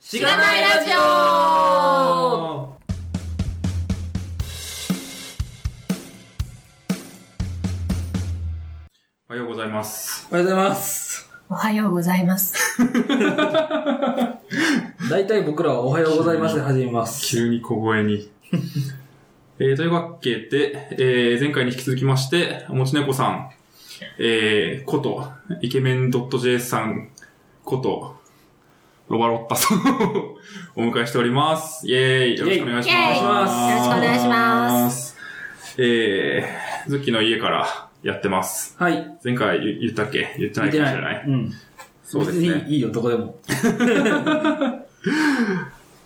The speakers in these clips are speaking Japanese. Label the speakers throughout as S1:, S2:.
S1: し
S2: がないラジオ
S1: おはようございます。
S3: おはようございます。
S2: おはようございます。
S3: 大体僕らはおはようございますで始めます。
S1: 急に小声に。 えー、というわけで、えー、前回に引き続きまして、おもちねこさん、えー、こと、イケメン .js さん、こと、ロバロッタさん をお迎えしております。イェーイよろしくお願いします。。
S2: イェーイよろしくお願いします
S1: えー、ズッキーの家からやってます。
S3: はい。
S1: 前回言言ったっけ言ってない
S3: 見て
S1: かも
S3: な
S1: し
S3: い。
S1: れない。
S3: うん。
S1: そうです
S3: 別
S1: ね。
S3: にいいよ、どこでも。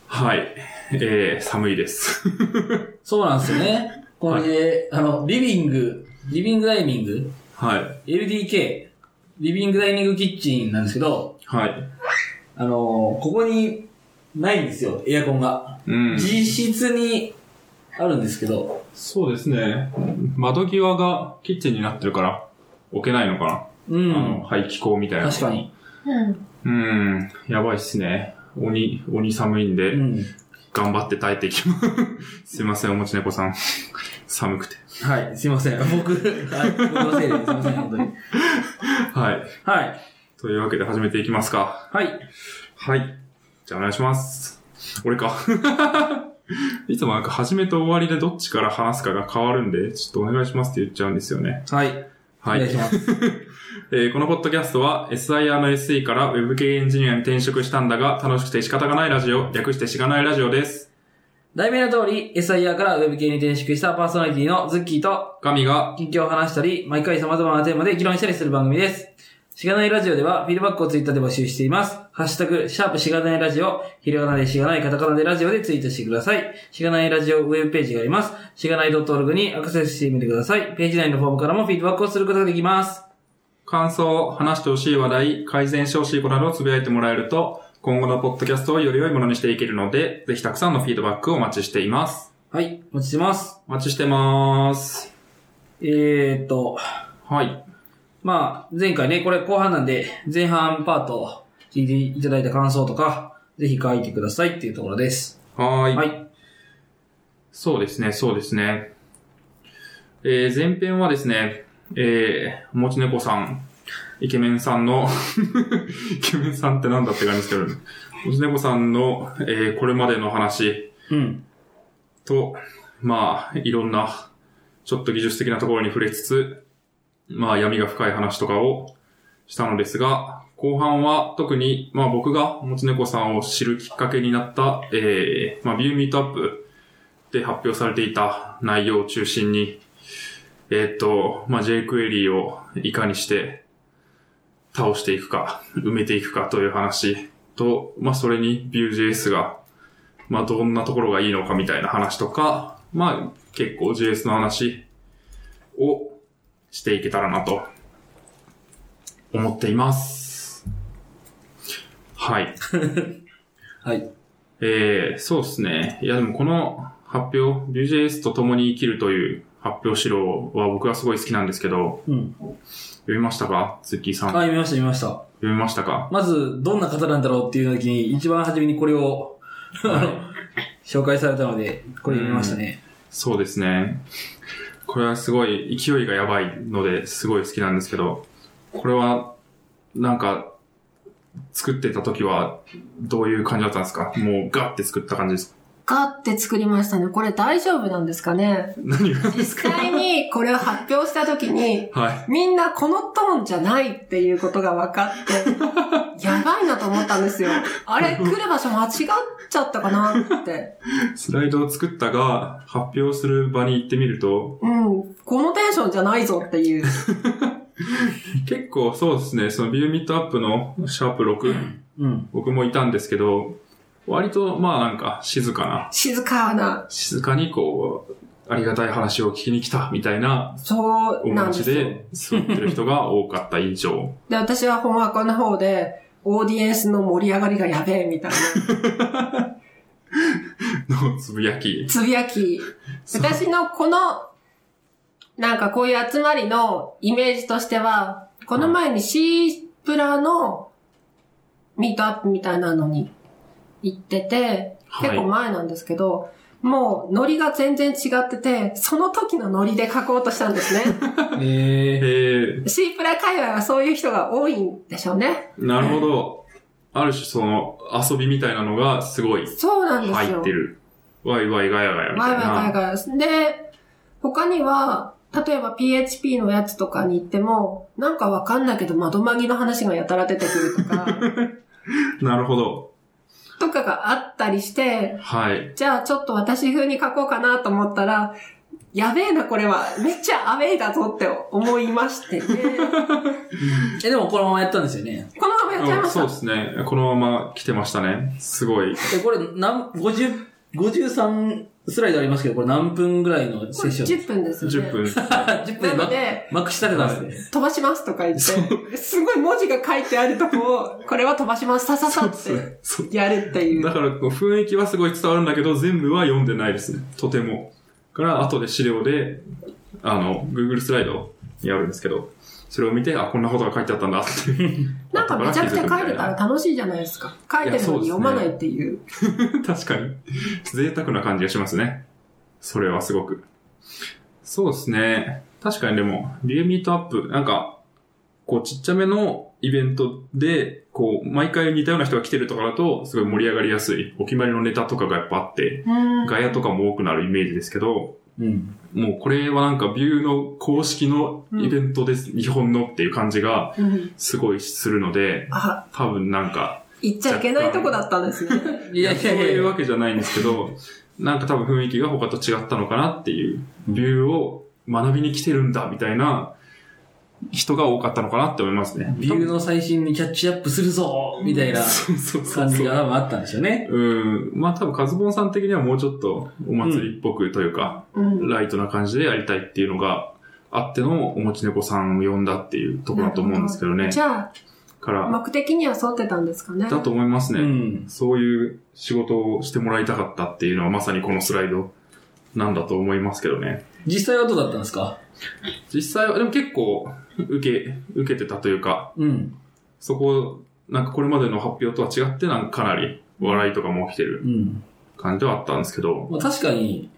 S1: はい。えー、寒いです。
S3: そうなんですよ ね。これで、あの、リビング、リビングダイニング、
S1: はい。
S3: LDK、リビングダイニングキッチンなんですけど、
S1: はい。
S3: あのー、ここにないんですよ、エアコンが。
S1: うん。
S3: 実質にあるんですけど、
S1: そうですね。窓際がキッチンになってるから、置けないのか
S3: う
S1: な、あの、
S3: ん。
S1: 排気口みたいな。
S3: 確か。に。
S2: うん。
S1: うん。やばいっすね。鬼、鬼寒いん
S3: う
S1: で、
S3: ん。
S1: 頑張って耐えていきます。すい ません、おもち猫さん。寒くて。
S3: はい、すいません。僕、はい僕のせいですいません、本当に。
S1: はい。
S3: はい。
S1: というわけで始めていきますか。
S3: はい。
S1: はい。じゃあお願いします。俺か。 いつもなんか始めと終わりでどっちから話すかが変わるんで、ちょっとお願いしますって言っちゃうんですよね。
S3: はい。
S1: は
S3: お
S1: い
S3: 願い。します。
S1: えーこのポッドキャストは SIR の SE から Web 系エンジニアに転職したんだが楽しくて仕方がないラジオ、略してしがないラジオです。
S3: 題名の通り、SIR から Web 系に転職したパーソナリティのズッキーと、
S1: 神が、
S3: 近況を話したり、毎回様々なテーマで議論したりする番組です。しがないラジオでは、フィードバックをツイッターで募集しています。ハッシュタグ、シャープしがないラジオ、ひらがなでしがない、カタカナでラジオでツイートしてください。しがないラジオウェブページがあります。しがない .org にアクセスしてみてください。ページ内のフォームからもフィードバックをすることができます。
S1: 感想、話してほしい話題、改善してほしいことなどをつぶやいてもらえると、今後のポッドキャストをより良いものにしていけるので、ぜひたくさんのフィードバックをお待ちしています。
S3: はい、お待ちしてます。
S1: お待ちしてます。
S3: えーっと、
S1: はい。
S3: まあ、前回ね、これ後半なんで、前半パートを聞いていただいた感想とか、ぜひ書いてくださいっていうところです。
S1: はーい。
S3: はい。
S1: そうですね、そうですね。えー、前編はですね、えー、もちねこさん、イケメンさんの、 イケメンさんってなんだって感じですけど、もちねこさんの、えー、これまでの話
S3: うん。
S1: と、まあ、いろんな、ちょっと技術的なところに触れつつ、まあ、闇が深い話とかをしたのですが、後半は特に、まあ僕がもちねこさんを知るきっかけになった、えー、まあ、ビューミートアップで発表されていた内容を中心に、えっ、と、まあ、jQuery をいかにして倒していくか、埋めていくかという話と、まあ、それに Vue.js が、まあ、どんなところがいいのかみたいな話とか、まあ、結構 JS の話をしていけたらなと思っています。はい。
S3: はい。
S1: えー、そうですね。いや、でもこの発表、Vue.js と共に生きるという発表資料は僕はすごい好きなんですけど、
S3: うん。
S1: 読みましたかツッキーさ
S3: あ、
S1: ん。
S3: 読みました、読みました。
S1: 読みましたか
S3: まず、どんな方なんだろうっていう時に、一番初めにこれを、あの 紹介されたので、これ読みましたね。
S1: そうですね。これはすごい勢いがやばいので、すごい好きなんですけど、これは、なんか、作ってた時は、どういう感じだったんですかもうガッて作った感じですか
S2: ガって作りましたね。これ大丈夫なんですかね
S1: 何 がです
S2: 実
S1: か
S2: 際にこれを発表した時に、
S1: はい。
S2: みんなこのトーンじゃないっていうことが分かって、やばいなと思ったんですよ。あれ、来る場所間違っちゃったかなって。
S1: スライドを作ったが、発表する場に行ってみると、
S2: うん、このテンションじゃないぞっていう。
S1: 結構そうですね、そのビューミットアップのシャープ6、
S3: うん。
S1: 僕もいたんですけど、割とまあなんか静かな、
S2: 静かな、
S1: 静かにこう、ありがたい話を聞きに来たみたいな
S2: そう
S1: お
S2: なん
S1: 持
S2: で
S1: ち
S2: すよ。
S1: で座ってる人が多かった印象。
S2: で、私は本枠の方で、オーディエンスの盛り上がりがやべえみたいな。
S1: のつぶやき。
S2: つぶやき。
S1: そう
S2: 私のこの、なんかこういう集まりのイメージとしては、この前にシープラのミートアップみたいなのに行ってて、
S1: はい
S2: 結構前なんですけど、もうノリが全然違ってて、その時のノリで書こうとしたんですね。
S1: え
S4: え
S1: ー、
S2: シープラ界隈はそういう人が多いんでしょうね。
S1: なるほど。ある種その遊びみたいなのがすごい
S2: そうなんですよ。
S1: 入ってる。ワイワイガヤガヤみ
S2: ワ
S1: た
S2: イワ
S1: いな。
S2: イガヤガヤ。で、他には、例えば PHP のやつとかに行っても、なんかわかんないけど窓まぎの話がやたら出てくるとか、
S1: なるほど。
S2: とかがあったりして、
S1: はい。
S2: じゃあちょっと私風に書こうかなと思ったら、やべえなこれは、めっちゃアウェイだぞって思いましてね。
S4: え、でもこのままやったんですよね。
S2: このままやっちゃいまし
S1: そう
S2: た
S1: で。すね。このまま来てましたね。すごい。
S4: え、これ、なん、50、53スライドありますけど、これ何分ぐらいの
S2: こ
S4: セ
S2: れ
S4: ッション
S2: 10分ですよね。
S1: 10分。
S4: あ、10分
S2: なので
S4: ま、まくしたてたんですね。
S2: 飛ばしますとか言って、すごい文字が書いてあるとこを、これは飛ばします、さささって
S1: そう
S2: やるっていう
S1: だ。から、雰囲気はすごい伝わるんだけど、全部は読んでないですね。とても。から、後で資料で、あの、Google スライドやるんですけど、それを見て、あ、こんなことが書いてあったんだっていう。
S2: なんかめちゃくちゃ書いてたら
S1: ら。
S2: 楽しいじゃないですか。書いてるのに読まないっていう。
S1: 確かに。贅沢な感じがしますね。それはすごく。そうですね。確かにでも、ビューミートアップ、なんか、こう、ちっちゃめのイベントで、こう、毎回似たような人が来てるとかだと、すごい盛り上がりやすい。お決まりのネタとかがやっぱあって、
S2: うん
S1: ガヤとかも多くなるイメージですけど、
S4: うん。
S1: もうこれはなんかビューの公式のイベントです、日本のっていう感じが
S2: うん
S1: すごいするので、
S2: あ、
S1: 多分なんか、
S2: 言っちゃいけないとこだったんですね。
S4: いやい
S1: そう
S4: やい
S1: いう
S4: や
S1: わけじゃないんですけど、なんか多分雰囲気が他と違ったのかなっていう、ビューを学びに来てるんだみたいな人が多かったのかなって思いますね。
S4: ビューの最新にキャッチアップするぞみたいな
S1: そうそうそう
S4: 感
S1: そ
S4: じ
S1: う
S4: が多分あったんでしょうね。
S1: うん。まあ多分カズボンさん的にはもうちょっとお祭りっぽくと いうか、
S2: うん。
S1: ライトな感じでやりたいっていうのがあってのおもち猫さんを呼んだっていうところだと思うんですけどね。
S2: じゃあ、
S1: から、
S2: 目的には沿ってたんですかね。
S1: だと思います
S4: う
S1: ね、
S4: ん。
S1: そういう仕事をしてもらいたかったっていうのはまさにこのスライドなんだと思いますけどね。
S4: 実際はどうだったんですか
S1: 実際は、でも結構受け、受けてたというか、
S4: うん。
S1: そこ、なんかこれまでの発表とは違って、なんかかなり笑いとかも起きてる
S4: うん。
S1: 感じはあったんですけど、
S4: まあ確かに、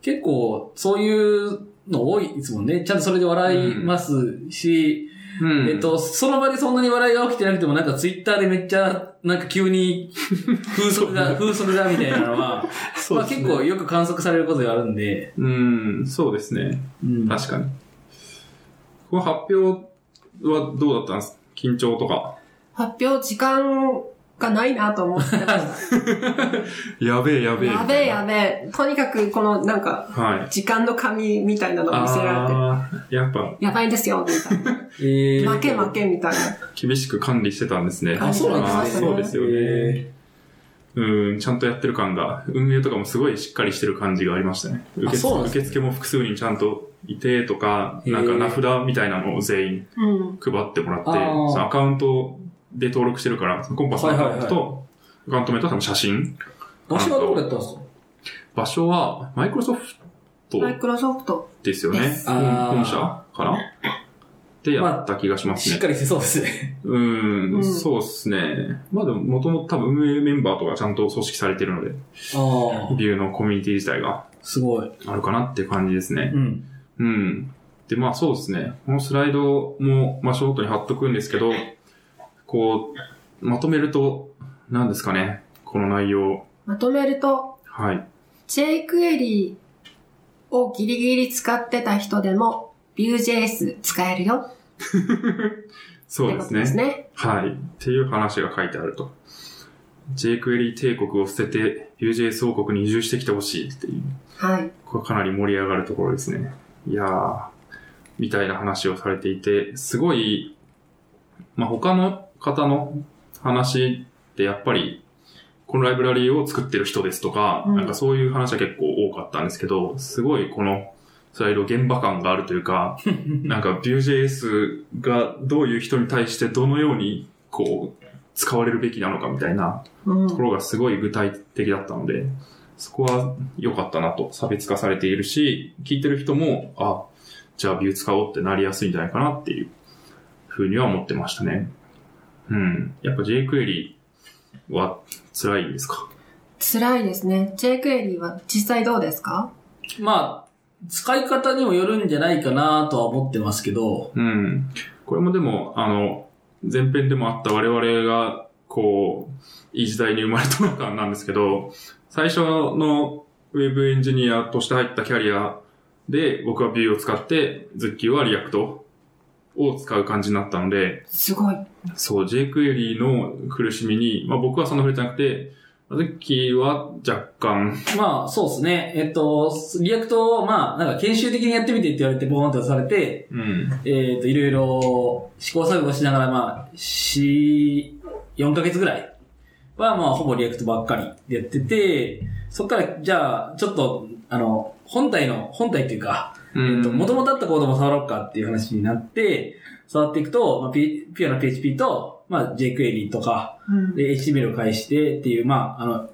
S4: 結構、そういうの多いですもんね。ちゃんとそれで笑いますし、
S1: うん
S4: えっ、と、その場でそんなに笑いが起きてなくても、なんかツイッターでめっちゃ、なんか急 に風速が、風速がみたいなのは、
S1: そう
S4: まあ
S1: です
S4: 結
S1: ね
S4: 構よく観測されることがあるんで、
S1: うん、そうですね。
S4: うん
S1: 確かに。この発表はどうだったんですか緊張とか。
S2: 発表時間がないなと 思って。
S1: やべえやべえ。
S2: やべえやべえ。とにかくこのなんか、
S1: はい。
S2: 時間の紙みたいなのを見せられ
S1: あーやっぱ
S2: て、やばいですよ、みたいな。
S4: えー
S2: 負け負けみたい
S1: 厳しく管理してたんですね。
S2: な。
S4: あそうなんですね
S1: あーそうですよね。
S4: え
S1: うん、ちゃんとやってる感が、運営とかもすごいしっかりしてる感じがありましたね。受
S4: あ
S1: 付
S4: そうなんですね
S1: 受付も複数人ちゃんといてとか、
S4: へー
S1: なんか名札みたいなのを全員
S2: うん。
S1: 配ってもらって、
S4: あ
S1: そ
S4: ー
S1: のアカウントで登録してるから、そのコンパスのアカウント
S4: は
S1: と、アカウント名と多分写真。
S4: ー場所はどこだったんですか
S1: 場所は、マイクロソフト
S2: マイクロソフト。
S1: ですよね。
S2: です
S4: あー
S1: 本社かなでやった気がします
S4: し
S1: ね
S4: っ。かりしてそうですね。
S1: うん、
S2: うん
S1: そうですね。まあでも、もともと多分運営メンバーとかちゃんと組織されてるので、
S4: ああ、
S1: ビューのコミュニティ自体が
S4: すごい。
S1: あるかなっていう感じですね。
S4: うん。
S1: うん。で、まあそうですね。このスライドも、まあショートに貼っとくんですけど、こう、まとめると、何ですかね。この内容。
S2: まとめると、
S1: はい。
S2: j クエリーをギリギリ使ってた人でも Vue.js 使えるよっ
S1: そう
S2: て
S1: で
S2: こ
S1: す
S2: とです
S1: ね。
S2: ね。
S1: はい。っていう話が書いてあると。jQuery 帝国を捨てて、UJS 王国に移住してきてほしいっていう。
S2: はい。
S1: これかなり盛り上がるところですね。いやー、みたいな話をされていて、すごい、まあ、他の方の話ってやっぱり、このライブラリーを作ってる人ですとか、
S2: うん
S1: なんかそういう話は結構多かったんですけど、すごいこのスライド現場感があるという か、なんか Vue.js がどういう人に対してどのようにこう、使われるべきなのかみたいな
S2: うん
S1: ところがすごい具体的だったので、そこは良かったなと、差別化されているし、聞いてる人も、あ、じゃあビュー使おうってなりやすいんじゃないかなっていうふうには思ってましたね。うん。やっぱ jQuery は辛いんですか
S2: 辛いですね。J クエリーは実際どうですか
S3: まあ、使い方にもよるんじゃないかなとは思ってますけど、
S1: うん。これもでも、あの、前編でもあった我々が、こう、いい時代に生まれたのかなんですけど、最初のウェブエンジニアとして入ったキャリアで、僕はビューを使って、ズッキーはリアクトを使う感じになったので、
S2: すごい。
S1: そう、J クエリーの苦しみに、まあ僕はそんな触れてなくて、ズッキーは若干、
S3: まあ、そうですね。えっと、リアクトを、まあ、なんか研修的にやってみてって言われて、ボーンと出されて、
S1: うん、
S3: えっと、いろいろ試行錯誤しながら、まあ、4、4ヶ月ぐらいは、まあ、ほぼリアクトばっかりでやってて、そっから、じゃあ、ちょっと、あの、本体の、本体っていうか、
S1: うん、
S3: もともとあったコードも触ろうかっていう話になって、触っていくと、まあ、ピピュアな PHP と、まあ、JQuery とか、
S2: うん。
S3: で HTML を介してっていう、まあ、あの、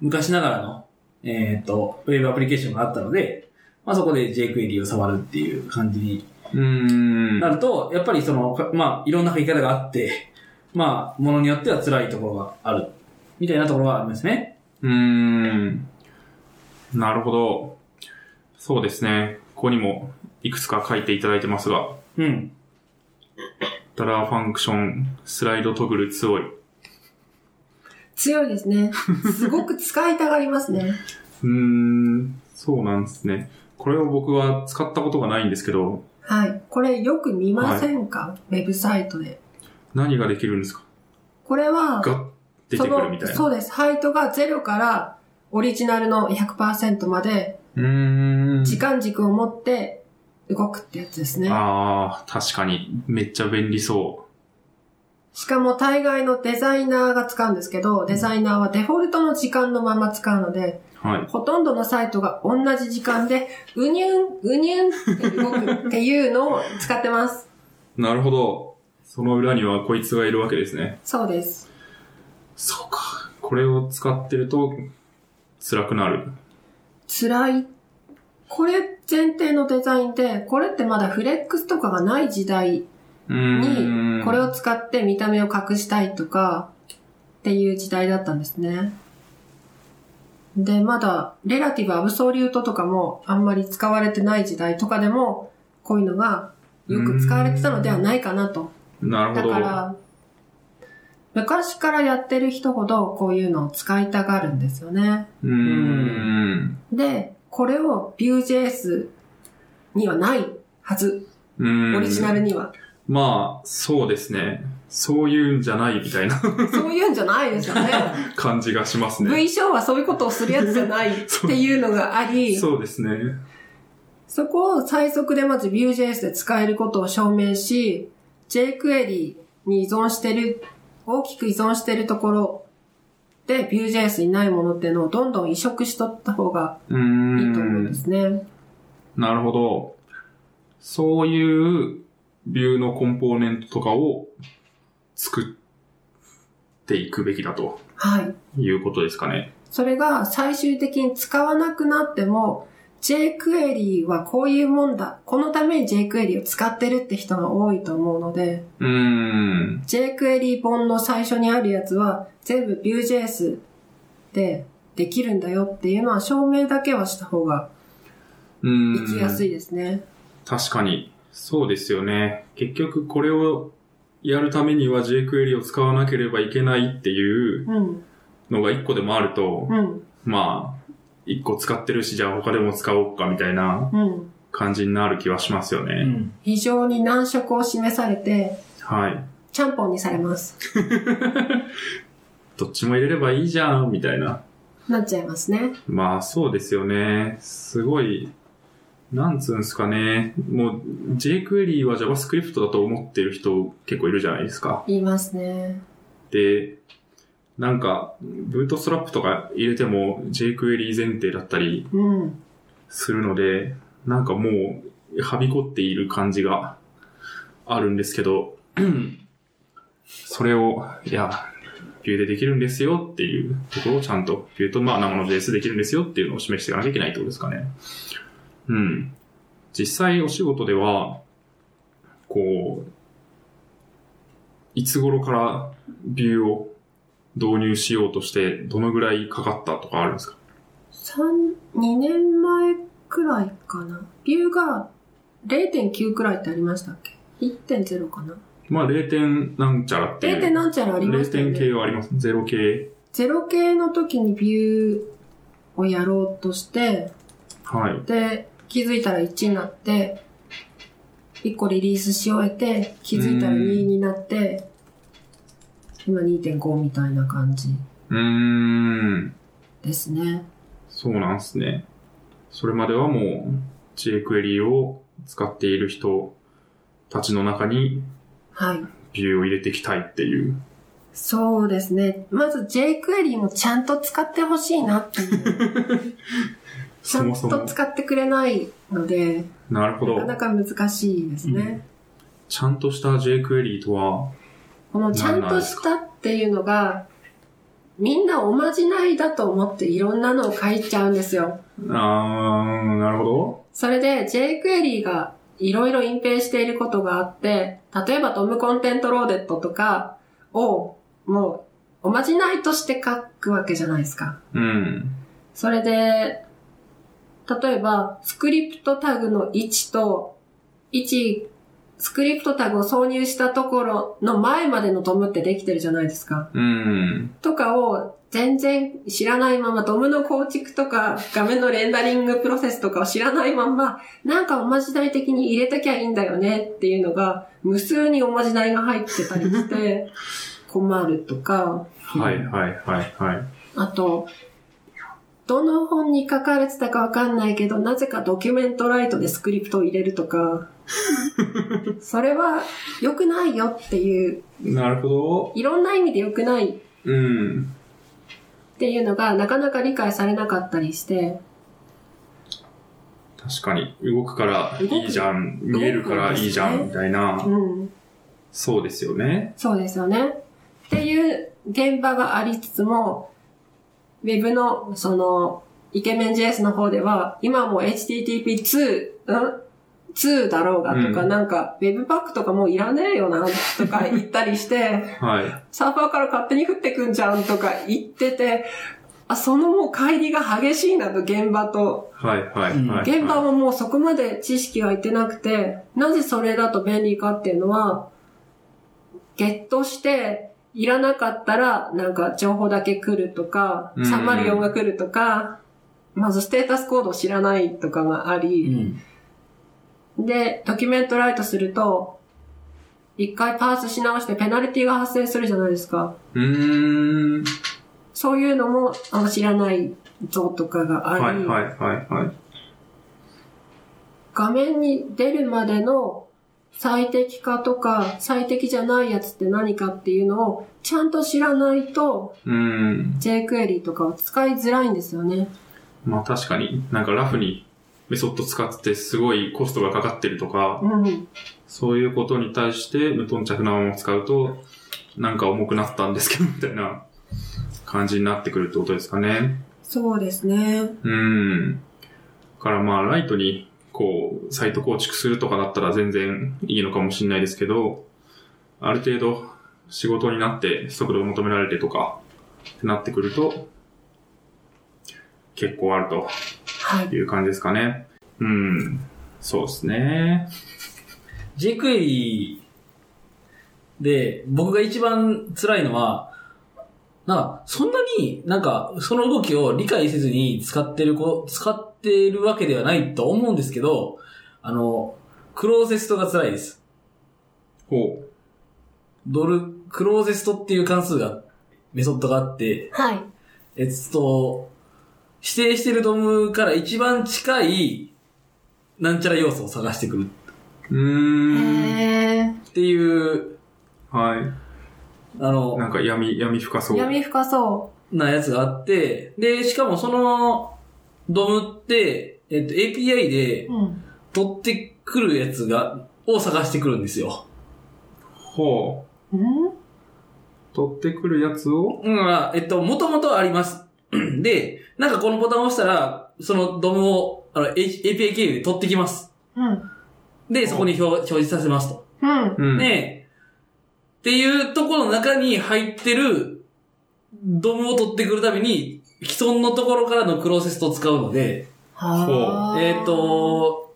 S3: 昔ながらの、えっ、と、ウェブアプリケーションがあったので、まあ、そこで JQuery を触るっていう感じに
S1: うん
S3: な、ると、やっぱりその、かまあ、いろんな書き方があって、まあ、ものによっては辛いところがある、みたいなところはありますね。
S1: うーん。なるほど。そうですね。ここにもいくつか書いていただいてますが、
S3: うん。
S1: ダラーファンクション、スライドトグル強い。
S2: 強いです ね。すごく使いたがりますね。
S1: うーん、そうなんですね。これを僕は使ったことがないんですけど、
S2: はい。これよく見ませんか、ウェブサイトで。
S1: 何ができるんですか
S2: これは、
S1: が出てくるみたいな。
S2: そのそううです。ハイトが0からオリジナルの100%まで
S1: ーん。
S2: 時間軸を持って動くってやつですね。
S1: ああ、確かに。めっちゃ便利そ
S2: しかも大概のデザイナーが使うんですけど、デザイナーはデフォルトの時間のまま使うので、
S1: う。はい。
S2: ほとんどのサイトが同じ時間で、うにゅん、うにゅんって動くっていうのを使ってます。
S1: なるほど。その裏にはこいつがいるわけですね。
S2: そうです。
S1: そうか。これを使ってると、辛くなる。
S2: 辛い。これ前提のデザインで、これってまだフレックスとかがない時代
S1: うー
S2: に
S1: ん。、
S2: これを使って見た目を隠したいとか、っていう時代だったんですね。で、まだ、レラティブアブソリュートとかもあんまり使われてない時代とかでも、こういうのがよく使われてたのではないかなと。
S1: なる
S2: だ
S1: ほど。
S2: から、昔からやってる人ほどこういうのを使いたがるんですよね。
S1: うーん。
S2: で、これを Vue.js にはないはず。
S1: うん。
S2: オリジナルに は。
S1: まあ、そうですね。そういうんじゃないみたいな
S2: そういうんじゃないですよね。
S1: 感じがしますね。
S2: V 賞はそういうことをするやつじゃないっていうのがあり、そ
S1: そうですね。
S2: こを最速でまず Vue.js で使えることを証明し、jQuery に依存してる、大きく依存してるところで Vue.js にないものっていうのをどんどん移植しとった方が
S1: うー
S2: いいと思うんで
S1: ん。
S2: すね。
S1: なるほど。そういうビューのコンポーネントとかを作っていくべきだと
S2: はい。
S1: いうことですかね。
S2: それが最終的に使わなくなっても、jQuery はこういうもんだ。このために jQuery を使ってるって人が多いと思うので、
S1: うーん。
S2: jQuery 本の最初にあるやつは全部 Vue.js でできるんだよっていうのは証明だけはした方が
S1: うーん。
S2: 生きやすいですね。
S1: 確かに。そうですよね。結局これをやるためには jQuery を使わなければいけないっていう
S2: うん、
S1: のが一個でもあると、
S2: うん、
S1: まあ、一個使ってるし、じゃあ他でも使おうかみたいな
S2: うん。
S1: 感じになる気はしますよ
S3: う
S1: ね。
S3: ん。
S2: 非常に難色を示されて、
S1: はい。
S2: ちゃんぽんにされます。
S1: どっちも入れればいいじゃん、みたいな。
S2: なっちゃいますね。
S1: まあ、そうですよね。すごい、なんつうんすかね。もう、jQuery は JavaScript だと思ってる人結構いるじゃないですか。
S2: 言いますね。
S1: で、なんか、ブートストラップとか入れても jQuery 前提だったり
S2: うん。
S1: するので、なんかもう、はびこっている感じがあるんですけど、それを、いや、ビューでできるんですよっていうところをちゃんと、ビューとまあ生の JS できるんですよっていうのを示していかなきゃいけないってことですかね。うん。実際お仕事では、こう、いつ頃からビューを導入しようとして、どのぐらいかかったとかあるんですか
S2: 三2年前くらいかな。竜が0.9くらいってありましたっけ ?1.0 かな。
S1: まあ、0点なんちゃらっていう。
S2: 0. 点なんちゃらありましたよ
S1: 0点系
S2: ね。
S1: はあります。0系。
S2: ゼロ系の時にビューをやろうとして、
S1: はい。
S2: で、気づいたら1になって、1個リリースし終えて、気づいたら2になって、今2.5みたいな感じ
S1: うーん。
S2: ですね。
S1: そうなんですね。それまではもう、知恵クエリーを使っている人たちの中に、
S2: はい。
S1: ビューを入れていきたいっていう。
S2: そうですね。まず JQuery もちゃんと使ってほしいなっていう。ちゃ
S1: そ
S2: ん
S1: もそ
S2: と
S1: も。
S2: 使ってくれないので、
S1: なるほ
S2: な
S1: ど
S2: か。なか難しいですね。
S1: ちゃんとした J クエリーとは、
S2: このちゃんとしたっていうのが、みんなおまじないだと思っていろんなのを書いちゃうんですよ。
S1: あー、なるほど。
S2: それで JQuery がいろいろ隠蔽していることがあって、例えばトムコンテントローデットとかをもうおまじないとして書くわけじゃないですか。
S1: うん。
S2: それで、例えば、スクリプトタグの1と、1、スクリプトタグを挿入したところの前までのドムってできてるじゃないですか。
S1: うん。
S2: とかを全然知らないまま、ドムの構築とか、画面のレンダリングプロセスとかを知らないまま、なんかおまじない的に入れときゃいいんだよねっていうのが、無数におまじないが入ってたりして、 困るとか、
S1: はいはいはいはい。
S2: あと、どの本に書かれてたかわかんないけど、なぜかドキュメントライトでスクリプトを入れるとか、それは良くないよっていう、
S1: なるほど。
S2: いろんな意味で良くないっ
S1: うん。
S2: ていうのがなかなか理解されなかったりして、
S1: 確かに、動くからいいじゃん、見えるからいいじゃ
S2: 動く
S1: ん、
S2: ん
S1: みたいな
S2: う。ん、
S1: そうですよね。
S2: そうですよね。っていう現場がありつつも、ウェブの、その、イケメン JS の方では、今はもう HTTP2、ん ?2 だろうがとか、
S1: うん
S2: なんか、ウェブパックとかもういらねえよな、とか言ったりして、
S1: はい。
S2: サーバーから勝手に降ってくんじゃんとか言ってて、あ、そのもう乖離が激しいなと、現場と。
S1: はいは
S3: う
S1: い
S3: ん
S1: はい。
S2: 現場ももうそこまで知識がいってなくて、なぜそれだと便利かっていうのは、ゲットして、いらなかったら、なんか情報だけ来るとか、
S1: うん
S2: 304が来るとか、まずステータスコードを知らないとかがあ
S3: う
S2: り、
S3: ん。
S2: で、ドキュメントライトすると、一回パースし直してペナルティが発生するじゃないですか。
S1: うーん。
S2: そういうのもあの知らないぞとかが
S1: は
S2: あ
S1: い
S2: り、
S1: はいはいはい。
S2: 画面に出るまでの最適化とか最適じゃないやつって何かっていうのをちゃんと知らないと
S1: うん。
S2: JQuery とかを使いづらいんですよね。
S1: まあ確かに、なんかラフにメソッド使ってすごいコストがかかってるとか、
S2: うん。
S1: そういうことに対して無頓着なまま使うと、なんか重くなったんですけど、みたいな感じになってくるってことですかね。
S2: そうですね。
S1: うん。だからまあ、ライトに、こう、サイト構築するとかだったら全然いいのかもしれないですけど、ある程度仕事になって速度を求められてとか、ってなってくると、結構あると
S2: はい。
S1: いう感じですかね。うん。そうですね。
S3: jQuery で、僕が一番辛いのは、なんか、そんなになんか、その動きを理解せずに使ってる子、使ってるわけではないと思うんですけど、あの、クローゼストが辛いです。
S1: ほう。
S3: ドル、クローゼストっていう関数が、メソッドがあって、
S2: はい。
S3: えっと、指定してるドムから一番近い、なんちゃら要素を探してくる
S1: うーん。
S2: へー
S3: っていう、
S1: はい。
S3: あの、
S1: なんか闇、闇深そう。
S2: 闇深そ
S3: なやつがあって、で、しかもその、ドムって、えっと、API で
S2: う。うん。
S3: 取ってくるやつが、を探してくるんですよ。
S1: ほう。
S2: うん
S1: 取ってくるやつを
S3: うん、まあえっと、もともとあります。 で、なんかこのボタンを押したら、そのドムを、あの、H- API 経由で取ってきます。
S2: うん。
S3: で、そこに表表示させますと。
S2: うん。
S1: うん。
S3: ねえ。っていうところの中に入ってるドムを取ってくるために、既存のところからのクロセストを使うので、
S2: はあ。
S3: えっ、と、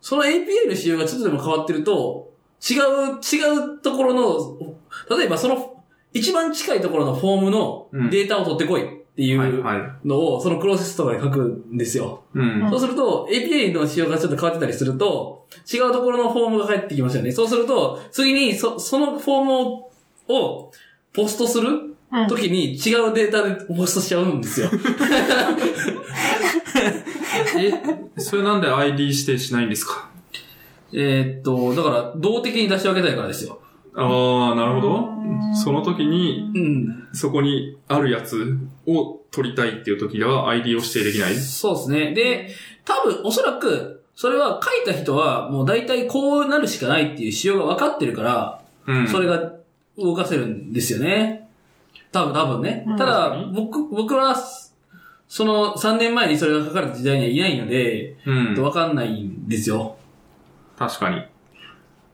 S3: その API の仕様がちょっとでも変わってると、違う、違うところの、例えばその、一番近いところのフォーム
S1: うん
S3: のデータを取ってこいってい
S1: はいうはい。
S3: のを、そのクロセスとかで書くんですよ。
S1: うん。
S3: そうすると、API の仕様がちょっと変わってたりすると、違うところのフォームが返ってきましたよね。そうすると、次にそ、そのフォームををポストする
S2: うん
S3: ときに違うデータでポストしちゃうん ですよ。
S1: え、それなんで ID 指定しないんですか
S3: えーっと、だから、動的に出し分けたいからですよ。
S1: ああ、なるほど。その時に、
S3: うん。
S1: そこにあるやつを取りたいっていう時は ID を指定できない
S3: そうですね。で、多分、おそらく、それは書いた人は、もう大体こうなるしかないっていう仕様が分かってるから、
S1: うん。
S3: それが動かせるんですよね。多分、多分ね
S2: うん。
S3: た
S1: 確か
S3: だ
S1: に、
S3: 僕、僕は、その3年前にそれが書かれた時代にはいないので、
S1: うん。
S3: 分かんないんですよ。
S1: 確かに。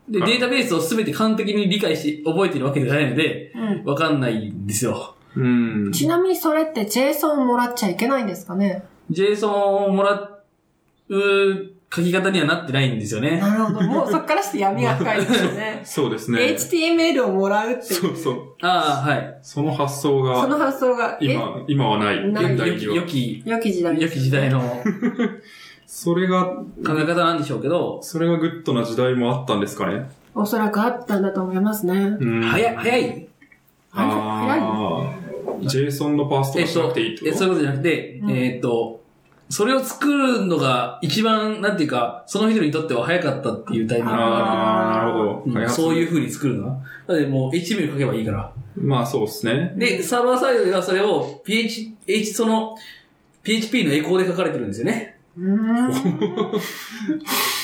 S3: で、
S1: はい
S3: データベースを全て完璧に理解して覚えてるわけじゃないので、
S2: うん
S3: 分かんないんですよ。
S1: うん。。
S2: ちなみにそれって JSON もらっちゃいけないんですかね
S3: JSON をもらう書き方にはなってないんですよね。
S2: なるほど。もうそっからして闇が深いですよね
S1: そうですね。
S2: HTML をもらうっていう。
S1: そうそう。
S3: ああ、はい。
S1: その発想
S2: その
S1: が、
S2: 発想が、え、
S1: 今、今はない。
S2: ない
S1: 現代
S3: 良
S1: に
S3: き、
S1: は
S3: 良。き、
S2: 良き時代
S3: 良
S2: です
S3: き時代の考
S1: それが、
S3: え方なんでしょうけど、
S1: それがグッドな時代もあったんですかね。
S2: おそらくあったんだと思いますね。
S1: うん。
S3: 早い、早い
S1: ああ。JSON のパースト
S3: え
S1: が
S3: っ
S1: しなく
S3: と、
S1: ていいって
S3: え
S1: こ
S3: そうい
S1: と
S3: うことじゃなくて、
S2: うん
S3: えっと、それを作るのが一番、なんていうか、その人にとっては早かったっていうタイミングがあ
S1: ああ、なるほ
S3: る。
S1: ど。
S3: う
S1: 開
S3: ん
S1: 発
S3: そういう風に作るのは。だってもう HTML 書けばいいから。
S1: まあそうですね。
S3: で、サーバーサイドではそれを PH、H、その、PHP のエコーで書かれてるんですよね。
S2: うーん。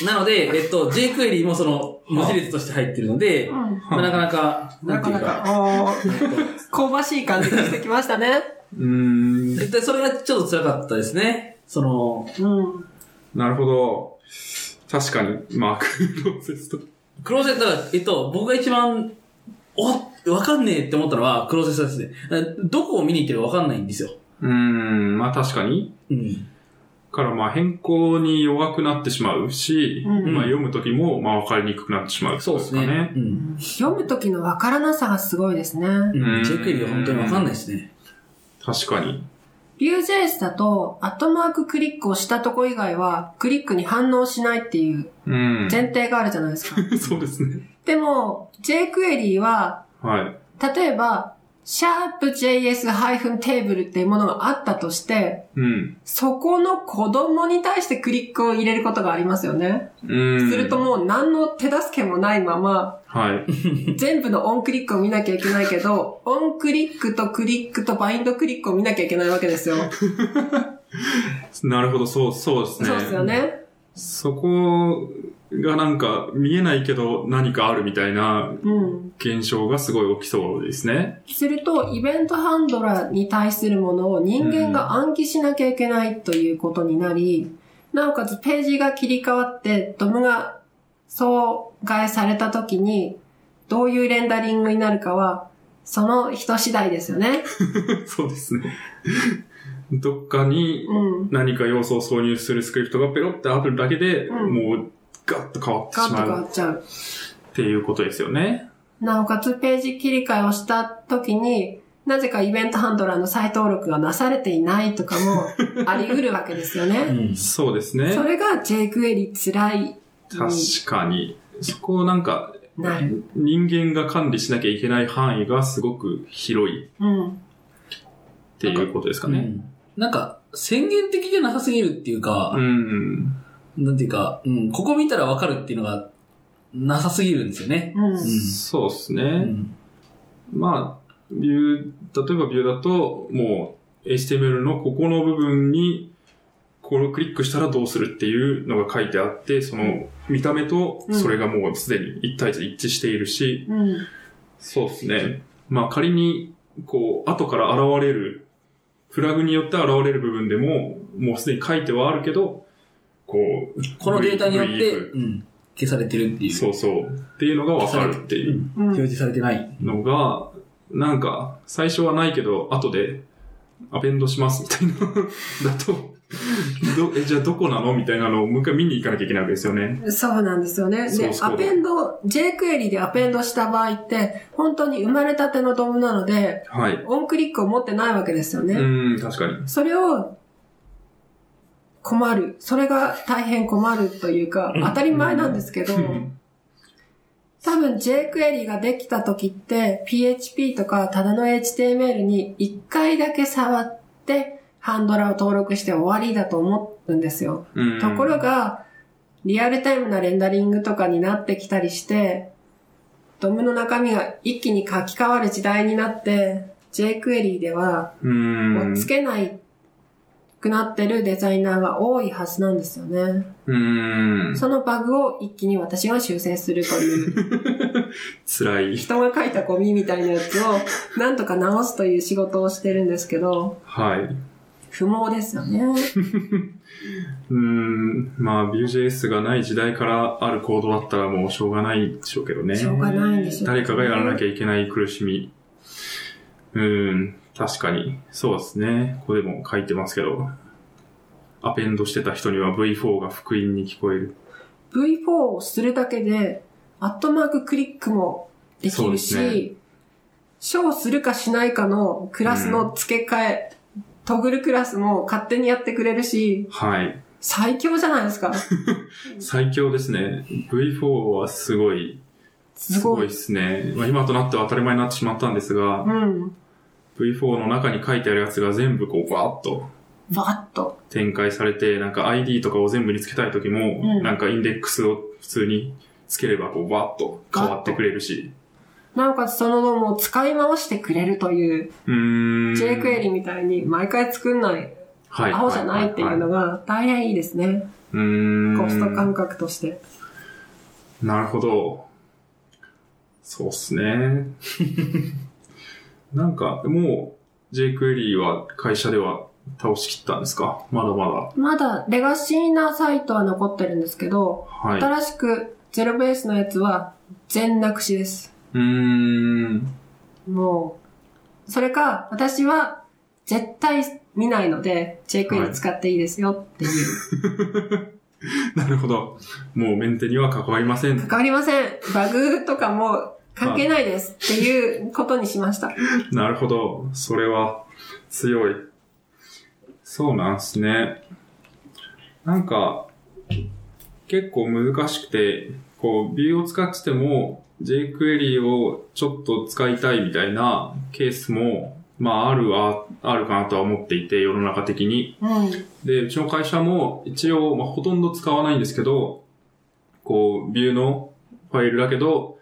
S3: なので、えっと、jQuery もその、文字列として入ってるので、
S2: うん
S3: まあなかなか、な
S2: なん
S3: て
S2: か
S3: いう
S2: な
S3: か、
S2: か、おー香ばしい感じがしてきましたね。
S1: うーん。
S3: 絶対それがちょっと辛かったですね。その、
S2: うん。
S1: なるほど。確かに、まあ、クローゼスト。
S3: クローゼットが、えっと、僕が一番、お、わかんねえって思ったのは、クローゼットですね。どこを見に行ってるかわかんないんですよ。
S1: うーん、まあ確かに。
S3: うん。
S1: からまあ変更に弱くなってしまうし、
S2: うん
S1: まあ読む時もまあ分かりにくくなってしまう、
S3: そうですね。。うん。
S2: 読む時のわからなさがすごいですね。
S3: うん
S1: うん
S3: jQuery は本当にわかんないですね。
S1: 確かに。
S2: Vue.js だと、アットマーククリックをしたとこ以外は、クリックに反応しないっていう
S1: うん。
S2: 前提があるじゃないです か。
S1: そうですね。
S2: でも、jQuery は、
S1: はい。
S2: 例えば、sharpjs-table っていうものがあったとして、
S1: うん。
S2: そこの子供に対してクリックを入れることがありますよね。
S1: うん。
S2: するともう何の手助けもないまま、
S1: はい。
S2: 全部のオンクリックを見なきゃいけないけど、オンクリックとクリックとバインドクリックを見なきゃいけないわけですよ。
S1: なるほど、そう、そうですね。
S2: そうですよ。ね。
S1: そこがなんか見えないけど何かあるみたいな
S2: うん。
S1: 現象がすごい起きそうですね。
S2: すると、イベントハンドラーに対するものを人間が暗記しなきゃいけないということになり、なおかつページが切り替わって、ドムが総外された時に、どういうレンダリングになるかは、その人次第ですよね。
S1: そうですね。どっかに
S2: うん。
S1: 何か要素を挿入するスクリプトがペロってあるだけで、
S2: うん
S1: もうガッと変わって
S2: ガッ
S1: し
S2: と
S1: ま
S2: 変わ
S1: う
S2: っちゃう。
S1: っていうことですよね。
S2: なおかつページ切り替えをした時に、なぜかイベントハンドラーの再登録がなされていないとかもあり得るわけですよ
S3: う
S2: ね。
S3: ん。
S1: そうです
S2: そ
S1: ね。
S2: れが jQuery 辛い
S1: 確かに。そこをなんか、
S2: になる。
S1: 人間が管理しなきゃいけない範囲がすごく広いっ
S2: うん。
S1: ていうことですか
S3: う
S1: ね。
S3: んなんか、宣言的じゃなさすぎるっていうか、
S1: うん。
S3: なんていうか、うん、ここ見たらわかるっていうのが、なさすぎるんですよね。
S2: うん。
S1: そうですね。
S3: うん。
S1: まあ、ビュー、例えばビューだと、もう HTML のここの部分に、これをクリックしたらどうするっていうのが書いてあって、その見た目と
S2: うん
S1: それがもうすでに一対一一致しているし、
S2: うん。
S1: そうですね。まあ仮に、こう、後から現れる、フラグによって現れる部分でも、もうすでに書いてはあるけど、こう、
S3: このデータによって、
S1: VF
S3: うん、消されてるっていう。
S1: そうそう、っていうのがわかるっていう
S3: うん
S2: うん
S3: 表示されてない。
S1: のが、なんか、最初はないけど、後で、アペンドしますみたいな、 だと、ど、え、じゃあどこなのみたいなのをもう一回見に行かなきゃいけないわけですよね。
S2: そうなんですよね。
S1: そ
S2: で
S1: う、そう
S2: アペンド、J クエリでアペンドした場合って、本当に生まれたてのドムなので、
S1: はい。
S2: オンクリックを持ってないわけですよね。
S1: うん、確かに。
S2: それを、困る。それが大変困るというか、当たり前なんですけど、多分 J クエリができた時って PHP とかただの HTML に1回だけ触ってハンドラーを登録して終わりだと思うんですよ。
S1: うん
S2: ところが、リアルタイムなレンダリングとかになってきたりして、ドムの中身が一気に書き換わる時代になって、J クエリでは、
S1: うん
S2: こうつけないくなってるデザイナーが多いはずなんですよね。
S1: うん。
S2: そのバグを一気に私が修正するという。
S1: 辛い。
S2: 人が書いたゴミみたいなやつをなんとか直すという仕事をしてるんですけど、
S1: はい。
S2: 不毛ですよね。
S1: うん、まあ、Vue.js がない時代からあるコードだったらもうしょうがないでしょうけどね。
S2: しょうがないんでしょう
S1: 誰かがやらなき
S2: ゃ。
S1: ゃいけない苦しみ。うん、確かに。そうですね。ここでも書いてますけど。アペンドしてた人には V4 が福音に聞こえる。
S2: V4 をするだけで、アットマーククリックもでき
S1: そうで
S2: る
S1: すね
S2: し、ショーするかしないかのクラスの付け替え、トグルクラスも勝手にやってくれるし、
S1: はい。
S2: 最強じゃないですか。
S1: 最強ですね。V4 はすごい、
S2: す
S1: す
S2: ご
S1: ご
S2: い
S1: いですね。まあ、今となっては当たり前になってしまったんですが、
S2: うん。
S1: V4 の中に書いてあるやつが全部こうバーッと
S2: バーッと。
S1: 展開されて、なんか ID とかを全部につけたいときも、
S2: うん
S1: なんかインデックスを普通につければこうバーッと変わってくれるし。
S2: なおかつそのドムを使い回してくれるという、
S1: うーん。
S2: J クエリみたいに毎回作んない
S1: はい。
S2: 青じゃないっていうの
S1: は
S2: が大変いいですね。
S1: うーん。
S2: コスト感覚として。
S1: なるほど。そうっすね。 なんか、もう、J クエリーは会社では倒しきったんですかまだま
S2: まだレガシーなサイトは残ってるんですけど
S1: だ。、はい。
S2: 新しくゼロベースのやつは全なくしです。
S1: うーん。
S2: もう、それか、私は絶対見ないので、J クエリ使っていいですよっていう。
S1: なるほど。もうメンテには関わりません。
S2: 関わりません。バグとかも関係ないですっていうことにしました。
S1: なるほど。それは強い。そうなんすね。なんか、結構難しくて、こう、ビューを使ってても、jQuery をちょっと使いたいみたいなケースも、まあ、あるは、あるかなとは思っていて、世の中的に。
S2: うん。
S1: で、うちの会社も一応、まあ、ほとんど使わないんですけど、こう、ビューのファイルだけど、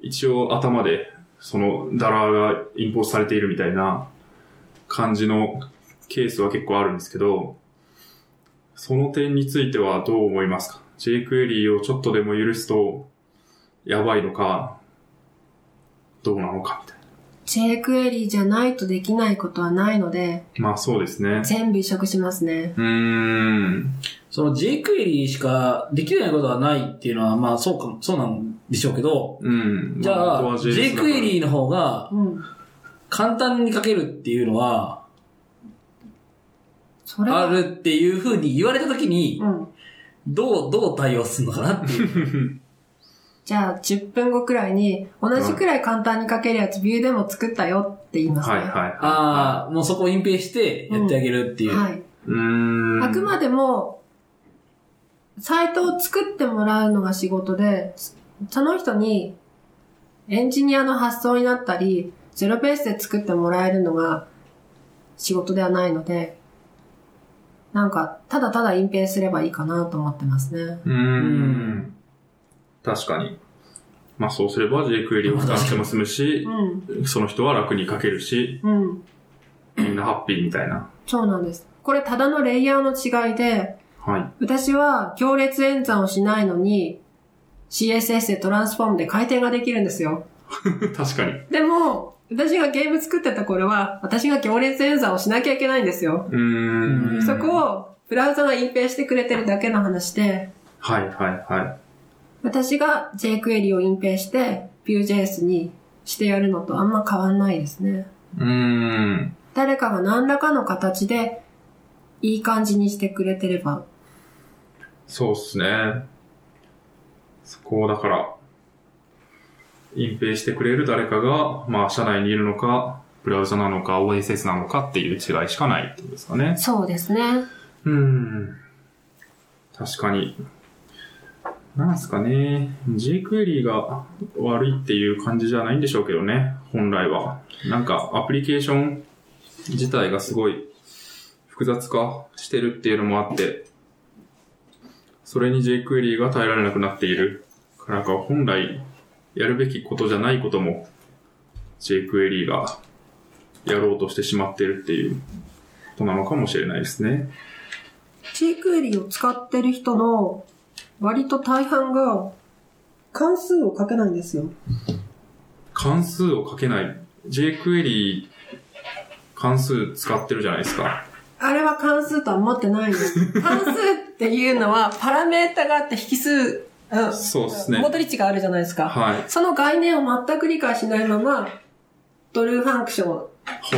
S1: 一応頭で、その、ダラーがインポートされているみたいな感じのケースは結構あるんですけど、その点についてはどう思いますか ?jQuery をちょっとでも許すと、やばいのか、どうなのかみたい
S2: J クエリじゃないとできないことはないので、
S1: な。まあそうですね。
S2: 全部移植しますね。
S1: うーん。
S3: その J クエリしかできないことはないっていうのは、まあそうかも、そうなんでしょうけど、
S1: うん。
S3: じゃ
S1: ま
S3: あ、
S1: 元は JS
S3: J クエリの方が
S2: うん。
S3: 簡単に書けるっていうのは、
S2: それは
S3: あるっていうふうに言われたときに
S2: う、ん。
S3: どう、どう対応するのかなって いう。
S2: じゃあ、10分後くらいに、同じくらい簡単に書けるやつ、ビューでも作ったよって言い
S1: だ
S2: ます
S1: か
S2: ね。
S1: らはいはいはい。
S3: ああ、もうそこを隠蔽してやってあげるっていう。
S2: はい。
S1: うーん。
S2: あくまでも、サイトを作ってもらうのが仕事で、その人に、エンジニアの発想になったり、ゼロベースで作ってもらえるのが仕事ではないので、なんか、ただただ隠蔽すればいいかなと思ってますね。
S1: うーん。確かに。まあそうすれば JQuery を負担しても済むし
S2: う、ん。
S1: その人は楽に書けるし、
S2: うん。
S1: みんなハッピーみたいな。
S2: そうなんです。これただのレイヤーの違いで、
S1: はい。
S2: 私は行列演算をしないのに、CSS でトランスフォームで回転ができるんですよ。
S1: 確かに。
S2: でも、私がゲーム作ってた頃は、私が行列演算をしなきゃいけないんですよ。
S1: うーん。
S2: そこを、ブラウザが隠蔽してくれてるだけの話で、
S1: はいはいはい。
S2: 私が jQuery を隠蔽して、Vue.js にしてやるのとあんま変わんないですね。
S1: うーん。
S2: 誰かが何らかの形でいい感じにしてくれてれば。
S1: そうっすね。そこをだから、隠蔽してくれる誰かが、まあ、社内にいるのか、ブラウザなのか、OSS なのかっていう違いしかないってことですかね。
S2: そうですね。
S1: うん。確かに。なんすかね。jQuery が悪いっていう感じじゃないんでしょうけどね。本来は。なんかアプリケーション自体がすごい複雑化してるっていうのもあって、それに jQuery が耐えられなくなっている。なんか本来やるべきことじゃないことも jQuery がやろうとしてしまってるっていうことなのかもしれないですね。
S2: jQuery を使ってる人の割と大半が関数を書けないんですよ。
S1: 関数を書けない。jQuery 関数使ってるじゃないですか。
S2: あれは関数とは思ってないんです。関数っていうのはパラメータがあって引数、うん、
S1: そうですね。
S2: 戻り値があるじゃないですか。
S1: はい。。
S2: その概念を全く理解しないまま、ドルファンクション、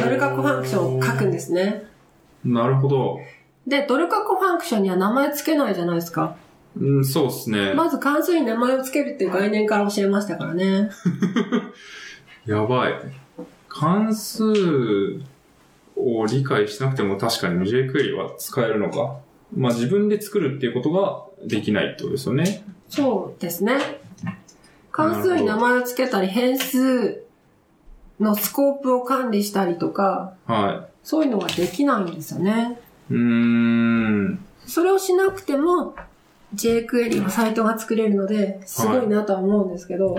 S2: ドル過去ファンクションを書くんですすね。
S1: なるほど。
S2: で、ドル過去ファンクションには名前つけないじゃないですか。
S1: うん、そうですね。
S2: まず関数に名前をつけるっていう概念から教えましたからね。
S1: やばい。関数を理解しなくても確かに jQuery は使えるのか。まあ自分で作るっていうことができないってことですよね。
S2: そうですね。関数に名前をつけたり、変数のスコープを管理したりとか、
S1: は
S2: そういうのはできないんですよね。
S1: い。うーん。
S2: それをしなくても、jQuery のサイトが作れるので、すごいなとは思うんですけど、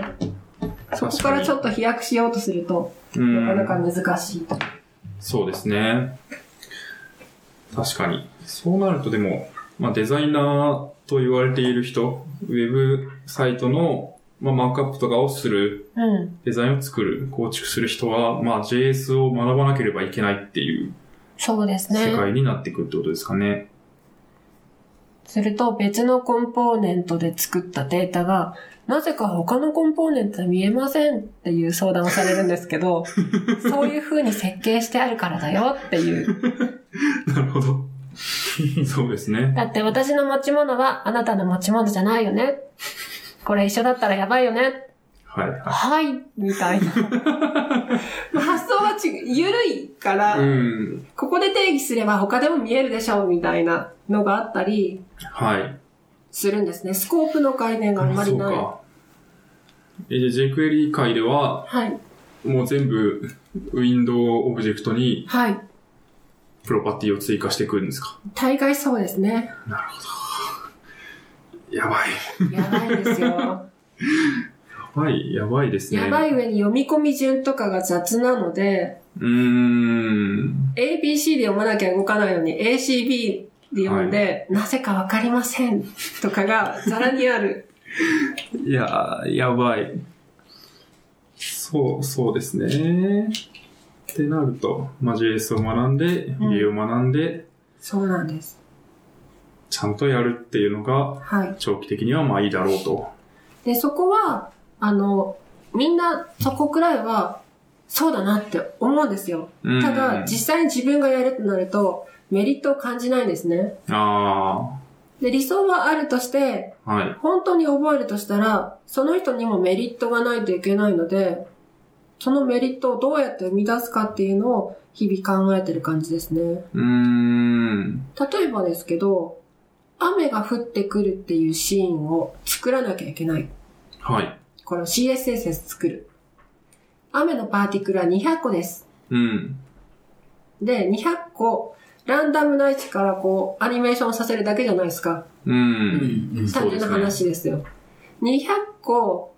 S2: そこからちょっと飛躍しようとすると、
S1: うん
S2: なかなか難しいと。
S1: そうですね。確かに。そうなるとでも、まあ、デザイナーと言われている人、ウェブサイトの、まあ、マークアップとかをする、
S2: うん。
S1: デザインを作る、構築する人は、まあ、JS を学ばなければいけないっていう
S2: そうです
S1: 世
S2: ね。
S1: 界になってくるってことですか ね。
S2: すると別のコンポーネントで作ったデータが、なぜか他のコンポーネントは見えませんっていう相談をされるんですけ ど、そういう風に設計してあるからだよっていう。
S1: なるほど。 そうですね。
S2: だって私の持ち物はあなたの持ち物じゃないよね。これ一緒だったらやばいよね
S1: はい、は
S2: はい、みたい な。まあ発想はち緩いから、
S1: い。うん。
S2: ここで定義すれば他でも見えるでしょう、みたいなのがあったり
S1: はい。
S2: するんですね。スコープの概念があんまりない。
S1: そうか。え、じゃあ JQuery 界では、
S2: はい。
S1: もう全部、ウィンドウオブジェクトに
S2: はい。
S1: プロパティを追加していくんですか
S2: 大概そうですね。
S1: やばい。
S2: やばいです よ。
S1: やばい、やばいですね。
S2: やば
S1: い。
S2: い上に読み込み順とかが雑なので、
S1: うーん。
S2: ABC で読まなきゃ動かないのに ACB で読んで、なぜかわかりませんとかがザラにあ る。
S1: いやー、やばい。そう、そうですね。ってなると、まあ、JS を学んで、
S2: うん
S1: 理由を学んで、
S2: そうなんです。
S1: ちゃんとやるっていうのが、
S2: はい。
S1: 長期的にはまあいいだろうと。
S2: で、そこは、あの、みんなそこくらいは、そうだなって思うんですよ。
S1: うん
S2: ただ、実際に自分がやるとなると、メリットを感じないんですね。
S1: あ
S2: で、理想はあるとして、
S1: ー、はい。
S2: 本当に覚えるとしたら、その人にもメリットがないといけないので、そのメリットをどうやって生み出すかっていうのを日々考えてる感じですね。
S1: うーん。
S2: 例えばですけど、雨が降ってくるっていうシーンを作らなきゃいけない。
S1: はい。
S2: この CSS 作る。雨のパーティクルは200個です。
S1: うん。
S2: で、200個、ランダムな位置からこう、アニメーションさせるだけじゃないですか。
S1: う。
S3: うんん。
S1: そ
S2: 単
S1: う
S2: 純
S1: です
S2: な
S1: ね
S2: 話ですよ。200個、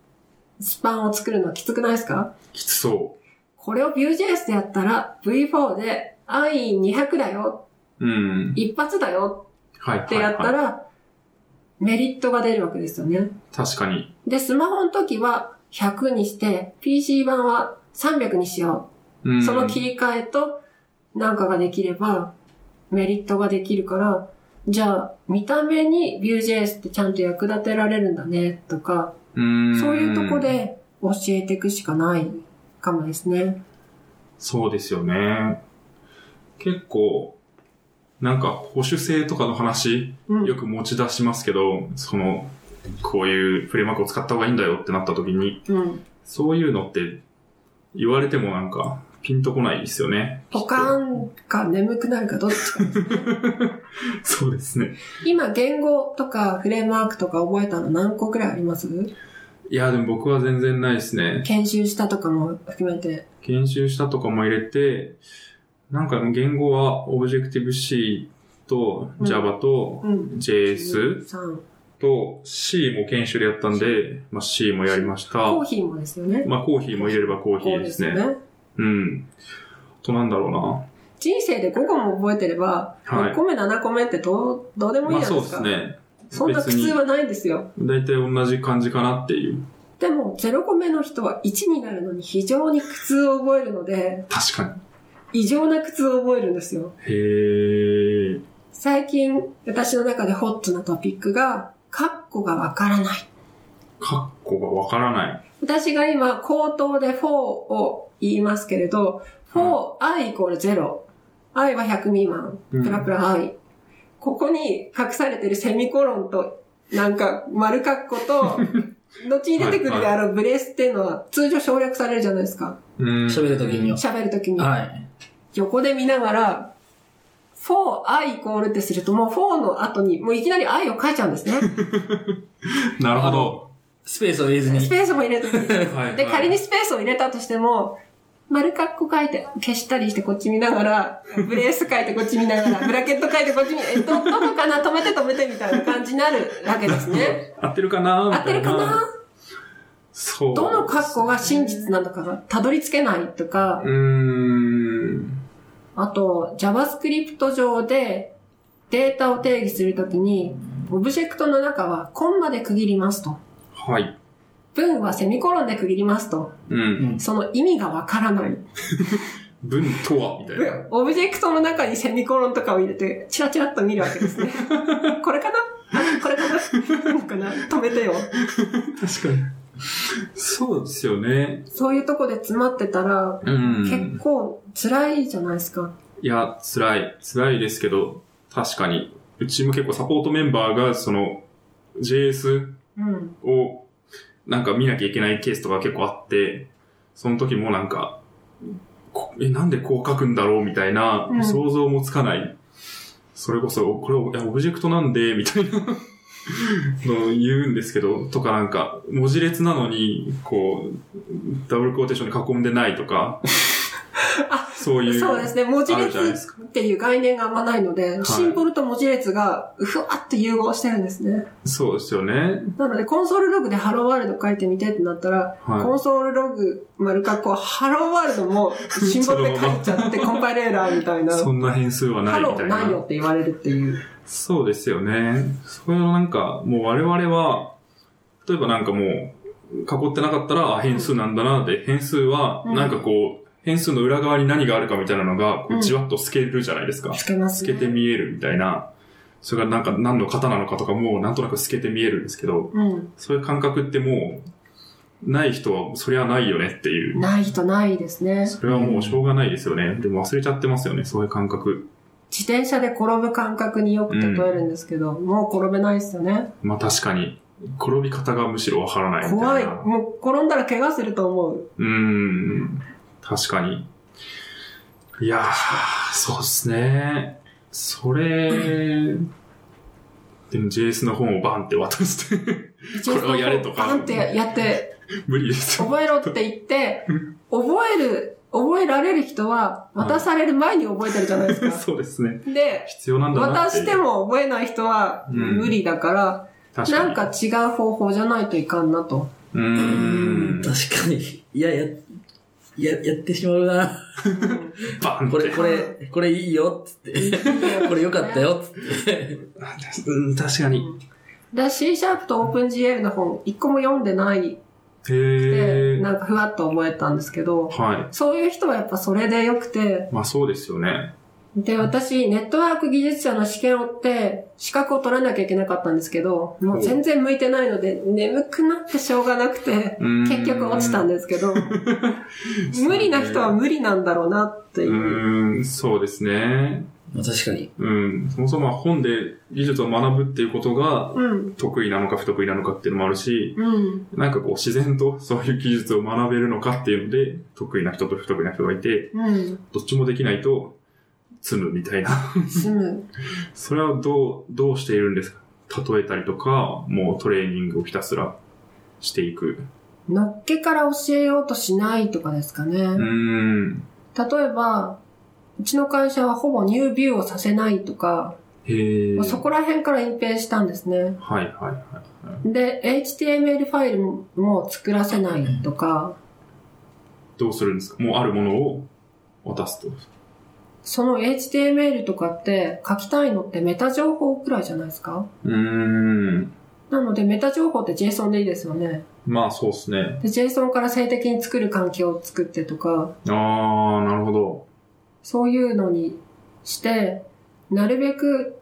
S2: スパンを作るのはきつくないですか
S1: きつそ
S2: これを Vue.js でやったら V4 で安易200だよ、
S1: う。うん。
S2: 一発だよ
S1: はい。
S2: ってやった
S1: はいはい
S2: ら、メリットが出るわけですよね。
S1: 確かに。
S2: で、スマホの時は100にして、PC 版は300にしよう。
S1: うん
S2: その切り替えとなんかができればメリットができるから、じゃあ見た目に Vue.js ってちゃんと役立てられるんだねとか、
S1: うん
S2: そういうとこで教えていくしかないかもですね。
S1: そうですよね。結構、なんか保守性とかの話、
S2: うん。
S1: よく持ち出しますけど、その、こういうフレームワークを使った方がいいんだよってなった時に、
S2: うん。
S1: そういうのって言われてもなんかピンとこないですよね。
S2: ポカーンか眠くなるか どっちか。
S1: そうですね。
S2: 今、言語とかフレームワークとか覚えたの何個くらいあります
S1: いや、でも僕は全然ないですね。
S2: 研修したとかも含めて。
S1: 研修したとかも入れて、なんか言語は Objective-C と
S2: うん
S1: Java と
S2: うん。
S1: JS
S2: 3。
S1: と C も研修でやったんで、まあ、C もやりました。
S2: コーヒーもですよね。
S1: まあコーヒーも入れればコーヒーですね。
S2: こうよ
S1: うん。あとなんだろうな。
S2: 人生で5個も覚えてれば、
S1: はい
S2: 6個目、7個目ってどうどうでもい
S1: ま
S2: い
S1: あ
S2: じゃないうで
S1: そですす
S2: か。
S1: ね。
S2: そんな苦
S1: 別に
S2: 痛はないんですよ。
S1: 大体同じ感じかなっていう。
S2: でも、0個目の人は1になるのに非常に苦痛を覚えるので、
S1: 確か
S2: 異常な苦痛を覚えるんですよ。
S1: に。へえ。
S2: 最近、私の中でホットなトピックが、カッコがわからない。
S1: カッコがわからない。
S2: 私が今、口頭で4を言いますけれど、4、i イコール0。i は100未満。
S1: うん
S2: プラプラ i。ここに隠されてるセミコロンと、なんか、丸括弧と、後に出てくるであろうブレスっていうのは、通常省略されるじゃないですか。
S1: うん。
S3: 喋る時には
S2: 喋るときに。
S3: はい。
S2: 横で見ながら、4、i イコールってすると、もう4の後に、もういきなり i を書いちゃうんですね。
S1: なるほど。
S3: スペースを入れず
S2: ス
S3: に。
S2: ペースも入れて
S1: はいはい
S2: で、仮にスペースを入れたとしても、丸括弧書いて消したりしてこっち見ながら、ブレース書いてこっち見ながら、ブラケット書いてこっち見、え、ど、どこかな止めて止めてみたいな感じになるわけですね。
S1: 合ってるかなみ
S2: 合
S1: た
S2: ってる
S1: いな
S2: かな
S1: そう。
S2: どの括弧が真実なのかがたどり着けないとか、
S1: うーん。
S2: あと、JavaScript 上でデータを定義するときに、オブジェクトの中はコンマで区切りますと。
S1: はい。
S2: 文はセミコロンで区切りますと。
S1: うん。
S2: その意味がわからない。
S1: 文とはみたいな。
S2: オブジェクトの中にセミコロンとかを入れて、チラチラっと見るわけ ですね。これかなあこれかななんかな止めてよ。
S1: 確かに。そうですよね。
S2: そういうとこで詰まってたら、
S1: うん。
S2: 結構辛いじゃないですか。
S1: いや、辛い。辛いですけど、確かに。うちも結構サポートメンバーが、その、JS
S2: うん。
S1: を、なんか見なきゃいけないケースとか結構あって、その時もなんか、こえ、なんでこう書くんだろうみたいな
S2: う、ん
S1: 想像もつかない。それこそ、これ、いやオブジェクトなんで、みたいな のを言うんですけど、とかなんか、文字列なのに、こう、ダブルクォーテーションに囲んでない とか、そういう。
S2: そうですね。文字
S1: あるじゃないです
S2: 列っていう概念があんまないので、
S1: い
S2: シンボルと文字列がふわっと融合してるんですね。
S1: そうですよね。
S2: なので、コンソールログでハローワールド書いてみてってなったら、コ
S1: は
S2: ンソールログ丸括弧ハローワールドもシンボルで書いち ゃって、コンパイレーラーみたい
S1: い。
S2: な。
S1: そんな変数はな
S2: ハ
S1: いみ
S2: ロ
S1: た
S2: ー
S1: い
S2: ないよ
S1: な。
S2: って言われるっていう。
S1: そうですよね。それはなんか、もう我々は、例えばなんかもう、囲ってなかったら、あ変数なんだなで、変数は、
S2: うん
S1: なんかこう、変数の裏側に何があるかみたいなのが、こ
S2: う
S1: うんじわっと透けるじゃないですか。
S2: つけます
S1: 透
S2: ね
S1: けて見えるみたいな。それがなんか何の型なのかとかもうなんとなく透けて見えるんですけど、
S2: うん。
S1: そういう感覚ってもう、ない人はそりゃないよねっていう。
S2: ない人ないですね。
S1: それはもうしょうがないですよね。でも忘れちゃってますよね、そういう感覚。
S2: 自転車で転ぶ感覚によく例えるんですけど、もう転べないですよね。
S1: まあ確かに、転び方がむしろわからないみた
S2: 怖
S1: い
S2: い。
S1: な。
S2: もう転んだら怪我すると思う。
S1: うーん。確かに。いやー、そうっすね。それ、でも JS の本をバンって渡して、 これをやれとか
S2: バンってやって、
S1: 無理ですよ。
S2: 覚えろって言って、覚える、覚えられる人は、渡される前に覚えてるじゃないですか。
S1: そうですね。
S2: で、
S1: 必要なんだな
S2: 渡
S1: っていう。
S2: しても覚えない人は
S1: うん
S2: 無理だから、
S1: 確かに。
S2: なんか違う方法じゃないといかんな と。
S1: うーん。
S3: 確かに。いや、や、や、やってしまうな。
S1: バンって。
S3: これ、これ、これいいよ、つって。これ良かったよ、つって。
S1: うん、確かに。
S2: だ C シャープと OpenGL の本、一個も読んでない
S1: へ
S2: で、
S1: ー。
S2: なんかふわっと覚えたんですけど、
S1: は
S2: そういう人はやっぱそれでよくて、
S1: い。まあそうですよね。
S2: で、私、ネットワーク技術者の試験を追って、資格を取らなきゃいけなかったんですけど、もう全然向いてないので、眠くなってしょうがなくて、
S1: うーん
S2: 結局落ちたんです けど、無理な人は無理なんだろうなって
S1: う
S2: いう。
S1: ーん、そうですね。
S3: まあ確かに。
S1: うん。そもそも本で技術を学ぶっていうことが
S2: うん。
S1: 得意なのか不得意なのかっていうのもあるし、
S2: うん。
S1: なんかこう自然と そういう技術を学べるのかっていうので、得意な人と不得意な人がいて、
S2: うん。
S1: どっちもできないと、積むみたいな。
S2: 住む。
S1: それはどう、どうしているんですか例えたりとか、もうトレーニングをひたすらしていく。
S2: のっけから教えようとしないとかですかね。
S1: うーん。
S2: 例えば、うちの会社はほぼニュービューをさせないとか、
S1: へえ。
S2: そこら辺から隠蔽したんですね。
S1: はいはいはい。
S2: で、HTML ファイルももう作らせないとか、
S1: どうするんですかもうあるものを渡すと。
S2: その HTML とかって書きたいのってメタ情報くらいじゃないですか
S1: うーん。
S2: なのでメタ情報って JSON でいいですよね。
S1: まあそうですね。
S2: で、JSON から性的に作る環境を作ってとか、
S1: ああ、なるほど。
S2: そういうのにして、なるべく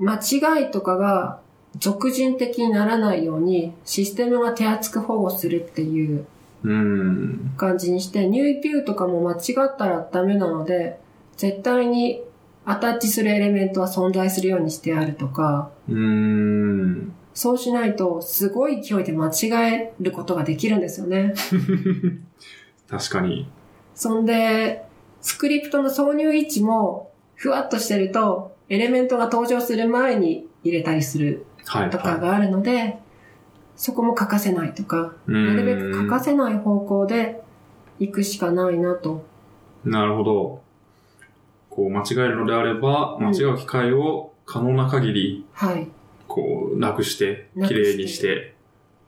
S2: 間違いとかが俗人的にならないようにシステムが手厚く保護するっていう
S1: うーん。
S2: 感じにして、ニュービューとかも間違ったらダメなので、絶対にアタッチするエレメントは存在するようにしてあるとか、
S1: うーん。
S2: そうしないとすごい勢いで間違えることができるんですよね。
S1: 確かに。
S2: そんで、スクリプトの挿入位置もふわっとしてると、エレメントが登場する前に入れたりする
S1: はい、
S2: とか
S1: は
S2: があるので、そこも欠かせないとか、
S1: い。
S2: な
S1: な
S2: るべく欠かせない方向で行くしかないなと。
S1: なるほど。こう、間違えるのであれば、間違う機会を可能な限り
S2: はい。
S1: こう、なくして、
S2: なくし
S1: 綺
S2: て
S1: 麗にして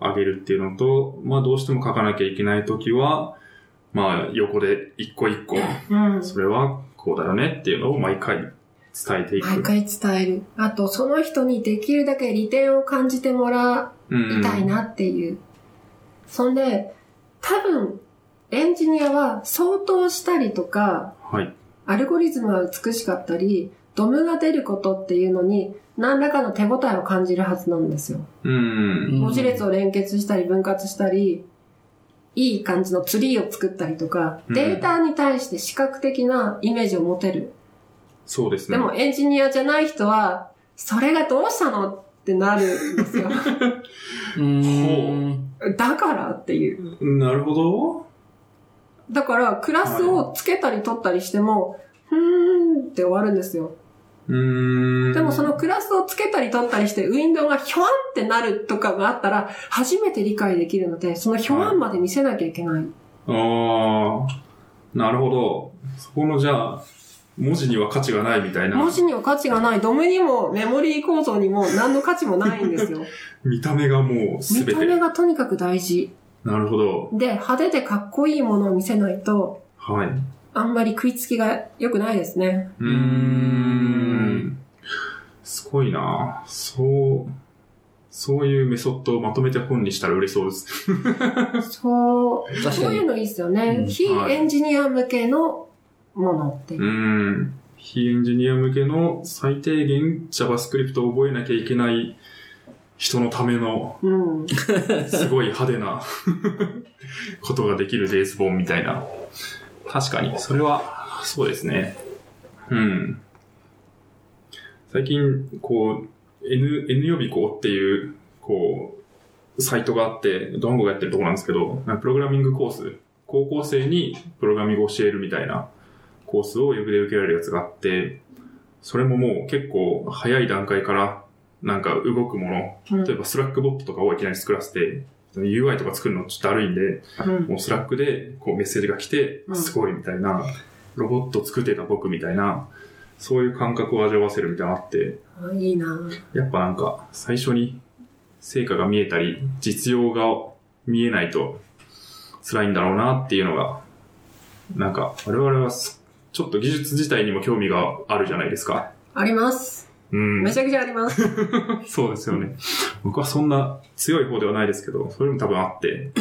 S1: あげるっていうのと、まあどうしても書かなきゃいけないときは、まあ横で一個一個、
S2: うん。
S1: それはこうだよねっていうのを毎回伝えていく。
S2: 毎回伝える。あと、その人にできるだけ利点を感じてもら
S1: うん
S2: いたいなっていう。そんで、多分、エンジニアは相当したりとか、
S1: はい。
S2: アルゴリズムが美しかったり、ドムが出ることっていうのに、何らかの手応えを感じるはずなんですよ。
S1: うん。
S2: 文字列を連結したり、分割したり、いい感じのツリーを作ったりとか、
S1: うん
S2: データに対して視覚的なイメージを持てる。
S1: そうですね。
S2: でもエンジニアじゃない人は、それがどうしたのってなるん ですよ。
S3: うーん。
S2: だからっていう。
S1: なるほど。
S2: だから、クラスをつけたり取ったりしても、ふーんって終わるんですよ。
S1: うーん。
S2: でもその、クラスをつけたり取ったりして、ウィンドウがひょわんってなるとかがあったら、初めて理解できるので、そのひょわんまで見せなきゃいけない。
S1: ああ、なるほど。そこのじゃあ、文字には価値がないみたいな
S2: 文、字には価値がない、ドムにもメモリー構造にも何の価値もないんですよ。
S1: 見た目がもう
S2: 見
S1: 全て。
S2: た目がとにかく大事。
S1: なるほど。
S2: で、派手でかっこいいものを見せないと、
S1: はい。
S2: あんまり食いつきが良くないですね。
S1: うーん。すごいなそう、そういうメソッドをまとめて本にしたら売れそうです。
S2: そう、
S3: 確
S2: そ
S3: か
S2: うい
S3: に
S2: う。のいいですよね。
S3: うん
S2: 非
S1: はい
S2: エンジニア向けのものっていう
S1: う。ーん。非エンジニア向けの最低限 JavaScript を覚えなきゃいけない人のための
S2: うん。
S1: すごい派手なことができる JS 本みたいな。確かに、それはそうですね。うん。最近、こう、N、N 予備校っていう、こう、サイトがあって、ドワンゴがやってるところなんですけど、なんかプログラミングコース、高校生にプログラミングを教えるみたいなコースを予備で受けられるやつがあって、それももう結構早い段階から、なんか動くもの、
S2: うん
S1: 例えばスラックボットとかをいきなり作らせて、UI とか作るのちょっとだるいんで、
S2: うん
S1: もうスラックでこうメッセージが来て
S2: う、ん
S1: すごいみたいな、ロボット作ってた僕みたいな、そういう感覚を味わわせるみたいなのあって、
S2: あいいな
S1: やっぱなんか最初に成果が見えたり、実用が見えないと辛いんだろうなっていうのが、なんか我々はすちょっと技術自体にも興味があるじゃないですか。
S2: あります。
S1: うん。
S2: めちゃくちゃあります。
S1: そうですよね。僕はそ んな強い方ではないですけど、それも多分あって、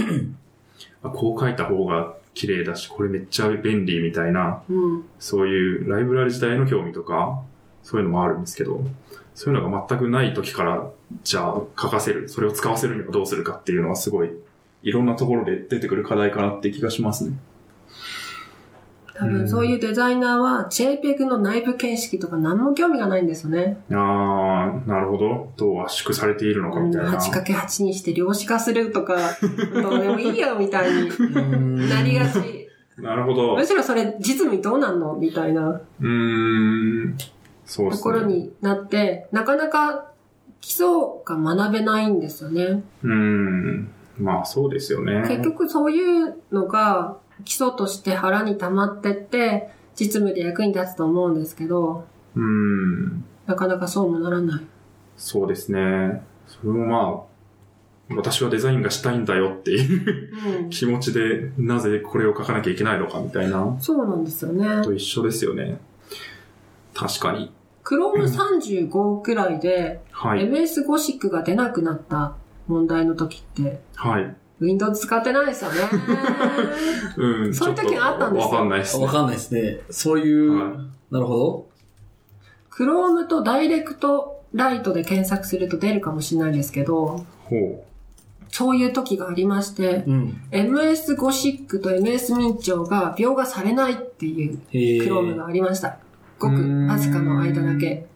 S1: あこう書いた方が綺麗だし、これめっちゃ便利みたいな、
S2: うん。
S1: そういうライブラリ自体の興味とか、そういうのもあるんですけど、そういうのが全くない時から、じゃあ書かせる、それを使わせるにはどうするかっていうのはすごい、いろんなところで出てくる課題かなって気がしますね。
S2: 多分そういうデザイナーは JPEG の内部形式とか何も興味がないんですよね。
S1: あー、なるほど。どう圧縮されているのかみたいな。
S2: 8×8 にして量子化するとか、どうでもいいよみたいになりがち。
S1: なるほど。
S2: む
S1: う
S2: しろそれ実務にどうなんのみたいな
S1: ーん。そうで
S2: と
S1: す
S2: こ
S1: ね。
S2: ろになって、なかなか基礎が学べないんですよね。
S1: うーん。まあそうですよね。
S2: 結局そういうのが基礎として腹に溜まってって、実務で役に立つと思うんですけど、
S1: うーん。
S2: なかなかそうもならない。
S1: そうですね。それもまあ、私はデザインがしたいんだよっていう
S2: うん。
S1: 気持ちで、なぜこれを書かなきゃいけないのかみたいな、
S2: そうなんですよね。
S1: と一緒ですよね。確かに。
S2: クローム35くらいで、
S1: はい。
S2: MS ゴシックが出なくなった問題の時って、
S1: はい。
S2: Windows 使ってない ですよね。
S1: うん。
S2: そういう時
S1: ちょと
S2: あったんですよ
S1: わかんないですね。
S3: わかんないですね。そういう、
S1: は
S3: なるほど。
S2: クロームとダイレクトライトで検索すると出るかもしれないですけど、
S1: ほ
S2: そういう時がありまして、
S3: うん。
S2: MS ゴシックと MS 明朝が描画されないっていう
S3: へー
S2: クロームがありました。ご
S1: うー
S2: く
S1: ん
S2: わずかの間だけ。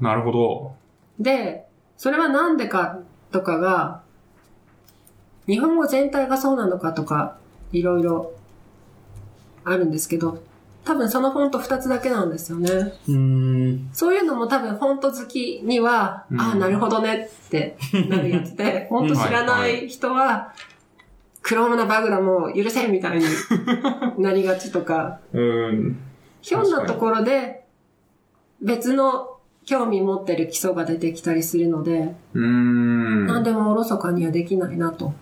S1: う。なるほど。
S2: で、それはなんでかとかが、日本語全体がそうなのかとか、いろいろあるんですけど、多分そのフォント2つだけなんですよね。
S3: うーん。
S2: そういうのも多分フォント好きには、
S1: うん
S2: ああ、なるほどねってなるやつ で、フォント知らない人は、クロームのバグだもう許せんみたいになりがちと か、
S1: うーん。
S2: ひょんなところで別の興味持ってる基礎が出てきたりするので、
S1: うーん。
S2: 何でもおろそかにはできないなと。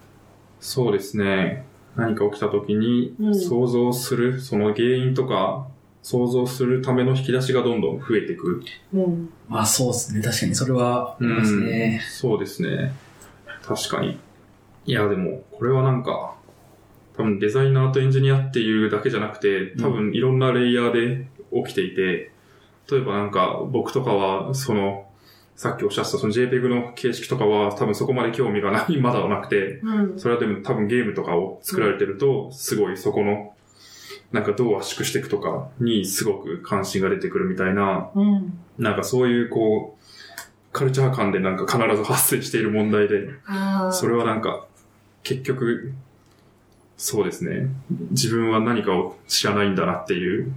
S1: そうですね。何か起きた時に
S2: うん
S1: 想像する、その原因とか、想像するための引き出しがどんどん増えていく。
S2: うん。
S3: まあそうですね。確かにそれは、ありますね。
S1: そうですね。確かに。いや、でも、これはなんか、多分デザイナーとエンジニアっていうだけじゃなくて、多分いろんなレイヤーで起きていて、例えばなんか僕とかは、その、さっきおっしゃってたその JPEG の形式とかは多分そこまで興味がない、まだはなくて、
S2: うん。
S1: それはでも多分ゲームとかを作られてると、すごいそこの、なんかどう圧縮していくとかにすごく関心が出てくるみたいな、
S2: うん。
S1: なんかそういうこう、カルチャー間でなんか必ず発生している問題で、
S2: ああ。
S1: それはなんか、結局、そうですね。自分は何かを知らないんだなっていう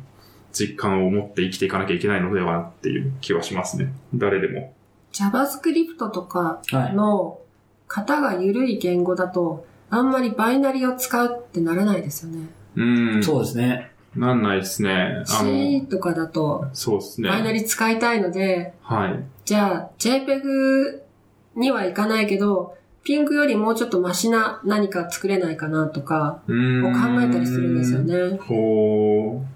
S1: 実感を持って生きていかなきゃいけないのではなっていう気はしますね。誰でも。
S2: JavaScript とか
S3: はい。
S2: の型が緩い言語だと、あんまりバイナリーを使うってならないですよね。
S1: うん。
S3: そうですね。
S1: なんないですね。あの、
S2: C とかだと、
S1: そうです
S2: バイナ
S1: ね。
S2: リー使いたいので、
S1: はい。
S2: じゃあ JPEG にはいかないけど、ピンクよりもうちょっとマシな何か作れないかなとか、
S1: を
S2: を
S1: 考
S2: 考えたりするんですよ。ね。
S1: ほう。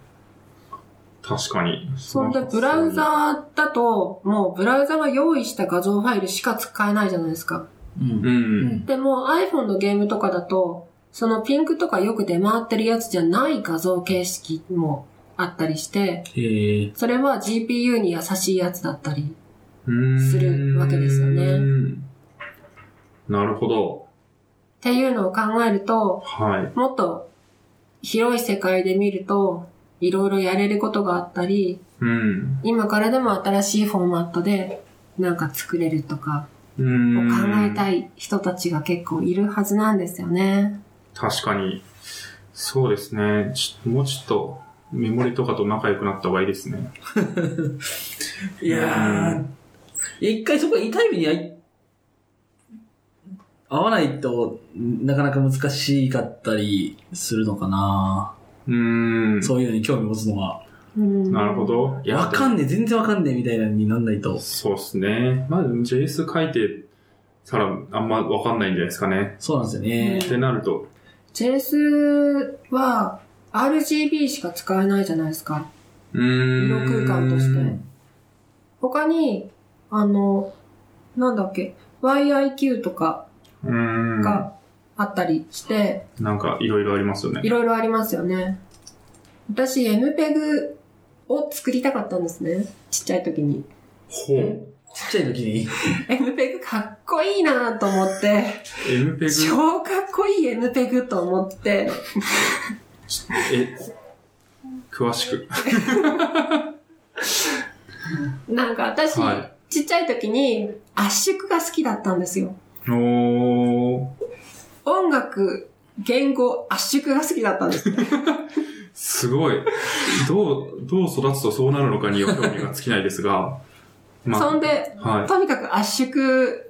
S1: 確かに。
S2: そんで、ブラウザーだと、もうブラウザが用意した画像ファイルしか使えないじゃないですか。
S3: う。
S1: うん。
S3: うんん。
S2: でも iPhone のゲームとかだと、そのピンクとかよく出回ってるやつじゃない画像形式もあったりして、
S3: へえ。
S2: それは GPU に優しいやつだったり。
S1: うん
S2: するわけですよね。
S1: なるほど。
S2: っていうのを考えると、
S1: はい。
S2: もっと広い世界で見ると、いろいろやれることがあったり、
S1: うん。
S2: 今からでも新しいフォーマットでなんか作れるとか、を考
S1: うん。
S2: えたい人たちが結構いるはずなんですよね。
S1: 確かに。そうですね。ちもうちょっと、メモリとかと仲良くなった方がいいですね。
S3: いやー、一回そこ痛い目にあい合わないと、なかなか難しかったりするのかな、
S1: うん。
S3: そういうのに興味持つのは。
S2: うん
S1: なるほ。ど。いや
S3: わかんねえ、全然わかんねえみたいなのになんないと。
S1: そうですね。まあ、でも JS 書いてたら、あんまわかんないんじゃないですかね。
S3: そうなんですよね
S1: っ。てなると、
S2: JS は RGB しか使えないじゃないですか。
S1: うーん
S2: 色空間として。他に、あの、なんだっけ、YIQ とか
S1: うーん。
S2: があったりして、
S1: なんかいろいろありますよね
S2: い。ろいろありますよね。私、MPEG を作りたかったんですね。ちっちゃい時に。
S1: ほう。
S3: ちっちゃい時に。
S2: MPEG かっこいいなと思って、
S1: MPEG、
S2: 超かっこいい MPEG と思って、
S1: え、詳しく。
S2: なんか私、
S1: は
S2: ちっちゃい時に圧縮が好きだったんですよ。
S1: おー、
S2: 音楽、言語、圧縮が好きだったんです。
S1: すごい。どう、どう育つとそうなるのかには興味が尽きないですが。 まあ
S2: そんで、
S1: は
S2: とにかく圧縮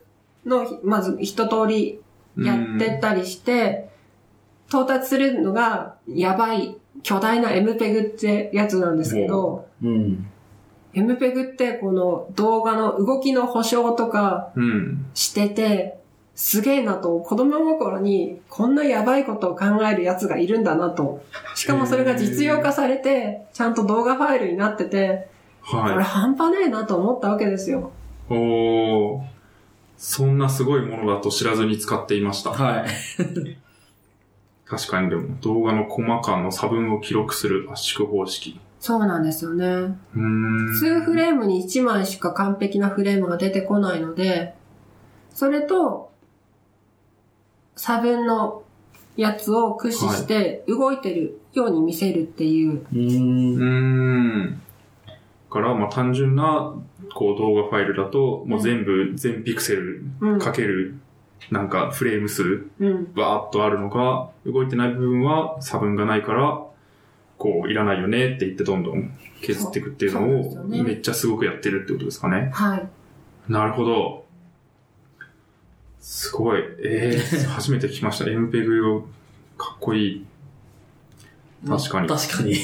S2: の、まず一通り
S1: い。
S2: やってたりして、到達するのがやばい巨大な MPEG ってやつなんですけど、
S3: うん。
S2: MPEG ってこの動画の動きの保証とか
S1: うん。うん。
S2: してて、すげえなと、子供心にこんなやばいことを考えるやつがいるんだなと。しかもそれが実用化されて、ちゃんと動画ファイルになってて、これ
S1: は
S2: 半端ねえなと思ったわけですよ。
S1: い。おー。そんなすごいものだと知らずに使っていました。
S3: はい。
S1: 確かにでも、動画の細かの差分を記録する圧縮方式。
S2: そうなんですよね。
S1: うーん。
S2: 2フレームに1枚しか完璧なフレームが出てこないので、それと、差分のやつを駆使して動いてるように見せるっていう。
S3: うー。
S1: うんーん。だから、まあ単純な、こう動画ファイルだと、もう全部、全ピクセル
S2: うん。
S1: かける、なんかフレーム数
S2: うん。
S1: バーっとあるのが、動いてない部分は差分がないから、こう、いらないよねって言ってどんどん削っていくっていうの
S2: そうそう
S1: を、
S2: ですよね
S1: めっちゃすごくやってるってことですかね。
S2: はい。
S1: なるほど。すごい。え ー、初めて聞きました。MPEG を、かっこいい。確かに。
S3: 確かに。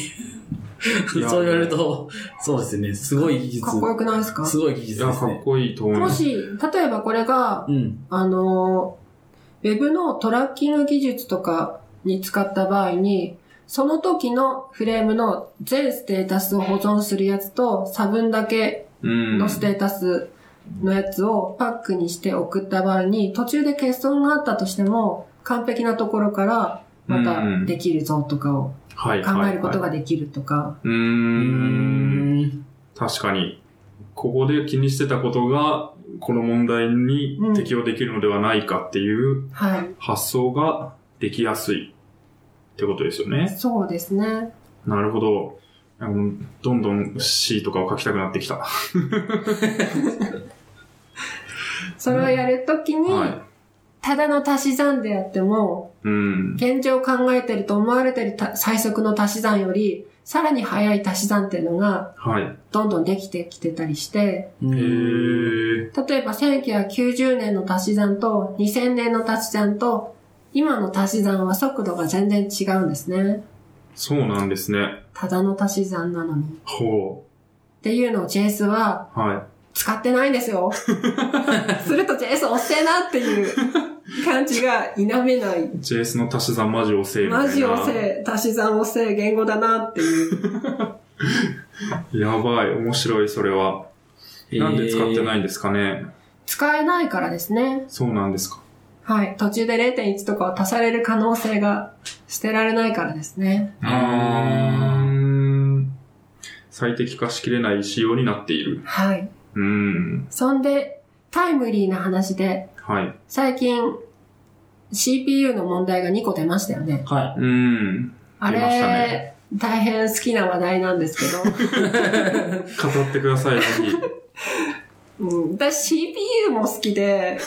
S3: そう
S1: や
S3: 言われると、そうですね。すごい技術。
S2: かっこよくないですか
S3: すごい技
S1: い
S3: 術
S1: や、
S3: です
S1: かっ
S3: ね。
S1: こいいと思い
S2: も
S1: ます。
S2: し、例えばこれが
S3: う、ん。
S2: あの、ウェブのトラッキング技術とかに使った場合に、その時のフレームの全ステータスを保存するやつと差分だけ
S1: うん。
S2: のステータスのやつをパックにして送った場合に、途中で欠損があったとしても、完璧なところからまたできるぞとかを
S1: はいはい
S2: 考
S1: はい
S2: えることができるとか。
S1: うー
S3: うー
S1: ん。
S3: ん。
S1: 確かに。ここで気にしてたことが、この問題に適用できるのではないかっていう
S2: はい。
S1: 発想ができやすいってことですよね。
S2: そうですね。
S1: なるほど。あのどんどん C とかを書きたくなってきた。は
S2: それをやるときに、
S1: い。
S2: ただの足し算でやっても、
S1: うん。
S2: 現状考えてると思われてるた最速の足し算より、さらに早い足し算っていうのが、
S1: はい。
S2: どんどんできてきてたりして、
S3: う
S1: へ
S3: ーん。
S1: ー。
S2: 例えば1990年の足し算と2000年の足し算と今の足し算は速度が全然違うんですね。
S1: そうなんですね。
S2: ただの足し算なのに。っ
S1: ほ
S2: ていうのを JS は
S1: う。は
S2: 使ってないんですよ。すると JS 押せなっていう感じが否めない。
S1: い。JS の足し算マジをせえみたいな。
S2: マジ押せ、足し算押せ、言語だなっていう。
S1: やばい。面白い、それは。なんで使ってないんですかね。
S2: 使えないからですね。
S1: そうなんですか。
S2: はい。途中で0.1とかを足される可能性が捨てられないからですね。
S3: あー
S1: うーん最適化しきれない仕様になっている。
S2: はい。
S1: うん。
S2: そんで、タイムリーな話で、
S1: はい。
S2: 最近 CPU の問題が2個出ましたよね。
S3: は
S1: うん。
S2: あれ、
S1: 出ましたね
S2: 大変好きな話題なんですけど、
S1: 語ってください、ぜ ひ。
S2: うん、私 CPU も好きで、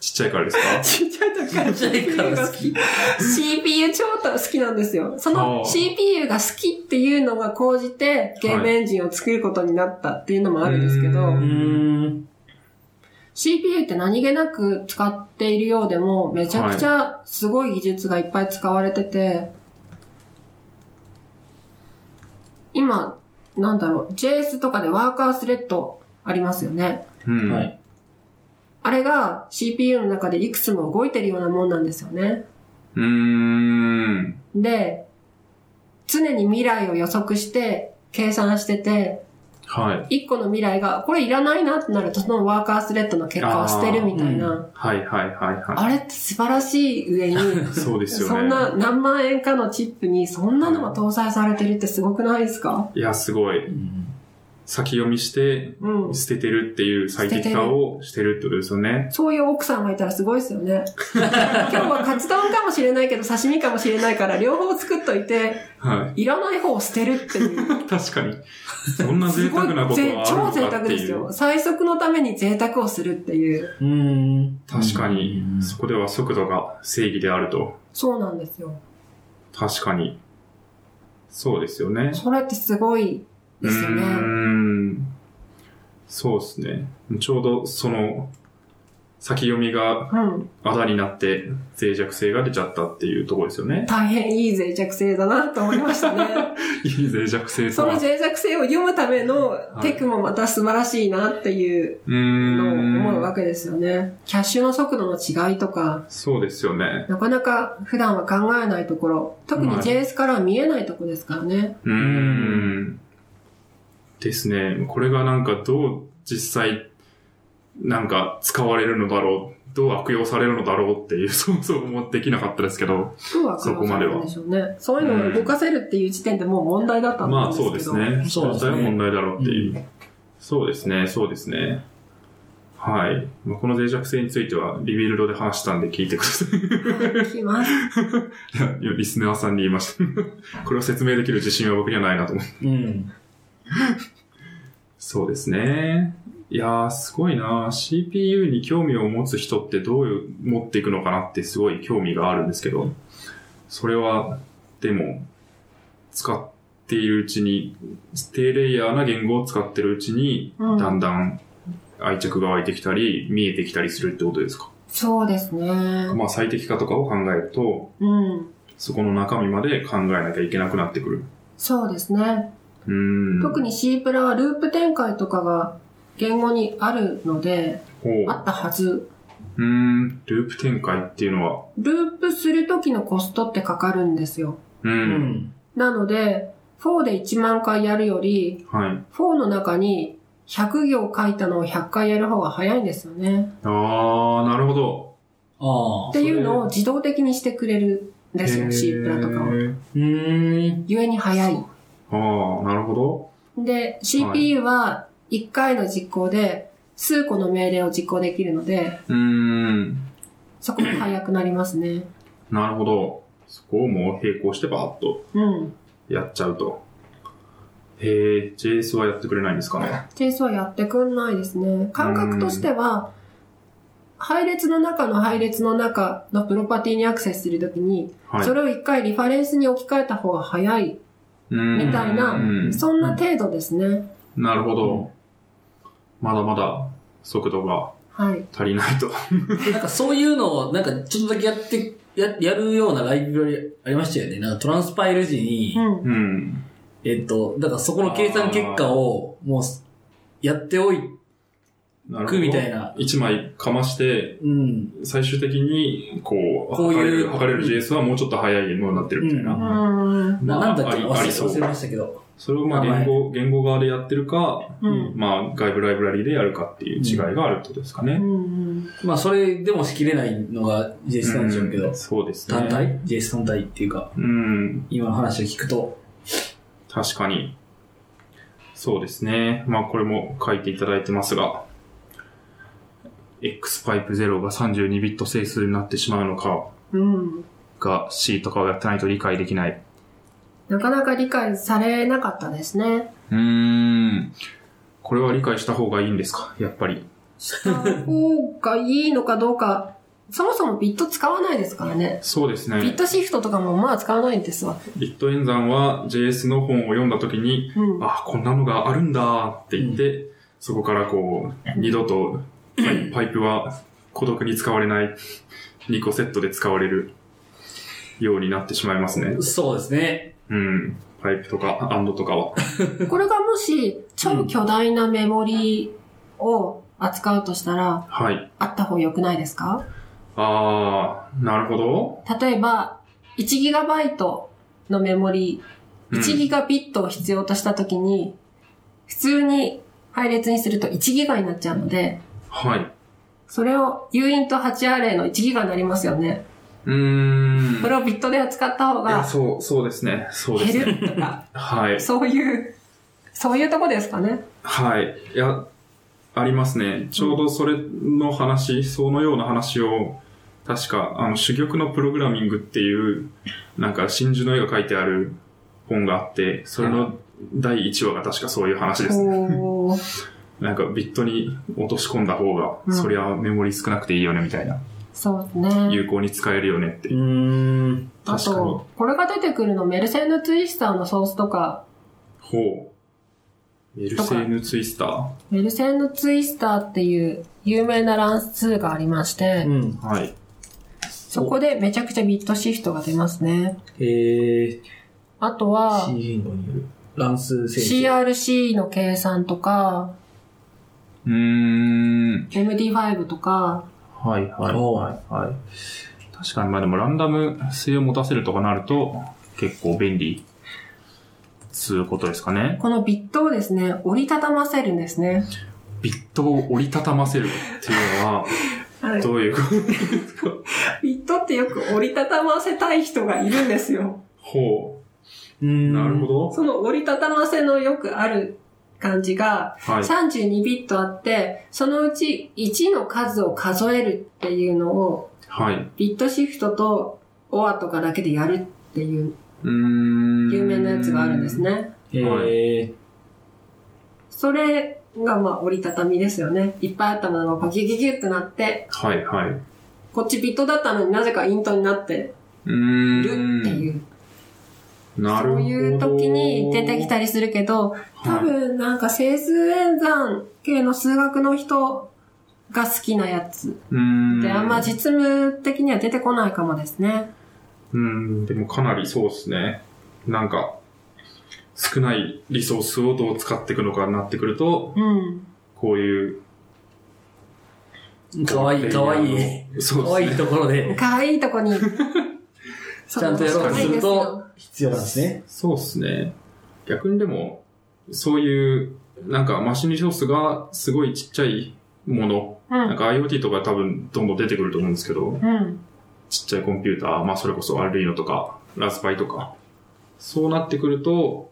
S1: ちっちゃいからですか
S2: ちっちゃい時から CPU が好き。CPU 超好きなんですよ。そ
S1: あ
S2: の
S1: ー
S2: CPU が好きっていうのが高じてゲームエンジンを作ることになったっていうのもあるんですけど、
S1: う
S3: い。うーん。
S2: CPU って何気なく使っているようでも、めちゃくちゃすごい技術がいっぱい使われてて、今、なんだろう、JS とかでワーカースレッドありますよね。
S1: うん。
S3: はい。
S2: あれが CPU の中でいくつも動いてるようなもんなんですよね。
S1: うーん。
S2: で、常に未来を予測して、計算してて、
S1: はい。
S2: 一個の未来が、これいらないなってなると、そのワーカースレッドの結果を捨てるみたいな。あ,、
S1: はいはいはいは
S2: れって素晴らしい上に、
S1: い。そうですよね。
S2: そんな何万円かのチップにそんなのが搭載されてるってすごくないですか
S1: いや、すごい。先読みして、
S2: うん。
S1: 捨ててるっていう最適化をしてるってことですよね。
S2: そういう奥さんがいたらすごいですよ ね。今日はカツ丼かもしれないけど刺身かもしれないから両方作っといて、
S1: はい
S2: らない方を捨てるっていう。
S1: い。確かに。そんな贅
S2: すご
S1: 沢
S2: い
S1: なこと
S2: ぜ
S1: は
S2: 超
S1: ある
S2: 贅
S1: のかっ
S2: 沢
S1: て
S2: です
S1: い
S2: よ。
S1: う。
S2: 最速のために贅沢をするっていう。
S3: うん。
S1: 確かに
S3: う、ん
S1: そこでは速度が正義であると。
S2: そうなんですよ。
S1: 確かに。そうですよね。
S2: それってすごいですよ
S1: うー
S2: ね。
S1: ん。そうですね。ちょうどその、先読みが
S2: うん。
S1: あだになって脆弱性が出ちゃったっていうところですよね。
S2: 大変いい脆弱性だなと思いましたね。
S1: いい脆弱性と
S2: その
S1: は。
S2: 脆弱性を読むためのテクもまた素晴らしいなっていう
S1: うー。
S2: のを思うんわけですよね。キャッシュの速度の違いとか、
S1: そうですよね。
S2: なかなか普段は考えないところ、特に
S1: はい
S2: JS からは見えないところですからね。
S1: うーん。ですね。これがなんかどう実際、なんか使われるのだろう。どう悪用されるのだろうっていう 想像もできなかったですけど。
S2: どうは可能性なんでしょうね。そういうのを動かせるっていう時点でもう問題だったん
S1: まあ
S2: ですけど。
S1: そうですね。
S3: そうですね
S1: 実際は問題だろうっていう。そうですね、そうですね。はい。まあこの脆弱性については、リビルドで話したんで聞いてください。
S2: 聞きます。
S1: いやい やリスナーさんに言いました。 これを説明できる自信は僕にはないなと思って。
S3: うん。
S1: そうですね。いやー、すごいな CPU に興味を持つ人ってどういう持っていくのかなってすごい興味があるんですけど、それは、でも、使っているうちに、低レイヤーな言語を使ってるうちに、
S2: うん
S1: だんだん愛着が湧いてきたり、見えてきたりするってことですか。
S2: そうですね。
S1: まあ、最適化とかを考えると、
S2: うん。
S1: そこの中身まで考えなきゃいけなくなってくる。
S2: そうですね。
S1: うーん。
S2: 特に C プラはループ展開とかが言語にあるので、
S1: ほう、
S2: あったはず。
S1: うーん、ループ展開っていうのは、
S2: ループする時のコストってかかるんですよ。
S1: う、
S3: うんん。
S2: なので、4で1万回やるより、
S1: はい。
S2: 4の中に100行書いたのを100回やる方が早いんですよね。
S1: ああ、なるほど。
S3: ああ
S2: っ。ていうのを自動的にしてくれるんです
S1: へ
S2: よ、
S1: ー
S2: C プラとかは。
S3: うーん。
S2: ゆえに早い。
S1: ああ、なるほど。
S2: で、CPU は1回の実行で数個の命令を実行できるので、
S1: うーん。
S2: そこも早くなりますね。
S1: なるほど。そこをもう並行してバーッと
S2: うん。
S1: やっちゃうと。へえ、JS はやってくれないんですかね。
S2: 定数はやってくんないですね。感覚としては、配列の中の配列の中のプロパティにアクセスするときに、
S1: はい。
S2: それを1回リファレンスに置き換えた方が早い。
S1: み
S2: みたいなそんな程度ですね。
S1: なるほ
S3: う
S1: ど。まだまだ速度が
S2: はい。
S1: 足りないと。
S3: なんかそういうのを、なんかちょっとだけやって、や、やるようなライブラリありましたよね。なんかトランスパイル時に
S2: う、ん。
S1: うん。
S3: えっと、だからそこの計算結果を、もう、やっておい
S1: なるほ
S3: く
S1: ど。
S3: みたい。な。
S1: 一枚かまして、
S3: うん。
S1: 最終的に、こう、
S3: こういう
S1: 測れる測れる JS はもうちょっと早いものになってるみたいな。
S3: うん
S2: うん。
S1: まあ
S3: なんだっけ忘
S1: ありあ
S3: れ
S1: りそう
S3: 忘れましたけど。
S1: それをまあ
S3: 名前
S1: 言語、言語側でやってるか、
S2: うん
S1: まあ外部ライブラリでやるかっていう違いがあるってことですかね。
S2: うん。
S3: まあそれでもしきれないのが JS なんでしょうけど
S1: ん。そうですね。
S3: 単体 ?JS 単体っていうか、
S1: うん、
S3: 今の話を聞くと。
S1: 確かに。そうですね。まあこれも書いていただいてますが、XPipe0 が32ビット整数になってしまうのか
S2: うん。
S1: が C とかをやってないと理解できない。
S2: なかなか理解されなかったですね。
S1: うーん。これは理解した方がいいんですかやっぱり。
S2: した方がいいのかどうか、そもそもビット使わないですからね。
S1: そうです
S2: ビッ
S1: ね。
S2: トシフトとかもまあ使わないんですわ。
S1: ビット演算は JS の本を読んだときに
S2: うん。
S1: あ、こんなのがあるんだって言って、そこからこう、二度とパ イパイプは孤独に使われない、2個セットで使われるようになってしまいますね。
S3: そうですね。
S1: うん。パイプとか、アンドとかは。
S2: これがもし超巨大なメモリを扱うとしたら、
S1: はい。
S2: あった方が良くないですか
S1: あー、なるほど。
S2: 例えば、1GB のメモリ
S1: うん
S2: 1ギガビットを必要としたときに、普通に配列にすると1ギガになっちゃうので、
S1: はい。
S2: それを誘引と 8RA の1ギガになりますよね。
S1: うーん。
S2: これをビットで扱った方
S1: いや、
S2: が
S1: そう、そうですね。そうです
S2: 減
S1: ね。
S2: ると か、
S1: はい。
S2: そういう、そういうとこですかね。
S1: はい。いや、ありますね。ちょうどそれの話、そのような話を、確か、あの、珠玉のプログラミングっていう、なんか、真珠の絵が描いてある本があって、それの第1話が確かそういう話ですね。
S2: おー
S1: なんか、ビットに落とし込んだ方が、
S2: うん
S1: そりゃメモリ少なくていいよね、みたいな。
S2: そうですね。
S1: 有効に使えるよねって。
S3: うん。
S2: あ
S1: 確かに
S2: と。、これが出てくるのメルセーヌツイスターのソースとか、
S1: ほう。メルセーヌツイスター。
S2: メルセーヌツイスターっていう有名な乱数がありまして、
S3: うん。
S1: はい。
S2: そこでめちゃくちゃビットシフトが出ますね。
S3: えー、
S2: あとは、
S3: CG のによる乱数制御。
S2: CRC の計算とか、
S1: うーん。
S2: MD5 とか、
S1: はいはい
S3: おう
S1: はい、はい。確かに、まあでもランダム性を持たせるとかなると、結構便利、つうことですかね。
S2: このビットをですね、折りたたませるんですね。
S1: ビットを折りたたませるってい うのは、どういうこと
S2: ビットってよく折りたたませたい人がいるんですよ。
S1: ほう。
S3: ん
S1: なるほ。ど。
S2: その折りたたませのよくある感じが、
S1: はい。
S2: 32ビットあって、そのうち1の数を数えるっていうのを、
S1: はい。
S2: ビットシフトと OR とかだけでやるっていう
S1: うーん。
S2: 有名なやつがあるんです。ね。
S3: え
S2: それがまあ折りたたみですよね。いっぱいあったものがこうギュギュギュってなって、
S1: はいはい。う
S2: こっちビットだったのになぜかイントになって
S1: ー
S2: る
S1: ん。
S2: っていう。
S1: なる
S2: そ
S1: ほど。
S2: ういう時に出てきたりするけど、多分なんか整数演算系の数学の人が好きなやつ
S1: うーん。
S2: で、あんま実務的には出てこないかもですね。
S1: うん、でもかなりそうですね。なんか、少ないリソースをどう使っていくのかになってくると、
S2: うん。
S1: こういう。
S3: ー、かわいい、かわいい。。
S1: そ
S3: か
S1: う
S3: わ
S1: で
S3: いい
S1: すね。
S3: ところで、
S2: かわいいとこに。
S3: ちゃんとやろうとすると、必要なんです ね。
S1: そうですね。逆にでも、そういう、なんかマシンリソースがすごいちっちゃいもの、
S2: う
S1: なん
S2: ん。
S1: か IoT とか多分どんどん出てくると思うんですけど、
S2: うん。
S1: ちっちゃいコンピューター、まあそれこそ Arduino とか、ラズパイとか、そうなってくると、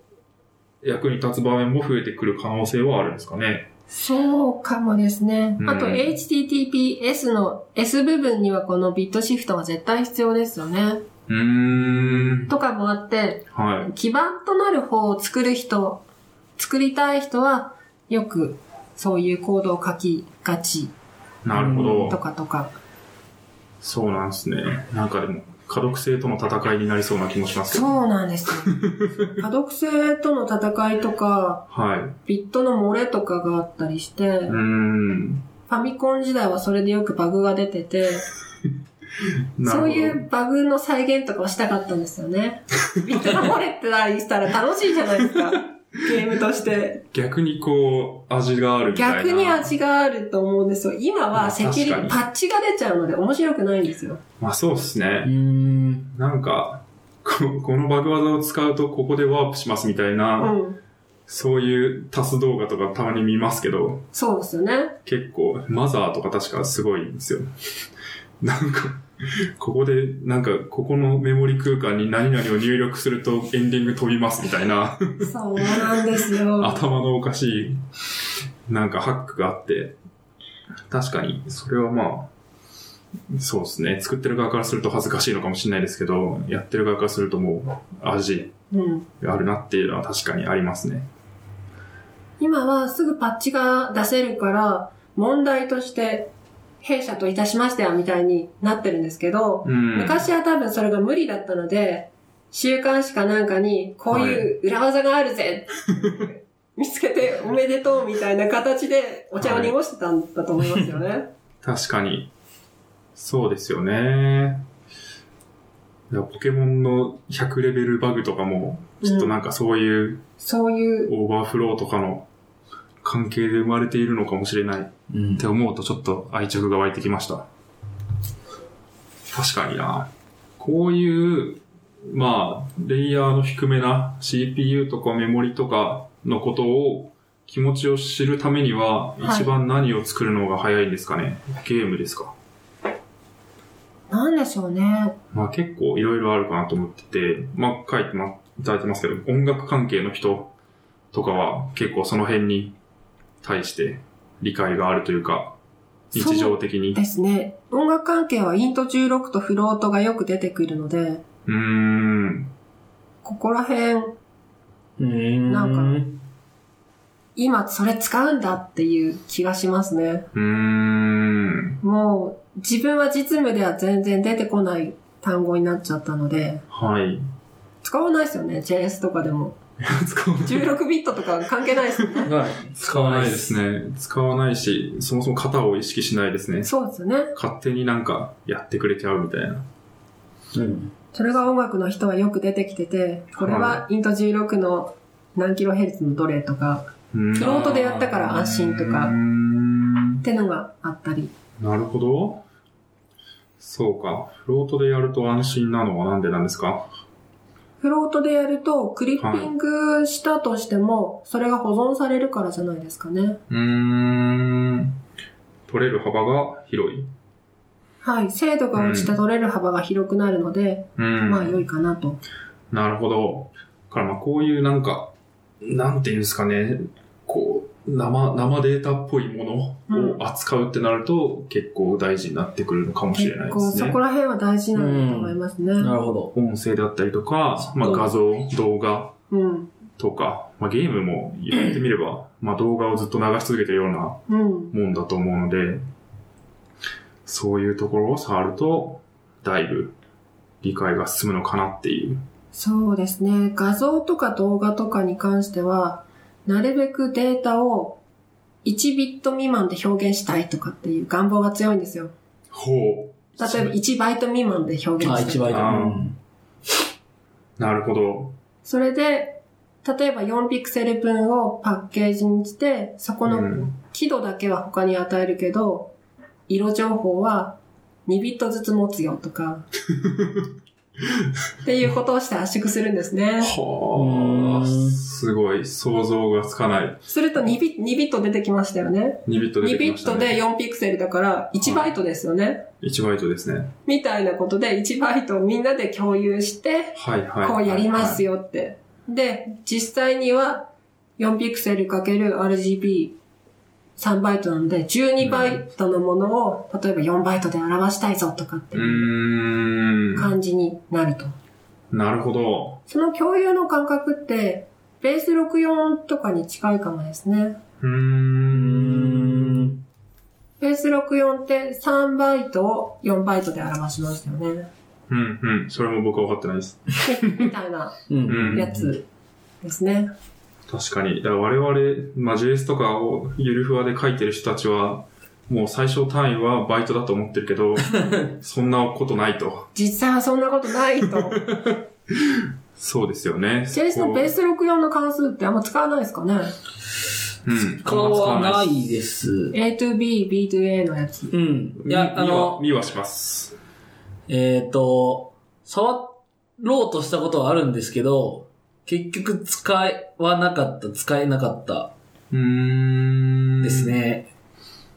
S1: 役に立つ場面も増えてくる可能性はあるんですかね。
S2: そうかもですね
S1: う。ん
S2: あと HTTPS の S 部分にはこのビットシフトが絶対必要ですよね。
S1: うーん。
S2: とかもあって、
S1: はい。
S2: 基盤となる方を作る人、作りたい人はよくそういうコードを書きがち
S1: なるほ
S2: と
S1: ど。
S2: かとか。
S1: そうなんですね。なんかでも、可読性との戦いになりそうな気もしますけど。
S2: そうなんです よ。可読性との戦いとか、
S1: はい。う
S2: ビットの漏れとかがあったりして、
S1: ーん。
S2: ファミコン時代はそれでよくバグが出てて、
S1: なる
S2: そ
S1: ほ
S2: う
S1: ど。
S2: いうバグの再現とかをしたかったんですよね。ビットが漏れてたりしたら楽しいじゃないですか。 ゲームとして。
S1: 逆にこう、味があるみたいな。
S2: 逆に。味があると思うんですよ。今
S1: ま
S2: は
S1: あ
S2: セキュリテ
S1: 確
S2: ィ、
S1: か
S2: パッチが出ちゃうので面白くないんですよ。
S1: まあそうです
S3: う
S1: ね。
S3: ん。
S1: なんか、ここのバグ技を使うとここでワープしますみたいうな、
S2: ん。
S1: そういう足す動画とかたまに見ますけど、
S2: そうですよね。
S1: 結構、マザーとか確かすごいんですよ。 なんか、ここで、なんか、ここのメモリ空間に何々を入力するとエンディング飛びますみたいな。
S2: そうなんですよ。
S1: 頭のおかしい、なんかハックがあって、確かに、それはまあ、そうですね。作ってる側からすると恥ずかしいのかもしれないですけど、やってる側からするともう味
S2: うん。
S1: があるなっていうのは確かにありますね。
S2: 今はすぐパッチが出せるから、問題として、弊社といたしましてはみたいになってるんですけど、
S1: うん。
S2: 昔は多分それが無理だったので、週刊誌かなんかに、こういう裏技があるぜ、 見つけておめでとうみたいな形でお茶を濁してたんだと思いますよね。
S1: 確かに。そうですよね。いやポケモンの100レベルバグとかも、ちょっとなんかそういう
S2: そういう、
S1: オーバーフローとかの関係で生まれているのかもしれない。
S3: うん
S1: っ。て思うとちょっと愛着が湧いてきました。確かにな。こういう、まあ、レイヤーの低めな CPU とかメモリとかのことを気持ちを知るためには、
S2: はい
S1: 一番何を作るのが早いんですかね、ゲームですか
S2: なんでしょうね。
S1: まあ結構いろいろあるかなと思ってて、まあ書いてま、いただいてますけど、音楽関係の人とかは結構その辺に対して理解があるというか、
S2: そう
S1: 日常的に。
S2: で
S1: う
S2: すね。音楽関係はイント16とフロートがよく出てくるので、
S1: ーん。
S2: ここら辺、
S3: うん
S2: なん今それ使うんだっていう気がしますね。
S1: うーん。
S2: もう自分は実務では全然出てこない単語になっちゃったので、
S1: はい。
S2: 使わないですよね、JS とかでも。
S1: 使わない
S2: 16ビットとか関係ないですよね。
S3: か。
S1: 使わないですね。使わないし、そもそも型を意識しないですね。
S2: そうですよね。
S1: 勝手になんかやってくれちゃうみたいな。
S3: うん。
S2: それが音楽の人はよく出てきてて、これはイント16の何キロヘルツのどれとか、
S1: うーん
S2: フロートでやったから安心と
S1: うー
S2: か、
S1: ん
S2: ってのがあったり。
S1: なるほど。そうか。フロートでやると安心なのはなんでなんですか
S2: フロートでやると、クリッピングしたとしても、それが保存されるからじゃないですかね。
S1: うーん。取れる幅が広い。
S2: はい。精度が落ちて取れる幅が広くなるので、
S1: うん。
S2: まあ良いかなと。
S1: なるほど。だからまあこういうなんか、なんていうんですかね、こう、生、生データっぽいものを扱うってなると、結構大事になってくるのかもしれない
S2: 結
S1: で
S2: 構
S1: す
S2: そ
S1: ね
S2: こ。ら辺は大事なんだと思いますね。
S3: なるほど。
S1: 音声だったりとか、まあ画像、動画
S2: うん。
S1: とか、まあゲームも言ってみれば、まあ動画をずっと流し続けてるような
S2: うん。
S1: もんだと思うので、そういうところを触ると、だいぶ理解が進むのかなっていう。
S2: そうですね。画像とか動画とかに関しては、なるべくデータを1ビット未満で表現したいとかっていう願望が強いんですよ。
S1: ほ
S2: 例えば1バイト未満で表現
S3: あ、
S2: し
S3: 一
S2: たい。
S3: 倍だ。
S1: あーう。なるほど。
S2: それで、例えば4ピクセル分をパッケージにして、そこ
S1: う
S2: の
S1: ん
S2: 輝度だけは他に与えるけど、色情報は2ビットずつ持つよとか、 っていうことをして圧縮するんですね。
S1: は
S3: う
S1: あ、
S3: ん
S1: すごい。想像がつかない。
S2: すると2ビ ,2 ビット出てきましたよね。
S1: 2ビット出
S2: 2
S1: てき
S2: ビ
S1: ま
S2: ッ
S1: した
S2: ト
S1: ね。
S2: で4ピクセルだから1バイトですよね。
S1: 1バイトですね。
S2: みたいなことで1バイトをみんなで共有して、
S1: はいはいはい。
S2: こうやります
S1: よ。
S2: よって。で、実際には4ピクセル ×RGB3 バイトなので、12バイトのものを、例えば4バイトで表したいぞとかって
S1: うー。
S2: いうん感じになると。
S1: なるほど。
S2: その共有の感覚って、ベース64とかに近いかもですね。
S1: うーん。
S2: ベース64って3バイトを4バイトで表しますよね。
S1: うんうん。それも僕は分かってないです。
S2: みたいな
S3: うん。
S1: う
S3: うん
S1: ん。
S2: やつですね。
S1: 確かに。だから我々、まあ、JS とかをゆるふわで書いてる人たちは、もう最小単位はバイトだと思ってる けど、そんなことないと。
S2: 実際はそんなことないと。
S1: そうですよね。
S2: JS のベース64の関数ってあんま使わないですかね
S1: うん。
S3: 使わ
S1: あんま使わな
S3: ないいです。
S2: ?A to B, B to A のやつ。
S3: うん。い
S1: 見
S3: や、あの、
S1: 見は見はします。
S3: えっ、と、触ろうとしたことはあるんですけど、結局使えはなかった、使えなかった
S1: うーん。
S3: です。ね。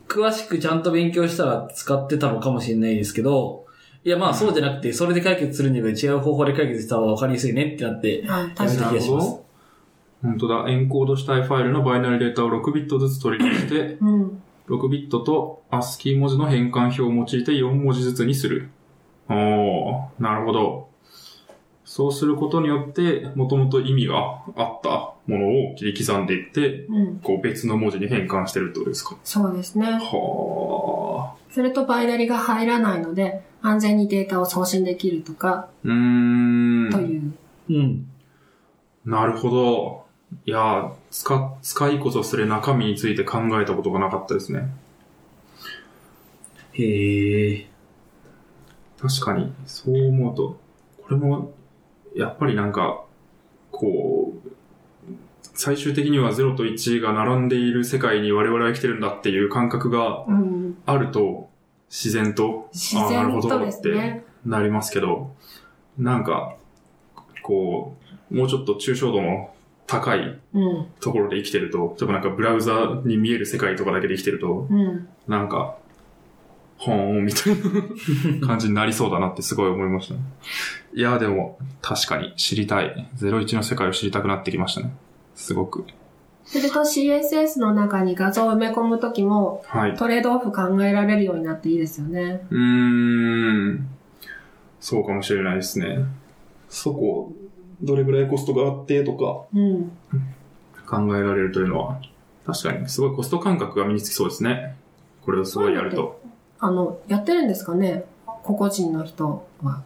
S3: 詳しくちゃんと勉強したら使ってたのかもしれないですけど、いやまあそうじゃなくて、それで解決するには違う方法で解決した方が分かりやすいねってなって、
S2: はい、
S3: やめ
S2: 確
S3: た
S2: か
S3: 気がします。
S1: 本当だ。エンコードしたいファイルのバイナリーデータを6ビットずつ取り出して、
S2: に。うん。
S1: 6ビットと ASCII 文字の変換表を用いて4文字ずつにする。おー、なるほど。そうすることによって、もともと意味があったものを切り刻んでいって、
S2: うん。
S1: こう別の文字に変換してるってことですか。
S2: そうですね。
S1: は
S2: それとバイナリが入らないので、安全にデータを送信できるとか、
S1: ー。うーん。
S2: という。
S3: うん。
S1: なるほど。いやー、使、使いこそする中身について考えたことがなかったですね。
S3: へえ。
S1: 確かに、そう思うと、これも、やっぱりなんか、こう、最終的には0と1が並んでいる世界に我々は生きてるんだっていう感覚が
S2: うん。
S1: あると、自然と
S2: 自
S1: あーなる
S2: 然
S1: ほ
S2: と
S1: ど
S2: ですね。
S1: なりますけど、なんか、こう、もうちょっと抽象度の高い
S2: うん。
S1: ところで生きてると、例えばなんかブラウザに見える世界とかだけで生きてると、
S2: うん。
S1: なんか、ほーん、みたいな感じになりそうだなってすごい思いま したね。いや、でも、確かに知りたい。01の世界を知りたくなってきましたね。すごく。
S2: それと CSS の中に画像を埋め込むときも、
S1: はい。
S2: トレードオフ考えられるようになっていいですよね。
S1: うーん。そうかもしれないですね。そこ、どれぐらいコストがあってとか
S2: うん。
S1: 考えられるというのは、確かにすごいコスト感覚が身につきそうですね。これをすごいやると。
S2: あの、やってるんですかね個々人の人は。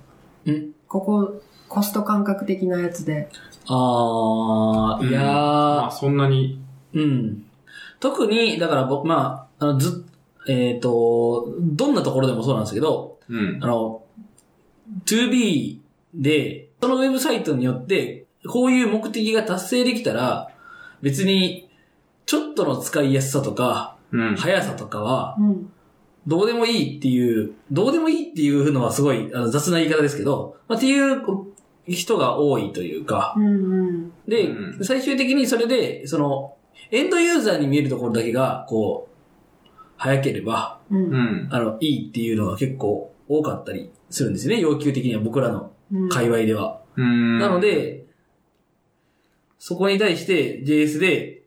S3: ん
S2: ここ、コスト感覚的なやつで。
S3: あー、いやー、
S1: まあそんなに、
S3: うん。特に、だから僕、まあ、あのずっ、えっ、と、どんなところでもそうなんですけど、
S1: うん
S3: あ。の、2B で、そのウェブサイトによって、こういう目的が達成できたら、別に、ちょっとの使いやすさとか、
S1: うん。
S3: 速さとかは、
S2: うん。
S3: どうでもいいっていう、どうでもいいっていうのはすごいあの雑な言い方ですけど、まあ、っていう人が多いというか、
S2: うんうん。
S3: で、
S1: うん
S3: 最終的にそれで、その、エンドユーザーに見えるところだけが、こう、早ければ、
S2: う。
S1: うんん。
S3: あの、いいっていうのが結構多かったりするんですよね。要求的には僕らの
S2: うん。
S3: 界隈では。
S1: うん。
S3: なの、で、そこに対して JS で、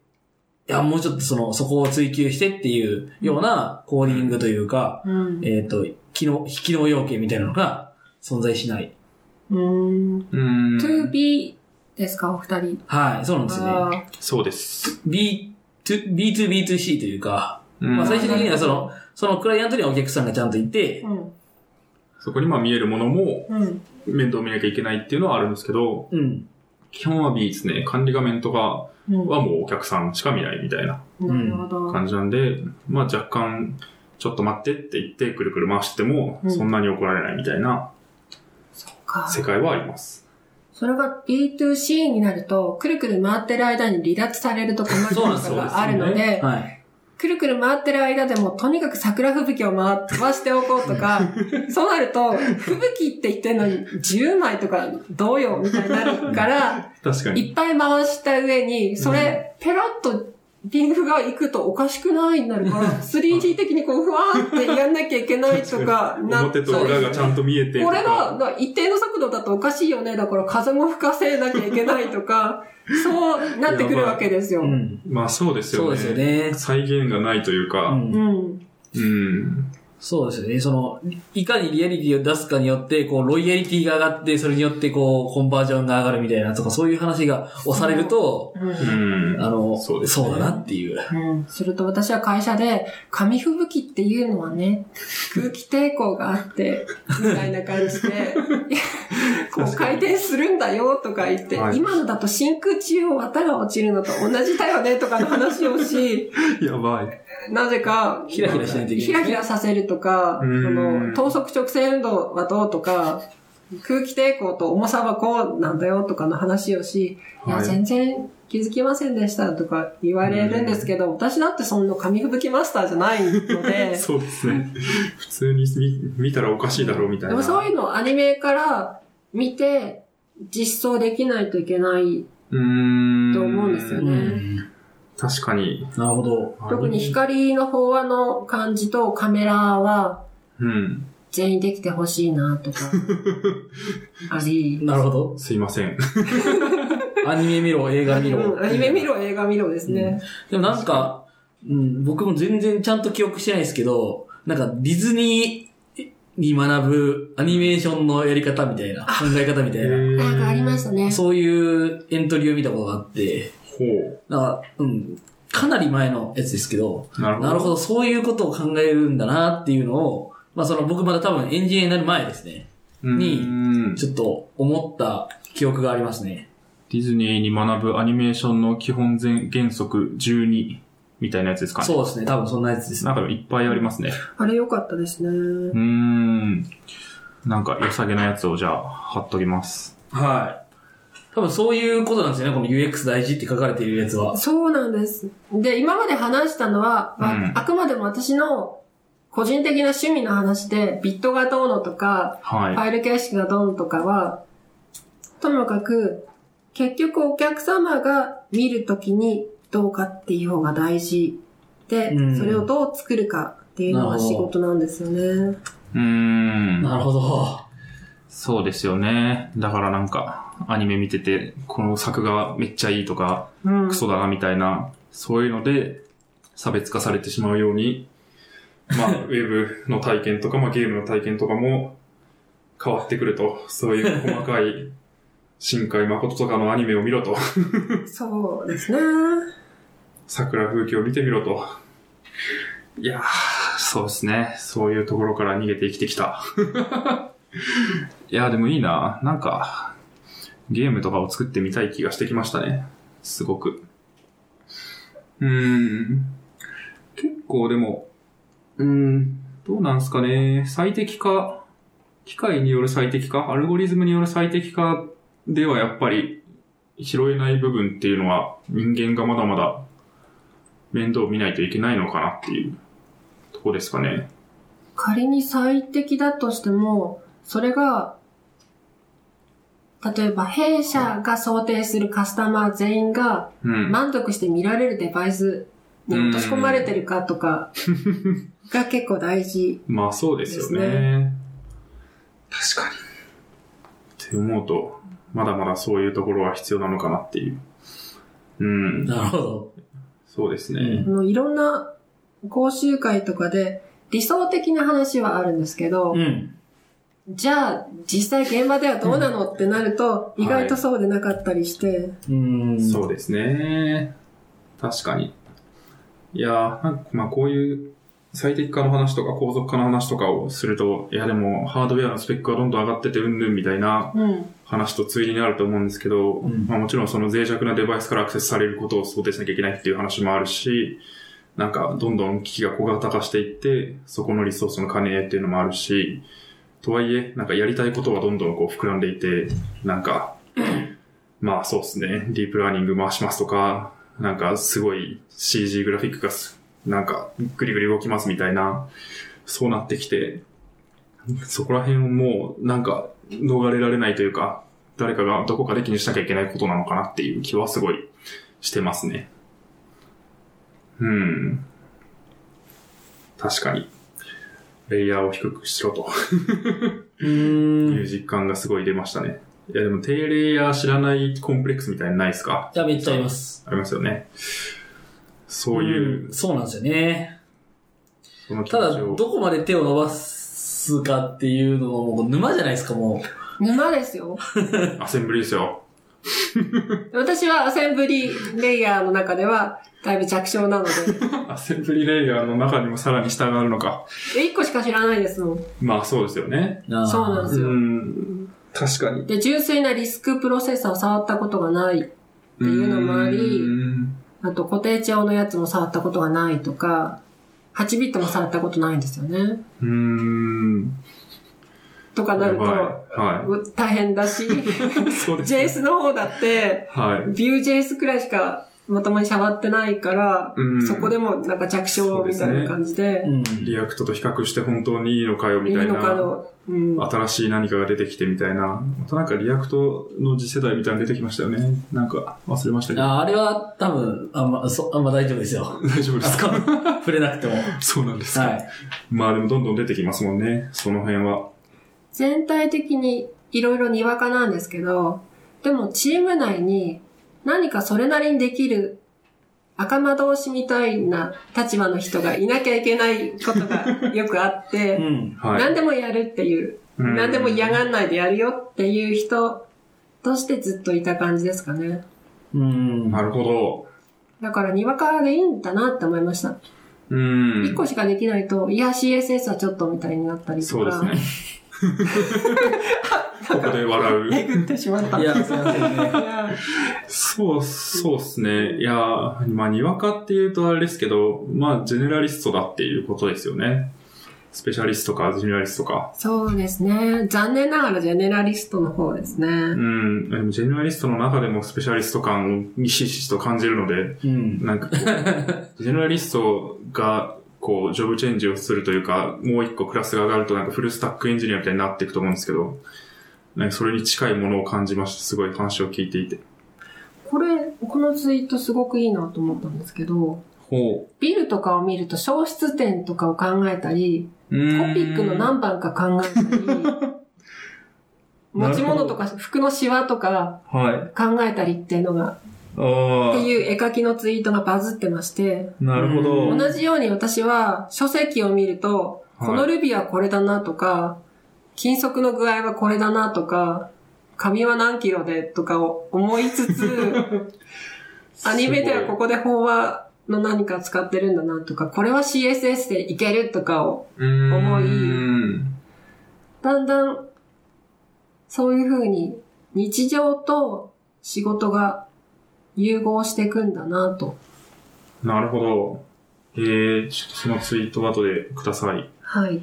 S3: いや、もうちょっとその、そこを追求してっていうようなコーディングというか、
S2: うん。
S3: えっ、と、機能、非機能要件みたいなのが存在しない。
S2: うん。
S1: うん。
S2: 2B ですか、お二人。
S3: はい、そうなんですよね。
S2: ああ。
S1: そうです。
S3: B to, B2B2C というか、
S1: うん
S3: まあ、最終的にはそ
S2: なるほ
S3: の、そのクライアントにはお客さんがちゃんといて、
S2: うん。
S1: そこにまあ見えるものも
S2: うん。
S1: 面倒見なきゃいけないっていうのはあるんですけど、
S3: うん。
S1: 基本は B ですね。管理画面とかは
S2: う。
S1: もうお客さんしか見ないみたいなん
S2: なるほど。
S1: 感じなんで、まあ若干、ちょっと待ってって言ってくるくる回しても
S2: う、ん
S1: そんなに怒られないみたいな
S2: そっか。
S1: 世界はあります。
S2: それが B2C になると、くるくる回ってる間に離脱されると困ると
S3: そうなんです
S2: か
S3: よ
S2: があるので、
S3: はい。
S2: くるくる回ってる間でも、とにかく桜吹雪を回回しておこうとか、そうなると、吹雪って言ってんのに10枚とかどうよみたいになるから、
S1: 確かに。
S2: いっぱい回した上に、それ、ペロッとリングが行くとおかしくないになるから、3D 的にこう、ふわーってやんなきゃいけないとか、な
S1: 表と裏がちゃんと見えてと
S2: こ
S1: か
S2: れが、な一定の速度だとおかしいよね。だから風も吹かせなきゃいけないとか、そうなってくるわけですよ。
S3: う
S2: うん
S3: ん。
S1: まあそうですよ
S3: そう
S1: ね。
S3: ですよね。
S1: 再現がないという
S3: う
S1: か、
S3: ん。。
S1: うん。
S3: そうですよね。その、いかにリアリティを出すかによって、こう、ロイヤリティが上がって、それによって、こう、コンバージョンが上がるみたいなとか、そういう話が押されると、
S2: う。
S1: うんん。
S3: あの、
S1: そ
S3: そうう,、
S1: ですね
S3: だなっていう。
S2: うん、すると私は会社で、紙吹雪っていうのはね、 空気抵抗があって、みたいな感じ で、こう回転するんだよとか言って、
S1: はい
S2: 今のだと真空中を綿が落ちるのと同じだよねとかの話をし、
S1: やばい。
S2: なぜか、
S3: キラキラしないといけ
S2: ひ
S3: な
S2: ら
S3: い、
S2: ひらさせるとか、そ
S1: うん
S2: の、等速直線運動はどうとか、空気抵抗と重さはこうなんだよとかの話をし、いや、
S1: はい
S2: 全然気づきませんでしたとか言われるんですけど、私だってそんな紙吹雪マスターじゃないので、
S1: そうですね。普通に見見たらおかしいだろうみたい
S2: で
S1: な。
S2: もそういうのをアニメから見て、実装できないといけない。
S1: うーん。
S2: と思うんですよ
S3: う
S2: ね
S3: ん。
S1: 確かに。
S3: なるほど。
S2: 特に光の方の感じとカメラは
S1: うん。
S2: 全員できてほしいな とか、あり、
S3: なるほど。
S1: すいません。
S3: アニメ見ろ、映画見
S2: う
S3: ろ。
S2: んアニメ見ろ、映画見ろですね。
S3: でもなんか、うん、僕も全然ちゃんと記憶してないですけど、なんかディズニーに学ぶアニメーションのやり方みたいな、考え方みたいな、
S2: なんかありましたね。
S3: そういうエントリーを見たことがあって、
S1: ほ
S3: なんか、うん、かなり前のやつですけど、
S1: う。なるほど。
S3: なるほど、そういうことを考えるんだなっていうのを、まあその僕まだ多分エンジニアになる前ですね、に
S1: うん
S3: ちょっと思った記憶がありますね。
S1: ディズニーに学ぶアニメーションの基本全原則12みたいなやつですかね。
S3: そうですね、多分そんなやつですね。
S1: なんかいっぱいありますね。
S2: あれ良かったですね
S1: うー。ん。なんか良さげなやつをじゃあ貼っときます。
S3: はい。多分そういうことなんですよね、この UX 大事って書かれているやつは。
S2: そうなんです。で、今まで話したのは、まあ
S1: うん
S2: あくまでも私の個人的な趣味の話で、ビットがどうのとか、
S1: はい。
S2: ファイル形式がどうのとかは、ともかく、結局お客様が見るときにどうかっていう方が大事で、
S3: うん
S2: それをどう作るかっていうのが仕事なんですよね。
S1: うーん。
S3: なるほど。
S1: そうですよね。だからなんか、アニメ見てて、この作画めっちゃいいとか、
S2: うん
S1: ク。ソだなみたいな、そういうので、差別化されてしまうように、まあ、ウェブの体験とか、まあ、ゲームの体験とかも変わってくると、そういう細かい、新海誠とかのアニメを見ろと、
S2: そうですね。
S1: 桜風景を見てみろと。いやー、そうですね。そういうところから逃げて生きてき た。いやー、でもいいな。なんか、ゲームとかを作ってみたい気がしてきましたね。すごく。うーん。結構でも、うーん、どうなんすかね。最適化、機械による最適化、アルゴリズムによる最適化ではやっぱり拾えない部分っていうのは人間がまだまだ面倒を見ないといけないのかなっていうとこですかね。
S2: 仮に最適だとしても、それが、例えば弊社が想定するカスタマー全員が
S1: うん。
S2: 満足して見られるデバイスに落とし込まれてるかとかが結構大事。
S1: まあそうですよね。
S2: です
S1: 確かに。って思うと、まだまだそういうところは必要なのかなっていう。うん。
S3: なるほど。
S1: そうですね。
S3: うん
S2: あのいろんな講習会とかで理想的な話はあるんですけど、
S3: うん。
S2: じゃあ実際現場ではどうなのってなると
S1: うん
S2: 意外とそうでなかったりして、
S3: うん。
S1: そうですね。確かに。いやーなんかまあこういう最適化の話とか高速化の話とかをすると、いやでもハードウェアのスペックがどんどん上がっててうんぬんみたいな
S2: うん。
S1: 話と対になると思うんですけど、
S3: うん
S1: まあもちろんその脆弱なデバイスからアクセスされることを想定しなきゃいけないっていう話もあるし、なんかどんどん機器が小型化していって、そこのリソースの兼ね合いっていうのもあるし、とはいえ、なんかやりたいことはどんどんこう膨らんでいて、なんか、まあそうですね、ディープラーニング回しますとか、なんかすごい CG グラフィックがすなんかグリグリ動きますみたいな、そうなってきて、そこら辺をもうなんか逃れられないというか、誰かがどこかで気にしなきゃいけないことなのかなっていう気はすごいしてますね。うん。確かに。レイヤーを低くしろと
S3: う
S1: い
S3: ん。
S1: う実感がすごい出ましたね。いやでも低レイヤー知らないコンプレックスみたいなのないですか
S3: じゃあめっちゃあります。
S1: ありますよね。そういう、
S3: んそうなんですよね。
S1: その気
S3: た
S1: 持
S3: だ、
S1: ちを。
S3: どこまで手を伸ばすかっていうのも、もう沼じゃないですか、も
S2: 沼ですよ。
S1: アセンブリで すよ。
S2: 私はアセンブリレイヤーの中ではだいぶ弱小 なので、
S1: アセンブリレイヤーの中にもさらに下があるのか。
S2: 1個しか知らないですもん。
S1: まあそうですよね。
S3: う。あー
S2: そうなんです
S1: う
S2: よ
S1: ん。確かに。っ
S2: で、純粋なリスクプロセッサーを触ったことがない。
S1: て
S2: いうのもありあと固定値用のやつも触ったことがないとか、8ビットも触ったことないんですよね。
S1: うーん。
S2: とかなる
S1: や
S2: と、
S1: ばいは
S2: う大変だ し、
S1: い。そうです。
S2: JS の方だって、
S1: はい。
S2: Vue.js くらいしかまともに触ってないから、
S1: うん
S2: そこでもなんか弱小みたいな感じで、
S3: うん。
S1: リアクトと比較して本当にいいのかよ
S2: い
S1: み
S2: い
S1: たい
S2: の
S1: な。
S2: かの、うん、
S1: 新しい何かが出てきてみたいな。またなんかリアクトの次世代みたいなの出てきましたよね。なんか忘れましたけど。
S3: ああれは多分、あんま、そあんま大丈夫ですよ。
S1: 大丈夫で
S3: あ
S1: す
S3: そ
S1: か
S3: こ触れなくても。
S1: そうなんですか、
S3: はい。
S1: まあでもどんどん出てきますもんね。その辺は。
S2: 全体的にいろいろにわかなんですけど、でもチーム内に何かそれなりにできる赤間同士みたいな立場の人がいなきゃいけないことがよくあっ
S3: う
S2: て、
S3: ん。
S1: はい。
S2: 何でもやるっていう、
S1: うん
S2: 何でも嫌がんないでやるよっていう人としてずっといた感じですかね。
S3: うん。
S1: なるほど。
S2: だからにわかでいいんだなって思いました。
S1: う
S2: 一
S1: ん
S2: 個。しかできないと、いや CSS はちょっとみたいになったりと
S1: そう
S2: か。
S1: ですね。 ここで笑 う。
S2: えぐってしまった。
S3: いや、すいませんね。
S1: そう、そうですね。いやー、まあ、にわかっていうとあれですけど、まあ、ジェネラリストだっていうことですよね。スペシャリストか、ジェネラリストか。
S2: そうですね。残念ながらジェネラリストの方ですね。
S1: うん、でもジェネラリストの中でもスペシャリスト感をひしひしと感じるので、
S3: うん。
S1: なん かこう、ジェネラリストが、こう、ジョブチェンジをするというか、もう一個クラスが上がると、なんかフルスタックエンジニアみたいになっていくと思うんですけど、なんかそれに近いものを感じました。すごい話を聞いていて。
S2: これ、このツイートすごくいいなと思ったんですけど、
S1: ほ
S2: ビルとかを見ると消失点とかを考えたり、
S1: う。
S2: コ
S1: う
S2: ピ
S1: ーん
S2: ックの何番か考えたり、 持ち物とか服のシワとか
S1: はい。
S2: 考えたりっていうのが、っ
S1: あ
S2: ていう絵描きのツイートがバズってまして、
S1: あ、なるほど。
S2: 同じように私は書籍を見ると、
S1: はい
S2: このルビーはこれだなとか、金属の具合はこれだなとか、紙は何キロでとかを思いつつ、アニメではここで法話の何か使ってるんだなとか、これは CSS でいけるとかを、
S1: うーん
S2: 思いだんだん、そういう風に日常と仕事が融合していくんだなと。
S1: なるほど。えー、ちょっとそのツイート後でください。
S2: はい。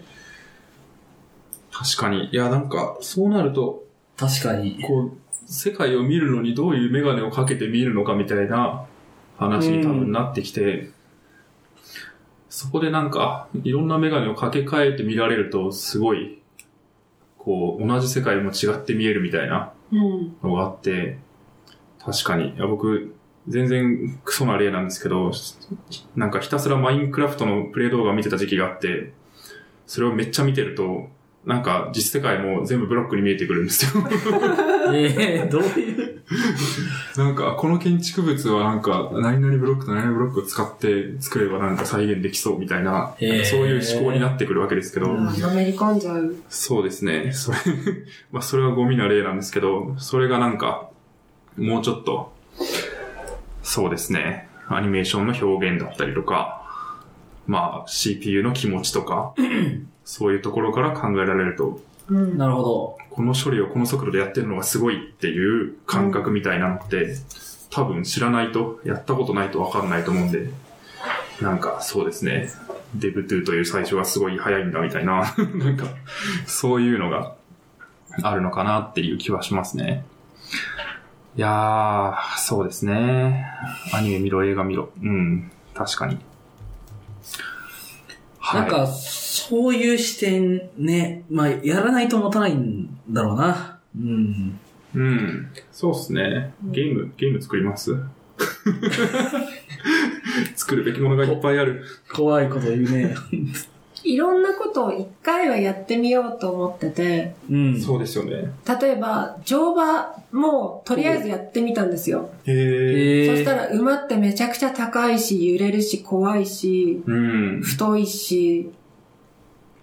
S1: 確かに。いや、なんか、そうなると、
S3: 確かに。
S1: こう、世界を見るのにどういうメガネをかけて見るのかみたいな話に多分なってきて、そこでなんか、いろんなメガネをかけ替えて見られると、すごい、こう、同じ世界も違って見えるみたいな
S2: うん。
S1: のがあって、確かに。いや僕、全然クソな例なんですけど、なんかひたすらマインクラフトのプレイ動画を見てた時期があって、それをめっちゃ見てると、なんか実世界も全部ブロックに見えてくるんで すよ。
S3: ええどういう。
S1: なんか、この建築物はなんか、何々ブロックと何々ブロックを使って作ればなんか再現できそうみたいな、
S3: へー
S1: そういう思考になってくるわけですけど、
S3: うん
S2: のめり込んじゃう。
S1: そうですね。それ、 まあ、それはゴミな例なんですけど、それがなんか、もうちょっと、そうですね。アニメーションの表現だったりとか、まあ、CPU の気持ちとか、そういうところから考えられると、
S2: うん。
S3: なるほど。
S1: この処理をこの速度でやってるのがすごいっていう感覚みたいなのって、多分知らないと、やったことないとわかんないと思うんで、なんかそうですね、デブトゥーという最初がすごい早いんだみたいな、 なんか、そういうのがあるのかなっていう気はしますね。いやー、そうですね。アニメ見ろ、映画見ろ。うん、確かに。はい。
S3: なんか、そういう視点ね、まあ、やらないと持たないんだろうな。うん。
S1: うん。そうっすね。ゲーム、ゲーム作ります作るべきものがいっぱいある。
S3: 怖いこと言うね。
S2: いろんなことを一回はやってみようと思ってて、
S3: うん。
S1: そうですよね。
S2: 例えば、乗馬もとりあえずやってみたんですよ。
S1: へえ。
S3: ええ
S2: そしたら馬ってめちゃくちゃ高いし、揺れるし、怖いし、
S1: うん。
S2: 太いし、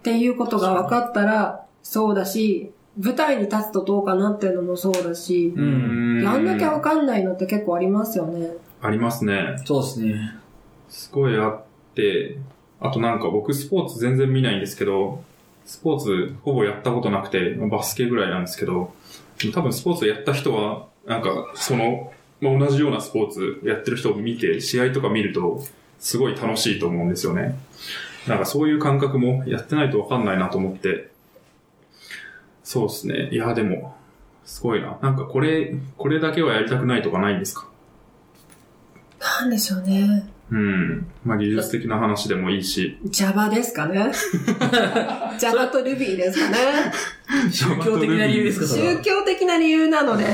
S2: っていうことが分かったら、そうだし、舞台に立つとどうかなっていうのもそうだし、
S1: うん。
S2: やんなきゃ分かんないのって結構ありますよね。
S1: ありますね。
S3: そうですね。
S1: すごいあって、あとなんか僕スポーツ全然見ないんですけど、スポーツほぼやったことなくて、バスケぐらいなんですけど、多分スポーツやった人は、なんかその、まあ、同じようなスポーツやってる人を見て、試合とか見ると、すごい楽しいと思うんですよね。なんかそういう感覚もやってないとわかんないなと思って。そうですね。いや、でも、すごいな。なんかこれ、これだけはやりたくないとかないんですか
S2: なんでしょうね。
S1: うん。まあ技術的な話でもいいし。
S2: Java ですか ね。Java と Ruby ですかね。
S1: 宗
S3: 宗教的な理由ですか、それ
S2: 宗
S3: は。
S2: 教的な理由なので。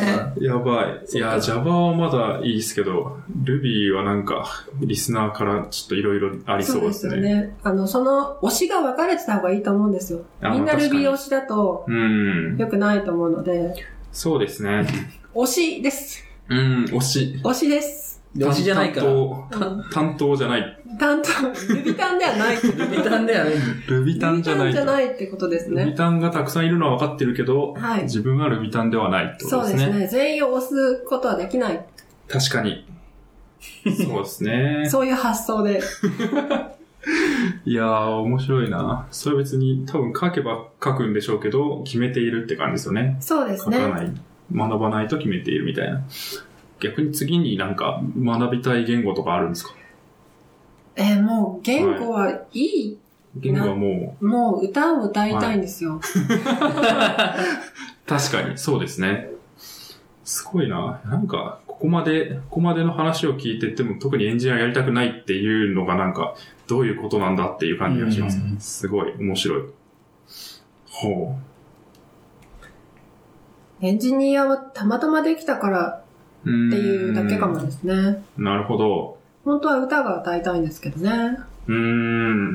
S1: やばい。いや、Java はまだいいですけど、Ruby はなんか、リスナーからちょっといろいろありそうですね。
S2: よね。あの、その推しが分かれてた方がいいと思うんですよ。
S1: あ
S2: みんな
S1: 確かに
S2: Ruby 推しだと
S1: うん。
S2: 良くないと思うので、
S1: そうですね。
S2: 推しです。
S1: うん、推し。
S2: 推しです。
S3: 推しじゃないから。
S1: 担当、担当じゃない。
S2: 担 当、ルビタンではないけど。
S3: ビタンだよね。
S1: Ruby
S2: ル
S1: 担
S2: ビ
S1: じゃ
S2: タ
S1: な
S2: ン
S1: い
S2: じ
S1: と。
S2: ゃないってことです
S1: Ruby
S2: ね。
S1: 担がたくさんいるのは分かってるけど、
S2: はい
S1: 自分は Ruby 担ではないってこ
S2: そ
S1: と
S2: う
S1: です
S2: で
S1: ね。
S2: すね。全員を推すことはできない。
S1: 確かに。そうです ね。
S2: そういう発想で。
S1: いやー、面白いな。それは別に多分書けば書くんでしょうけど、決めているって感じですよね。
S2: そうです
S1: 書
S2: ね。
S1: かない、学ばないと決めているみたいな。逆に次になんか学びたい言語とかあるんですか
S2: えーもう言語はいい、
S1: 言語はも
S2: もう歌を歌いたいんですよ。
S1: う、確かにそうですね。すごいな。なんか、ここまで、ここまでの話を聞いてても、特にエンジニアやりたくないっていうのがなんか、どういうことなんだっていう感じがします
S3: うん。
S1: すごい、面白い。ほ
S2: エンジニアはたまたまできたから
S1: う。うん
S2: っていうだけかもですね。
S1: なるほど。
S2: 本当は歌が歌いたいんですけどね。
S1: うー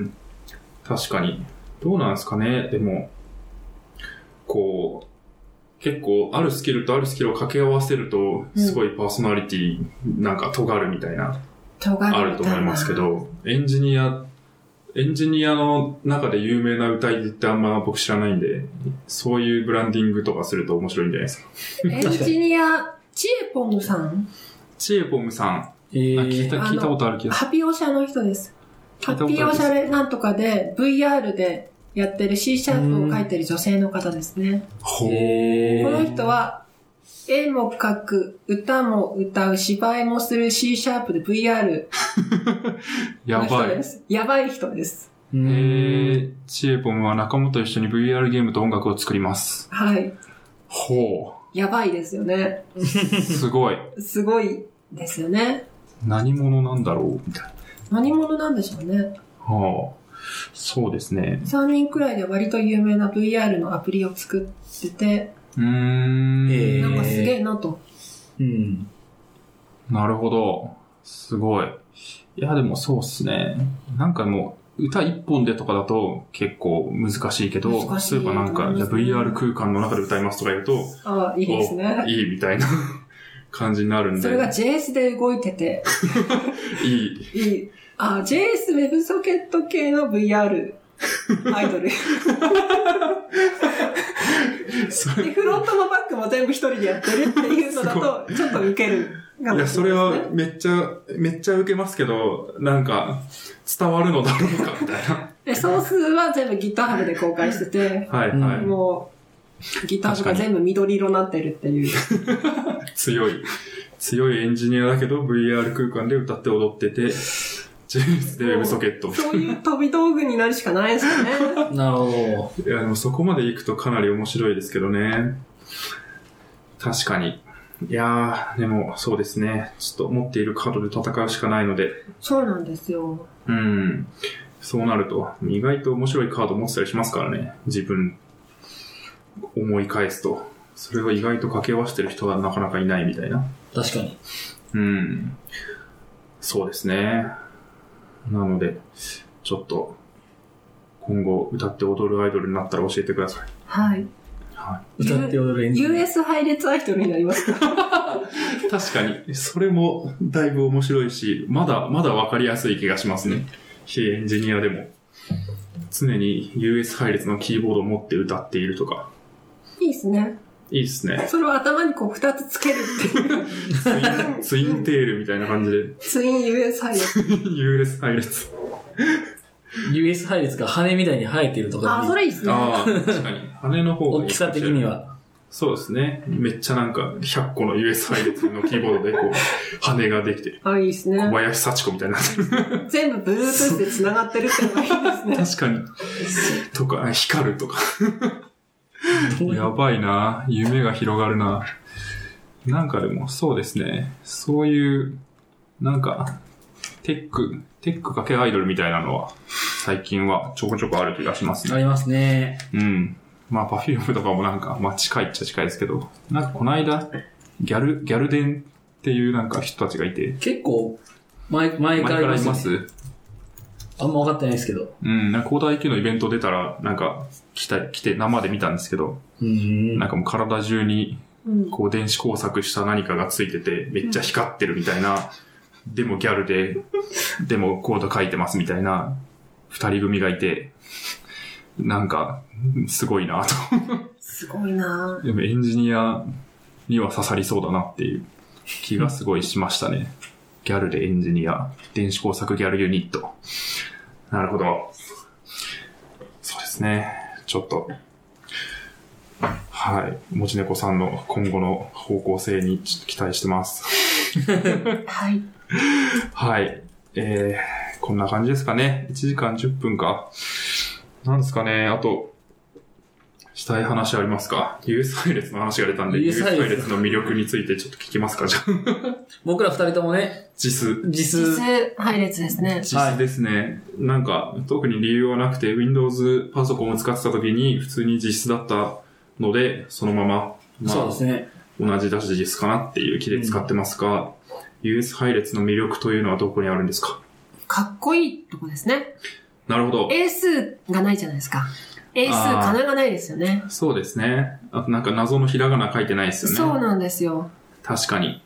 S1: ん。確かに。どうなんですかねでも、こう、結構、あるスキルとあるスキルを掛け合わせると、
S2: うん
S1: すごいパーソナリティ、なんか、尖るみたいな、
S2: 尖
S1: あると思いますけ。ど、エンジニア、エンジニアの中で有名な歌い手ってあんま僕知らないんで、そういうブランディングとかすると面白いんじゃないですか。
S2: エンジニア、チエポンさん
S1: チエポムさん。あ
S3: えー
S1: 聞いた、聞いたことある気がす
S2: ハピオ社の人です。
S1: 聞
S2: ハ
S1: いたことある
S2: ピオ社でなんとかで VR でやってる C シャープを書いてる女性の方ですね。
S1: る。ほう。
S3: え
S2: この
S3: ー、
S2: 人は絵も描く、歌も歌う、芝居もする C シャープで VR
S1: や
S2: の人
S1: ばい
S2: で。す。やばい人です。
S3: う
S1: え
S3: ん
S1: ー、チエポムは仲間と一緒に VR ゲームと音楽を作ります。
S2: はい。
S1: ほ
S2: やばいですよね。
S1: う。すごい。
S2: すごいですよね。
S1: 何者なんだろうみたいな。
S2: 何者なんでしょうね。
S1: はあ。そうですね。
S2: 3人くらいで割と有名な VR のアプリを作ってて、
S1: うーん。
S3: えー
S2: なんかすげえなと。
S3: うん。
S1: なるほど。すごい。いや、でもそうっすね。なんかもう、歌一本でとかだと結構難しいけど、
S2: 難しい
S1: 例えばなんか、
S2: 難し
S1: じ
S2: い
S1: ゃあ VR 空間の中で歌いますとか言うと、
S2: ああ、いいですね
S1: お。いいみたいな 感じになるんで、
S2: それが JS で動いてて、
S1: いい。
S2: いい。あ、JS ウェブソケット系の VR アイドル。で、
S1: それ
S2: フロントもバックも全部一人でやってるっていうのだと、ちょっとウケるか
S1: い
S2: も
S1: や、
S2: し
S1: それ
S2: ないですね
S1: はめっちゃ、めっちゃ受けますけど、なんか、伝わるのだろうか、みたい な。
S2: で、ソースは全部 GitHub で公開してて、
S1: はい、はい。
S3: う
S2: もう、GitHub が全部緑色になってるっていう。
S1: 強い。強いエンジニアだけど、VR 空間で歌って踊ってて、JS で Web ソケット。
S2: そういう飛び道具になるしかないですよ ね。
S3: なるほ
S1: いや、でもそこまで行くとかなり面白いですけどね。確かに。いやー、でもそうですね。ちょっと持っているカードで戦うしかないので、
S2: そうなんですよ。
S1: うん。そうなると、意外と面白いカード持ってたりしますからね。自分、思い返すと。それを意外と掛け合わせてる人はなかなかいないみたいな。
S3: ど。確かに。
S1: うん。そうですね。なので、ちょっと、今後歌って踊るアイドルになったら教えてください。
S2: はい。
S3: 歌って踊る演技。
S2: US 配列アイドルになりますか
S1: 確かに、それもだいぶ面白いし、まだ、まだ分かりやすい気がしますね。非エンジニアでも。常に US 配列のキーボードを持って歌っているとか。
S2: いいですね。
S1: いいですね。
S2: それを頭にこう二つつけるっていう。
S1: ツイン、ツインテールみたいな 感じで。
S2: ツイン US 配列。
S1: US 配列。
S3: US 配列が羽みたいに生えてるとか
S2: あ、それいいですね。
S1: ああ、確かに。羽の方が
S3: 大きさ的に。は。
S1: そうですね。めっちゃなんか、100個の US 配列のキーボードで、こ う、羽ができて、
S2: あ、いいです
S1: 小
S2: ね。
S1: 林幸子みたいになってる。
S2: 全部 Bluetooth で繋がってるっていうのがいいですね。
S1: 確かに。とか、あ光るとか。やばいな夢が広がるななんかでも、そうですね。そういう、なんか、テック、テックかけアイドルみたいなのは、最近はちょこちょこある気がします ね
S3: あ。りますね。
S1: うん。まあ、パフュームとかもなんか、まあ、近いっちゃ近いですけど、なんかこの間、ギャル、ギャルデンっていうなんか人たちがいて、
S3: 結構、前、前
S1: 前
S3: か
S1: から
S3: い
S1: ら
S3: ま
S1: い
S3: す,、
S1: ます
S3: あんま分かってないですけど。
S1: うん、なんか、高大級のイベント出たら、なんか、来た、来て生で見たんですけど、
S3: うん
S1: なんかもう体中に、
S2: うん。
S1: こう、電子工作した何かがついてて、めっちゃ光ってるみたいな、でもギャルで、でもコード書いてますみたいな、二人組がいて、なんか、すごいなと。
S2: すごいな
S1: でもエンジニアには刺さりそうだなっていう気がすごいしましたね。ギャルでエンジニア、電子工作ギャルユニット。なるほど。そうですね。ちょっと、はい。持ち猫さんの今後の方向性にちょっと期待してます。
S2: ぁはい。
S1: はい。えー、こんな感じですかね。1時間10分か。なんですかね。あと、したい話ありますか ?US 配列の話が出たんで、US
S3: US
S1: 配列の魅力についてちょっと聞きますかじゃあ。
S3: 僕ら二人ともね、
S1: JIS。
S3: 実数、
S2: 実配列ですね。
S1: JIS ですね。なんか、特に理由はなくて、Windows パソコンを使ってた時に、普通に JIS だったので、そのまま、まあ
S3: そうですね。
S1: 同じダシですかなっていう気で使ってますが、US 配列の魅力というのはどこにあるんですか
S2: かっこいいとこですね。
S1: なるほど。
S2: 英数がないじゃないですか。英数、
S1: あー
S2: かながないですよね。
S1: そうですね。あとなんか謎のひらがな書いてないですよね。
S2: そうなんですよ。
S1: 確かに。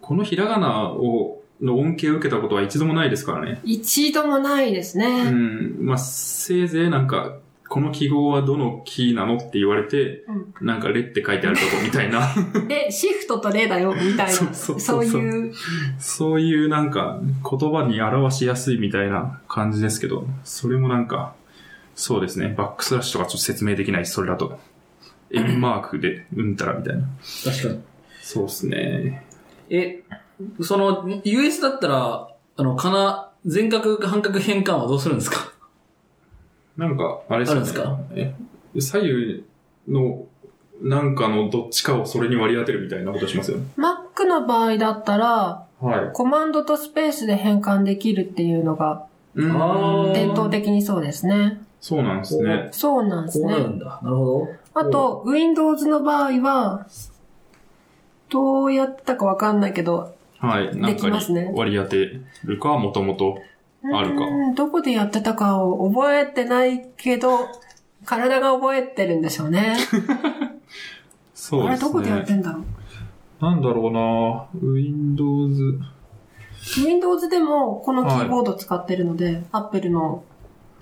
S1: このひらがなを、の恩恵を受けたことは一度もないですからね。
S2: 一度もないです
S1: う
S2: ね。
S1: ん。まあ、せいぜいなんか、この記号はどのキーなのって言われて、
S2: うん
S1: なんか、レって書いてあるとこみ たいな、
S2: で、シフトと例だよ、みたいな。
S1: そうそうそうそう
S2: いう。
S1: そういうなんか、言葉に表しやすいみたいな感じですけど、それもなんか、そうですね、バックスラッシュとかちょっと説明できないし、それだと。円マークで、うんたらみたいな。
S3: 確かに。
S1: そうですね。
S3: え、その、US だったら、あの、かな、全角、半角変換はどうするんですか
S1: なんか、あれですか,、ね、え左右の、なんかのどっちかをそれに割り当てるみたいなことしますよね。
S2: Mac の場合だったら、
S1: はい。
S2: コマンドとスペースで変換できるっていうのが、
S1: うん
S3: あー
S2: 伝統的にそうですね。
S1: そうなんですね。
S2: そうなんです
S3: こうなる
S2: ね。
S3: んだ。なるほど。
S2: あと、Windows の場合は、どうやったかわかんないけど、
S1: はい。なん
S2: で
S1: か
S2: きますね
S1: に割り当てるか、もともと。あるか
S2: うんどこでやってたかを覚えてないけど、体が覚えてるんでしょうね。
S1: そう
S2: あ
S1: で
S2: れどこですやっ
S1: ね
S2: て。んだろう。
S1: なんだろうな Windows。
S2: Windows でもこのキーボード使ってるので、Apple の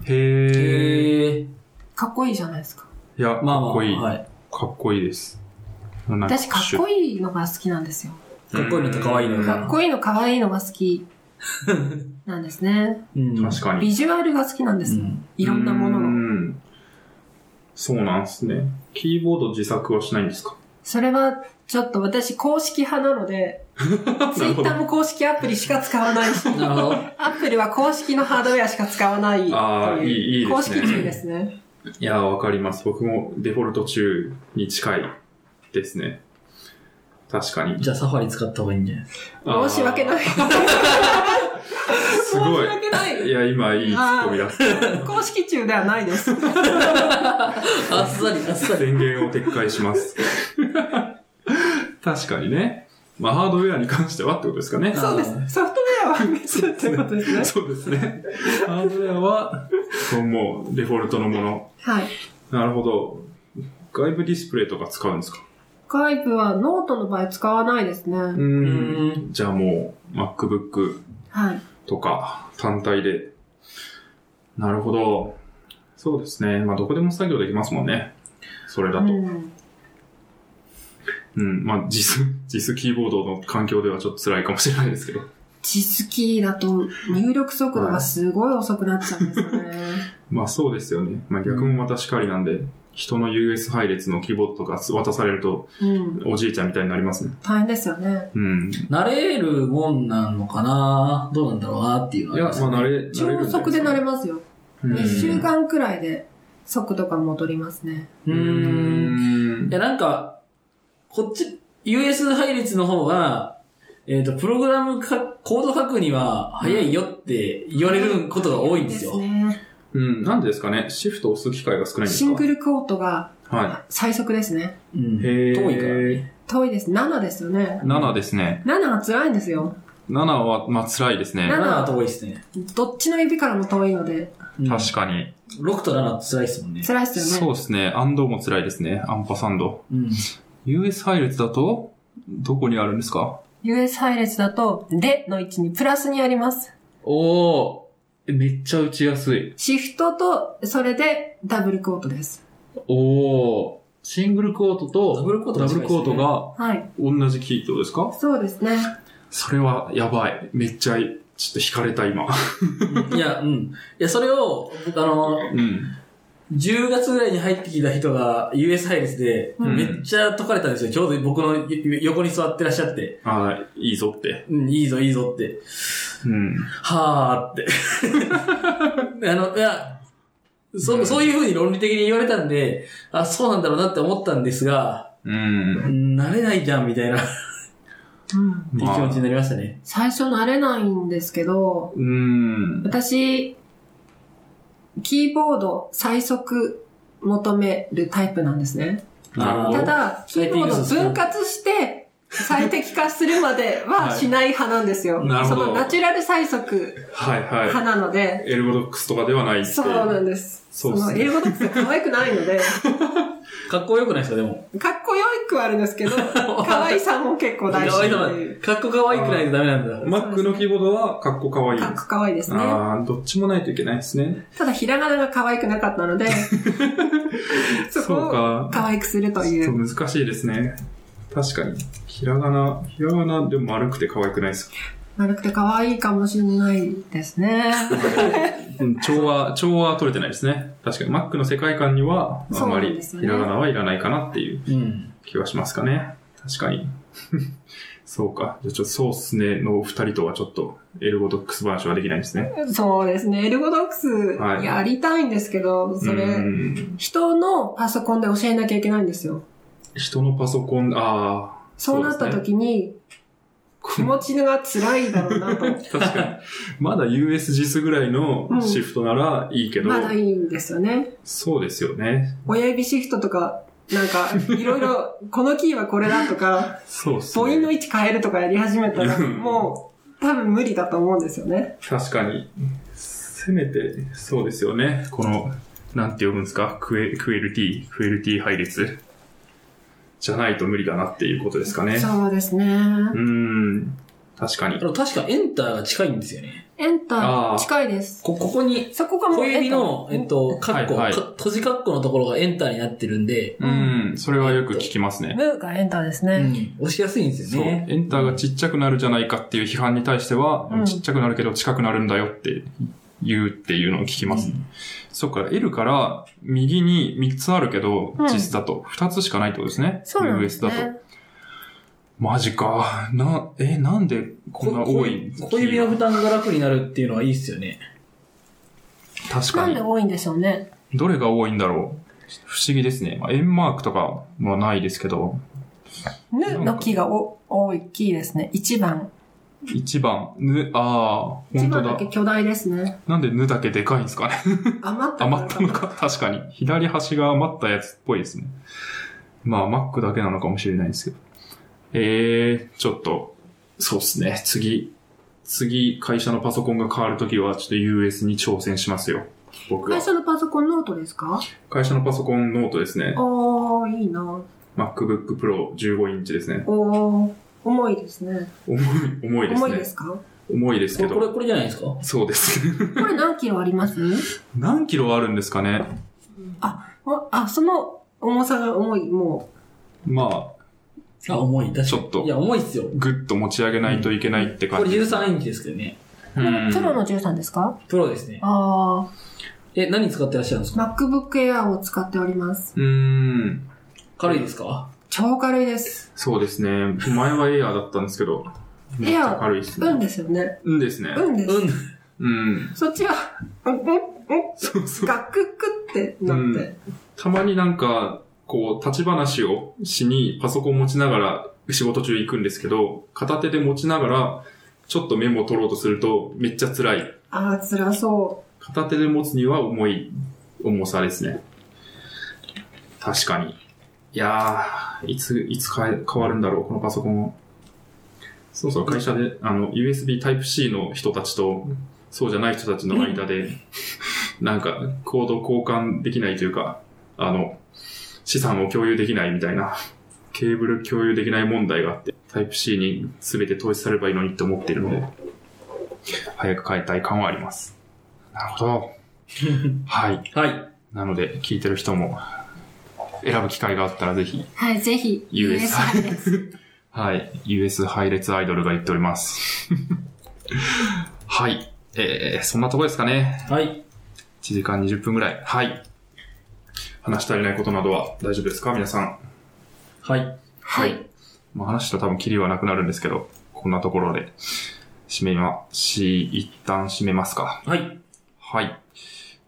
S1: へえ。
S3: へえ。
S2: かっこいいじゃないですか。
S1: いや、
S3: まあまあ、
S1: かっこいい。
S3: はい。
S1: かっこいいです。私
S2: 私かっこいいのが好きなんですよ。
S3: かっこいいのと可愛いのが
S2: かっこいいの可愛いのが好きなんですね。
S3: うん。
S1: 確かに。
S2: ビジュアルが好きなんです。
S3: うん
S2: いろんなものの。
S1: の。そうなんですね。キーボード自作はしないんですか
S2: それはちょっと私公式派なの で、ツイ
S1: る
S2: ッ
S1: ほど
S2: ターも公式アプリしか使わない し、
S3: なるほど。
S2: アップルは公式のハードウェアしか使わない。
S1: あーいいいいですね
S2: 公式中ですね。
S1: いやー、わかります。僕もデフォルト中に近いですね。確かに。
S3: じゃあ、サファリ使った方がいいんじゃないです
S1: あー
S2: 申し訳ない。
S1: すご
S2: 申し訳ない
S1: い。いや、今いいツッコミだ。
S2: 公式中ではないです。
S3: か。あっさり、あっさり。
S1: 宣言を撤回します。 確かにね。まあ、ハードウェアに関してはってことですかね。
S2: そうです。ソフトウェアは別ってことですね。
S1: そうですね。ハードウェアは、そうもう、デフォルトのもの。
S2: はい。
S1: なるほど。外部ディスプレイとか使うんですか
S2: 外部はノートの場合使わないですね。
S1: う。
S3: うんん。
S1: じゃあもう、MacBook
S2: はい。
S1: とか、単体で。なるほど。そうですね。まあ、どこでも作業できますもんね。それだ
S2: う
S1: と。
S2: ん。
S1: うん。まあ、JIS、JIS キーボードの環境ではちょっと辛いかもしれないですけど。
S2: 地スキーだと入力速度がすごい遅くなっちゃうんですよね。
S1: まあ、そうですよね。まあ、逆もまたしかりなんで、人の US 配列のキーボードとか渡されると、
S2: うん。
S1: おじいちゃんみたいになりますね。
S2: 大変ですよね。
S1: うん。
S3: 慣れるもんなのかなどうなんだろうなっていうの
S1: いや、まあ、
S3: そ
S1: 慣れ、慣れるん
S2: 超
S1: じゃない
S2: 速
S1: す
S2: で
S1: か
S2: 慣れますよ。
S1: うん
S2: 1週間くらいで速度が戻りますね。
S3: う
S1: う
S3: ーん。
S1: ん
S3: いや、なんか、こっち、US 配列の方が、えっ、と、プログラムか、コード書くには早いよって言われることが多いんですよ。
S2: ですね。
S1: うん、なんでですかね、シフトを押す機会が少ないんですか
S2: シングルクォートが
S1: は
S2: 最速ですね。
S3: うん。
S1: い。へ
S3: 遠いからね。
S1: え。
S2: 遠いです。7ですよね。
S1: 7ですね。
S2: 7は辛いんですよ。
S1: 7は、まあ、辛いですね。
S2: な
S3: 7は遠いですね。
S2: どっちの指からも遠いので、
S3: うん
S1: 確かに。
S3: 6と7って辛いですもんね。
S2: 辛いっすよね。
S1: そうですね。アンドも辛いですね。アンパサンド。
S3: うん。
S1: US 配列だと、どこにあるんですか
S2: US 配列だと、での位置にプラスにあります。
S1: おおめっちゃ打ちやすい。
S2: シフトと、それでダブルクォートです。
S1: おおシングルクォートと
S3: ダブルクォートが
S1: ダブルクォートが
S2: はい。
S1: 同じキーってことですか
S2: そうですね。
S1: それはやばい。めっちゃ、ちょっと惹かれた今。
S3: いや、うん。いや、それを、僕あの、
S1: うん。
S3: 10月ぐらいに入ってきた人が US 配列で、
S2: うん
S3: めっちゃ解かれたんですよ。ちょうど僕の横に座ってらっしゃって。
S1: あ あ、いいぞって。
S3: うん、いいぞ、いいぞって。
S1: うん。
S3: はーって。あ の、いや、そ、そういう風に論理的に言われたんで、あ、そうなんだろうなって思ったんですが、
S1: うん
S3: う。ん慣れないじゃん、みたいな、って
S2: うん。
S3: いう気持ちになりましたね。
S2: 最初慣れないんですけど、
S1: うーん。
S2: 私、キーボード最速求めるタイプなんですね。
S1: なるほ
S2: た
S1: ど。
S2: だ、キーボードを分割して最適化するまではしない派なんですよ。
S1: はい なるほど
S2: そのナチュラル最速
S1: はいは
S2: 派なので、
S1: い。エルゴドックスとかではないっていう。
S2: そうなんです。
S1: そうっ
S2: の
S1: すね
S2: 英語だって可愛くないので、
S3: かっこよくないですか、でも。
S2: かっこよくはあるんです けど、可愛さも結構
S3: か
S2: 大事
S3: わいい
S2: っていう。
S3: かっこかわいくないとダメなんだ。
S1: Mac のキーボードはかっこかわいい。
S2: かっこ可愛いですね。
S1: ああ、どっちもないといけないですね。
S2: ただ、ひらがなが可愛くなかった ので、そこ
S1: そうか
S2: を可愛くするとい
S1: ちょ
S2: う。
S1: っと難しいですね。確かに。ひらがな、ひらがなでも丸くて可愛くないですか
S2: 丸くて可愛いかもしれないですね。
S1: うん調和、調和は取れてないですね。確かに Mac の世界観には、あ
S2: そう
S1: ま
S2: なん
S1: り
S2: です
S1: ひ
S2: よね
S1: らがなはいらないかなっていう
S3: うん。
S1: 気はしますかね。確かに。 そうか。じゃあちょっとそうっすねのお二人とはちょっとエルゴドックス話はできないんですね。
S2: そうですね。エルゴドック
S1: は
S2: ス
S1: い
S2: やりたいんですけど、そうれ、
S1: ん
S2: 人のパソコンで教えなきゃいけないんですよ。
S1: 人のパソコン、ああ。
S2: そうなった
S1: ですね
S2: 時に、気持ちが辛いだろうな と。
S1: 確かに。まだ USGS ぐらいのシフトならいいけど、
S2: まだいいんですよね。
S1: そうですよね。
S2: 親指シフトとか、なんか、いろいろ、このキーはこれだとか、
S1: そうっす
S2: 母音の
S1: ね。
S2: 位置変えるとかやり始めたら、
S1: うん
S2: もう、多分無理だと思うんですよね。
S1: 確かに。せめて、そうですよね。この、なんて呼ぶんですかクエクエルティ、クエルティ配列。じゃないと無理だなっていうことですかね。
S2: そうですね。
S1: うーん。確かに
S3: で。も確かエンターが近いんですよね。
S2: エンタ
S1: あ
S2: ー、
S1: ー
S2: 近いです。
S3: こ、ここに、
S2: そこがもう
S3: 小
S2: エン
S3: 指
S2: ター
S3: の、えっ、と、カッコ、
S1: はいはい
S3: か閉じカッコのところがエンターになってるんで、
S1: うん。それはよく聞きますね。
S2: ムーがエンターです
S3: う
S2: ね。
S3: ん、押しやすいんです
S1: そう。
S3: よ
S1: エ
S3: ね。
S1: ンターがちっちゃくなるじゃないかっていう批判に対しては、
S2: うん
S1: ちっちゃくなるけど近くなるんだよって言うっていうのを聞きます。
S3: うん
S1: そっか、L から右に3つあるけど、
S2: うん
S1: 実だと2つしかないってことですね。
S2: そうなんです
S1: US
S2: ね。
S1: だと。マジか。な、え、なんでこんな多い
S3: こ小指の負担が楽になるっていうのはいいですよね。
S1: 確
S2: な
S1: か
S2: ん
S1: に
S2: で。多いんでしょうね。
S1: どれが多いんだろう。不思議ですね。まあ、円マークとかはないですけど、
S2: ヌのキーがお多いキーですね。1番。
S1: 1番、ぬ、ああ、
S2: 1番
S1: 本当
S2: だ
S1: だ
S2: け。巨大ですね。
S1: なんでぬだけでかいんですかね。
S2: 余った
S1: 余ったのか。 確かに。左端が余ったやつっぽいですね。まあ、Mac だけなのかもしれないんですけど。えー、ちょっと、そうっすね。次、次、会社のパソコンが変わるときは、ちょっと US に挑戦しますよ。僕は
S2: 会。社のパソコンノートですか
S1: 会社のパソコンノートですね。
S2: おー、いいな
S1: MacBook Pro 15インチですね。
S2: おー、重いですね。
S1: 重い、重いですね。
S2: 重いですか
S1: 重いです
S3: こ
S1: け
S3: れ、これ
S1: ど。
S3: これじゃないですか
S1: そうです。
S2: これ何キロあります
S1: 何キロあるんですかね。
S2: もあ、その重さが重い、も
S1: まあ、
S3: あ、重い、確かに。
S1: ちょっと
S3: いや、重いっすよ。
S1: ぐっと持ち上げないといけないって
S3: こ
S1: 感
S3: れ
S1: じ。
S3: 13インチですけどね。
S2: う。
S1: うん
S2: プロの13ですか
S3: プロですね。
S2: あ
S3: え、何使ってらっしゃるんです
S2: ー、
S3: か
S2: MacBook Air を使っております。
S1: うーん。
S3: 軽いですか
S2: 超軽いです。
S1: そうですね。前はエアーだったんですけど、めっちゃ軽いです
S2: うん
S1: ね。
S2: ですよね。
S1: うんですね。
S2: うんです。
S3: うん。
S1: うん。
S2: そっちは、うん、うん、うん、
S1: そうそう。
S2: ガククってな
S1: う
S2: って
S1: ん。たまになんか、こう、立ち話をしにパソコン持ちながら仕事中行くんですけど、片手で持ちながら、ちょっとメモを取ろうとするとめっちゃ辛い。
S2: あー、辛そ
S1: 片手で持つには重い、重さですね。確かに。いやー、いつ、いつ変え変わるんだろう、このパソコン。そうそう、会社で、あの、USB Type-C の人たちと、そうじゃない人たちの間で、なんか、コード交換できないというか、あの、資産を共有できないみたいな、ケーブル共有できない問題があって、Type-C に全て統一されればいいのにって思っているので、早く変えたい感はあります。なるほど。はい。
S3: はい。
S1: なので、聞いてる人も、選ぶ機会があったらぜひ
S2: う。、はい、ぜひ、
S1: US
S2: 配列。
S1: はい。US 配列アイドルが言っております。 はい。えー、そんなとこですかね。
S3: はい。
S1: 1時間20分ぐらい。はい。話し足りないことなどは大丈夫ですか皆さん。
S3: はい。
S2: はい。
S1: まあ、話したら多分キリはなくなるんですけど、こんなところで、締めま、し、一旦締めますか。
S3: はい。
S1: はい。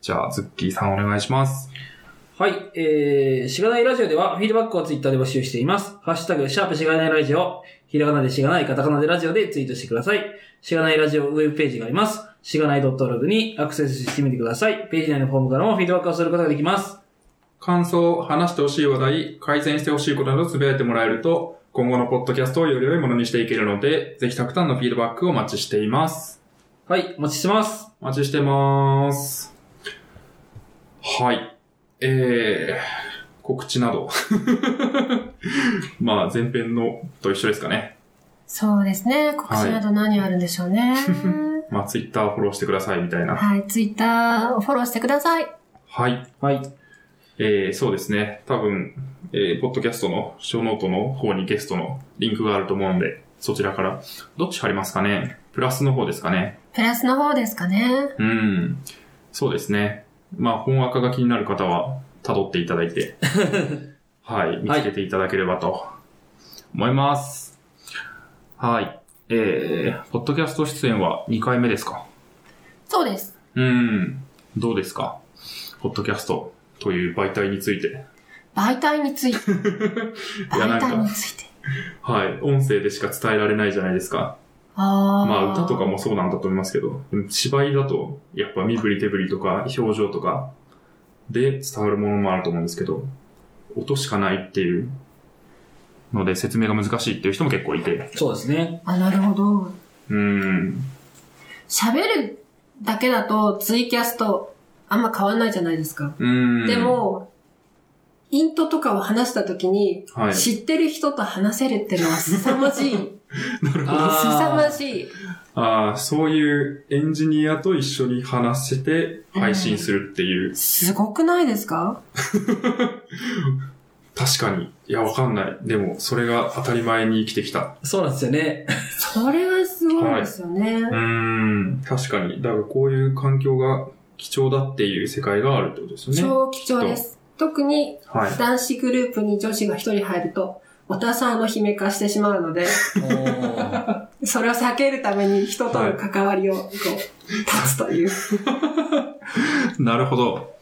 S1: じゃあ、ズッキーさんお願いします。
S4: はい、えー、しがないラジオではフィードバックをツイッターで募集しています。ハッシュタグ、シャープしがないラジオ、ひらがなでしがない、カタカナでラジオでツイートしてください。しがないラジオウェブページがあります。しがない .log にアクセスしてみてください。ページ内のフォームからもフィードバックをすることができます。
S1: 感想、話してほしい話題、改善してほしいことなどつぶやいてもらえると、今後のポッドキャストをより良いものにしていけるので、ぜひたくさんのフィードバックをお待ちしています。
S4: はい、お待ちしてます。
S1: お待ちしてます。はい。えー、告知など。 まあ、前編のと一緒ですかね。
S2: そうですね。告知など何あるんでしょうね。
S1: まあ、ツイッターフォローしてくださいみたいな。
S2: はい、ツイッターをフォローしてください。
S1: はい。
S4: はい。
S1: えー、そうですね。多分、えー、ポッドキャストの小ノートの方にゲストのリンクがあると思うんで、そちらから。どっち貼りますかねプラスの方ですかね。
S2: プラスの方ですかね。
S1: うん。そうですね。まあ、本赤が気になる方は、辿っていただいて、はい、見つけていただければと思います。はい。えー、ポッドキャスト出演は2回目ですか
S2: そうです。
S1: うん。どうですかポッドキャストという媒体について。
S2: 媒体について。
S1: いやな
S2: 媒
S1: んか
S2: 体について。
S1: はい。音声でしか伝えられないじゃないですか。
S2: ああ。
S1: まあ、歌とか。もそうなんだと思いますけど、でも芝居だと、やっぱ身振り手振りとか表情とかで伝わるものもあると思うんですけど、音しかないっていうので説明が難しいっていう人も結構いて。
S3: そうですね。
S2: あ、なるほど。
S1: うーん。
S2: 喋るだけだとツイキャストあんま変わんないじゃないですか。
S1: うーん。
S2: で、も、イントとかを話したときに、
S1: はい。
S2: 知ってる人と話せるってのは凄まじい。凄ま
S3: あ
S2: じい。
S1: ああ、そういうエンジニアと一緒に話して配信するっていう。
S2: すごくないですか
S1: 確かに。いや、わかんない。でも、それが当たり前に生きてきた。
S3: ーそうなんですよね。
S2: それはすごいですよね。
S1: うーん。確かに。だからこういう環境が貴重だっていう世界があるってことですよね。
S2: 超貴重です。特に
S1: はい。
S2: 男子グループに女子が一人入ると、おたさんの姫化してしまうので、
S3: おー
S2: それを避けるために人との関わりをこう、断つという。
S1: なるほど。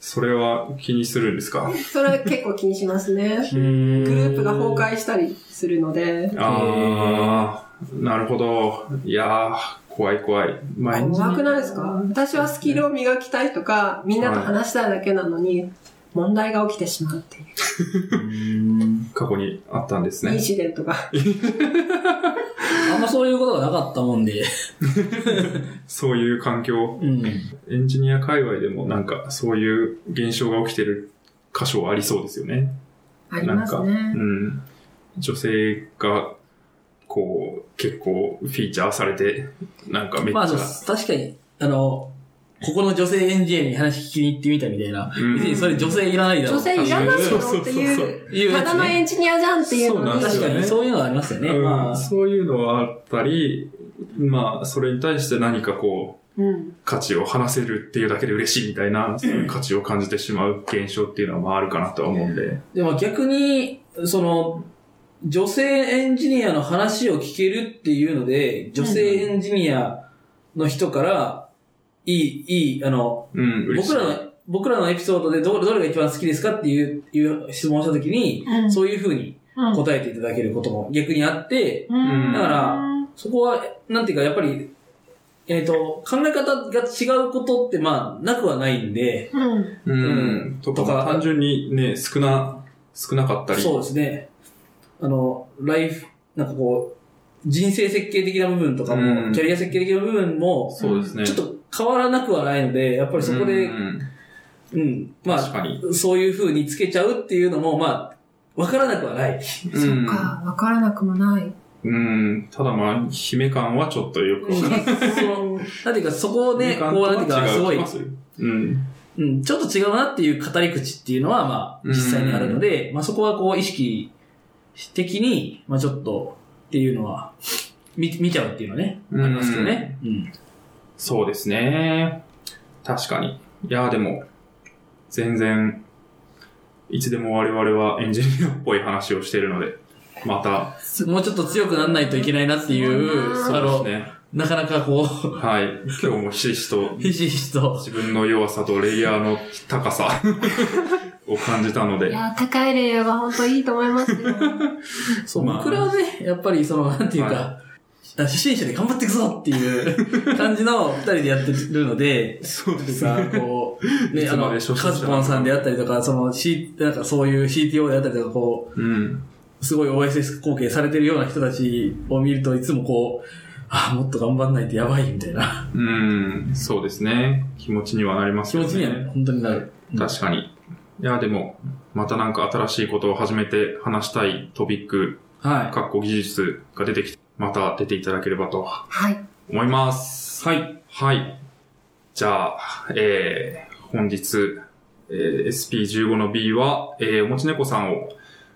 S1: それは気にするんですか
S2: それは結構気にしますね。グループが崩壊したりするので、
S1: ああ、なるほど。いやー、怖い怖い。まあ
S2: 怖くないですか私はスキルを磨きたいとか、みんなと話したいだけなのに、問題が起きてしまうっていう。
S1: 過去にあったんです
S2: イン
S1: ね。
S2: シデントが。
S3: あんまそういうことがなかったもんで。
S1: そういう環境、
S3: うん。
S1: エンジニア界隈でもなんかそういう現象が起きてる箇所はありそうですよね。
S2: ありますね
S1: う。ん。女性が、こう、結構フィーチャーされて、なんかめっちゃ。
S3: まあ、そう確かに、あの、ここの女性エンジニアに話聞きに行ってみたみたいな。
S1: うん
S3: 別にそれ女性いらないだろ
S2: 女
S3: う。
S2: 性いらない
S1: そ
S2: よ
S1: うそうそうそう
S2: っていう、
S3: いうや
S2: た
S3: つ
S2: だのエ
S3: ね。
S2: ンジニアじゃんっていうの
S1: そうなんです
S3: 確
S1: よ
S3: か
S1: ね
S3: に、そういうのはありますよね。
S1: うん
S3: まあ、
S1: そういうのはあったり、まあ、それに対して何かこう、
S2: うん。
S1: 価値を話せるっていうだけで嬉しいみたいな、そういう価値を感じてしまう現象っていうのはまああるかなとは思うんで。
S3: でも逆に、その、女性エンジニアの話を聞けるっていうので、女性エンジニアの人から、いい、いい、あの、
S1: うん、嬉しい。
S3: 僕らの、僕らのエピソードでどどれが一番好きですかっていう、いう質問をしたときに、
S2: うん
S3: そういうふうに
S2: うん
S3: 答えていただけることも逆にあって、
S1: うん
S3: だからそこは、なんていうか、やっぱり、えっ、と、考え方が違うことって、まあ、なくはないんで、
S2: うん。
S1: うん、
S3: うん
S1: とか、
S3: とか
S1: 単純にね、少な、少なかったり。
S3: そうですね。あの、ライフ、なんかこう、人生設計的な部分とかも、
S1: うん
S3: キャリア設計的な部分も、
S1: そうですね。
S3: ちょっと変わらなくはないので、やっぱりそこで、
S1: う
S3: うん、
S1: ん
S3: ま
S1: 確か
S3: あ、
S1: に。
S3: そういう風につけちゃうっていうのも、まあ、わからなくはない。
S2: そっか、わからなくもない。
S1: うん。ただまあ、姫感はちょっとよくわ
S3: そ
S1: かんない。
S3: の、なんていうか、そこをね、
S1: 姫
S3: こ
S1: 感
S3: う、
S1: とは
S3: なんていうか、すご
S1: 違う気
S3: い
S1: が、るうん。
S3: うん、ちょっと違うなっていう語り口っていうのは、まあ、実際にあるので、まあそこはこう、意識的に、まあちょっと、っていうのは、見、見ちゃうっていうのはね、ありますけどね。うん。
S1: そうですね。確かに。いや、でも、全然、いつでも我々はエンジニアっぽい話をしているので、また、
S3: もうちょっと強くならないといけないなってい、
S2: そうう
S3: あ
S1: です
S3: の、
S1: ね。
S3: なかなかこう、
S1: はい。今日もひしひしと、
S3: ひしひしと、
S1: 自分の弱さとレイヤーの高さ を感じたの
S2: い
S1: で、
S2: やー、高いレイヤーは本当いいと思いますよ。
S3: そう、
S1: まあ
S3: 僕らはね、やっぱりその、なんていう
S1: は
S3: か、あ初心者で頑張っていくぞって いう感じの二人でやってるので、
S1: そう
S3: とか、こう、
S1: い
S3: ね、
S1: つ
S3: あ
S1: ま
S3: の、
S1: で
S3: カ
S1: 初心者なの
S3: ズポンさんであったりとか、その、C、なんかそういう CTO であったりとか、こ
S1: うん。
S3: う、すごい OSS 貢献されてるような人たちを見るといつもこう、ああ、もっと頑張んないとやばい、みたいな
S1: うん、そうですね。気持ちにはなります
S3: 気
S1: よ
S3: 持
S1: ね。
S3: ちには本当になる。
S1: 確かに。いや、でも、またなんか新しいことを始めて話したいトピック、
S3: は
S1: かっこ技術が出てきて、また出ていただければと
S2: はい。
S1: 思います。
S3: い。はい。
S1: はい。じゃあ、えー、本日、えー SP15 の B は、えー、おもち猫さんを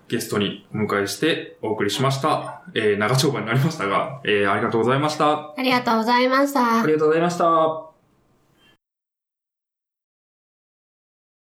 S1: ゲストにお迎えしてお送りしました。えー、長丁場になりましたが、えー、ありがとうございました。
S5: ありがとうございました
S4: あ。りがとうございました。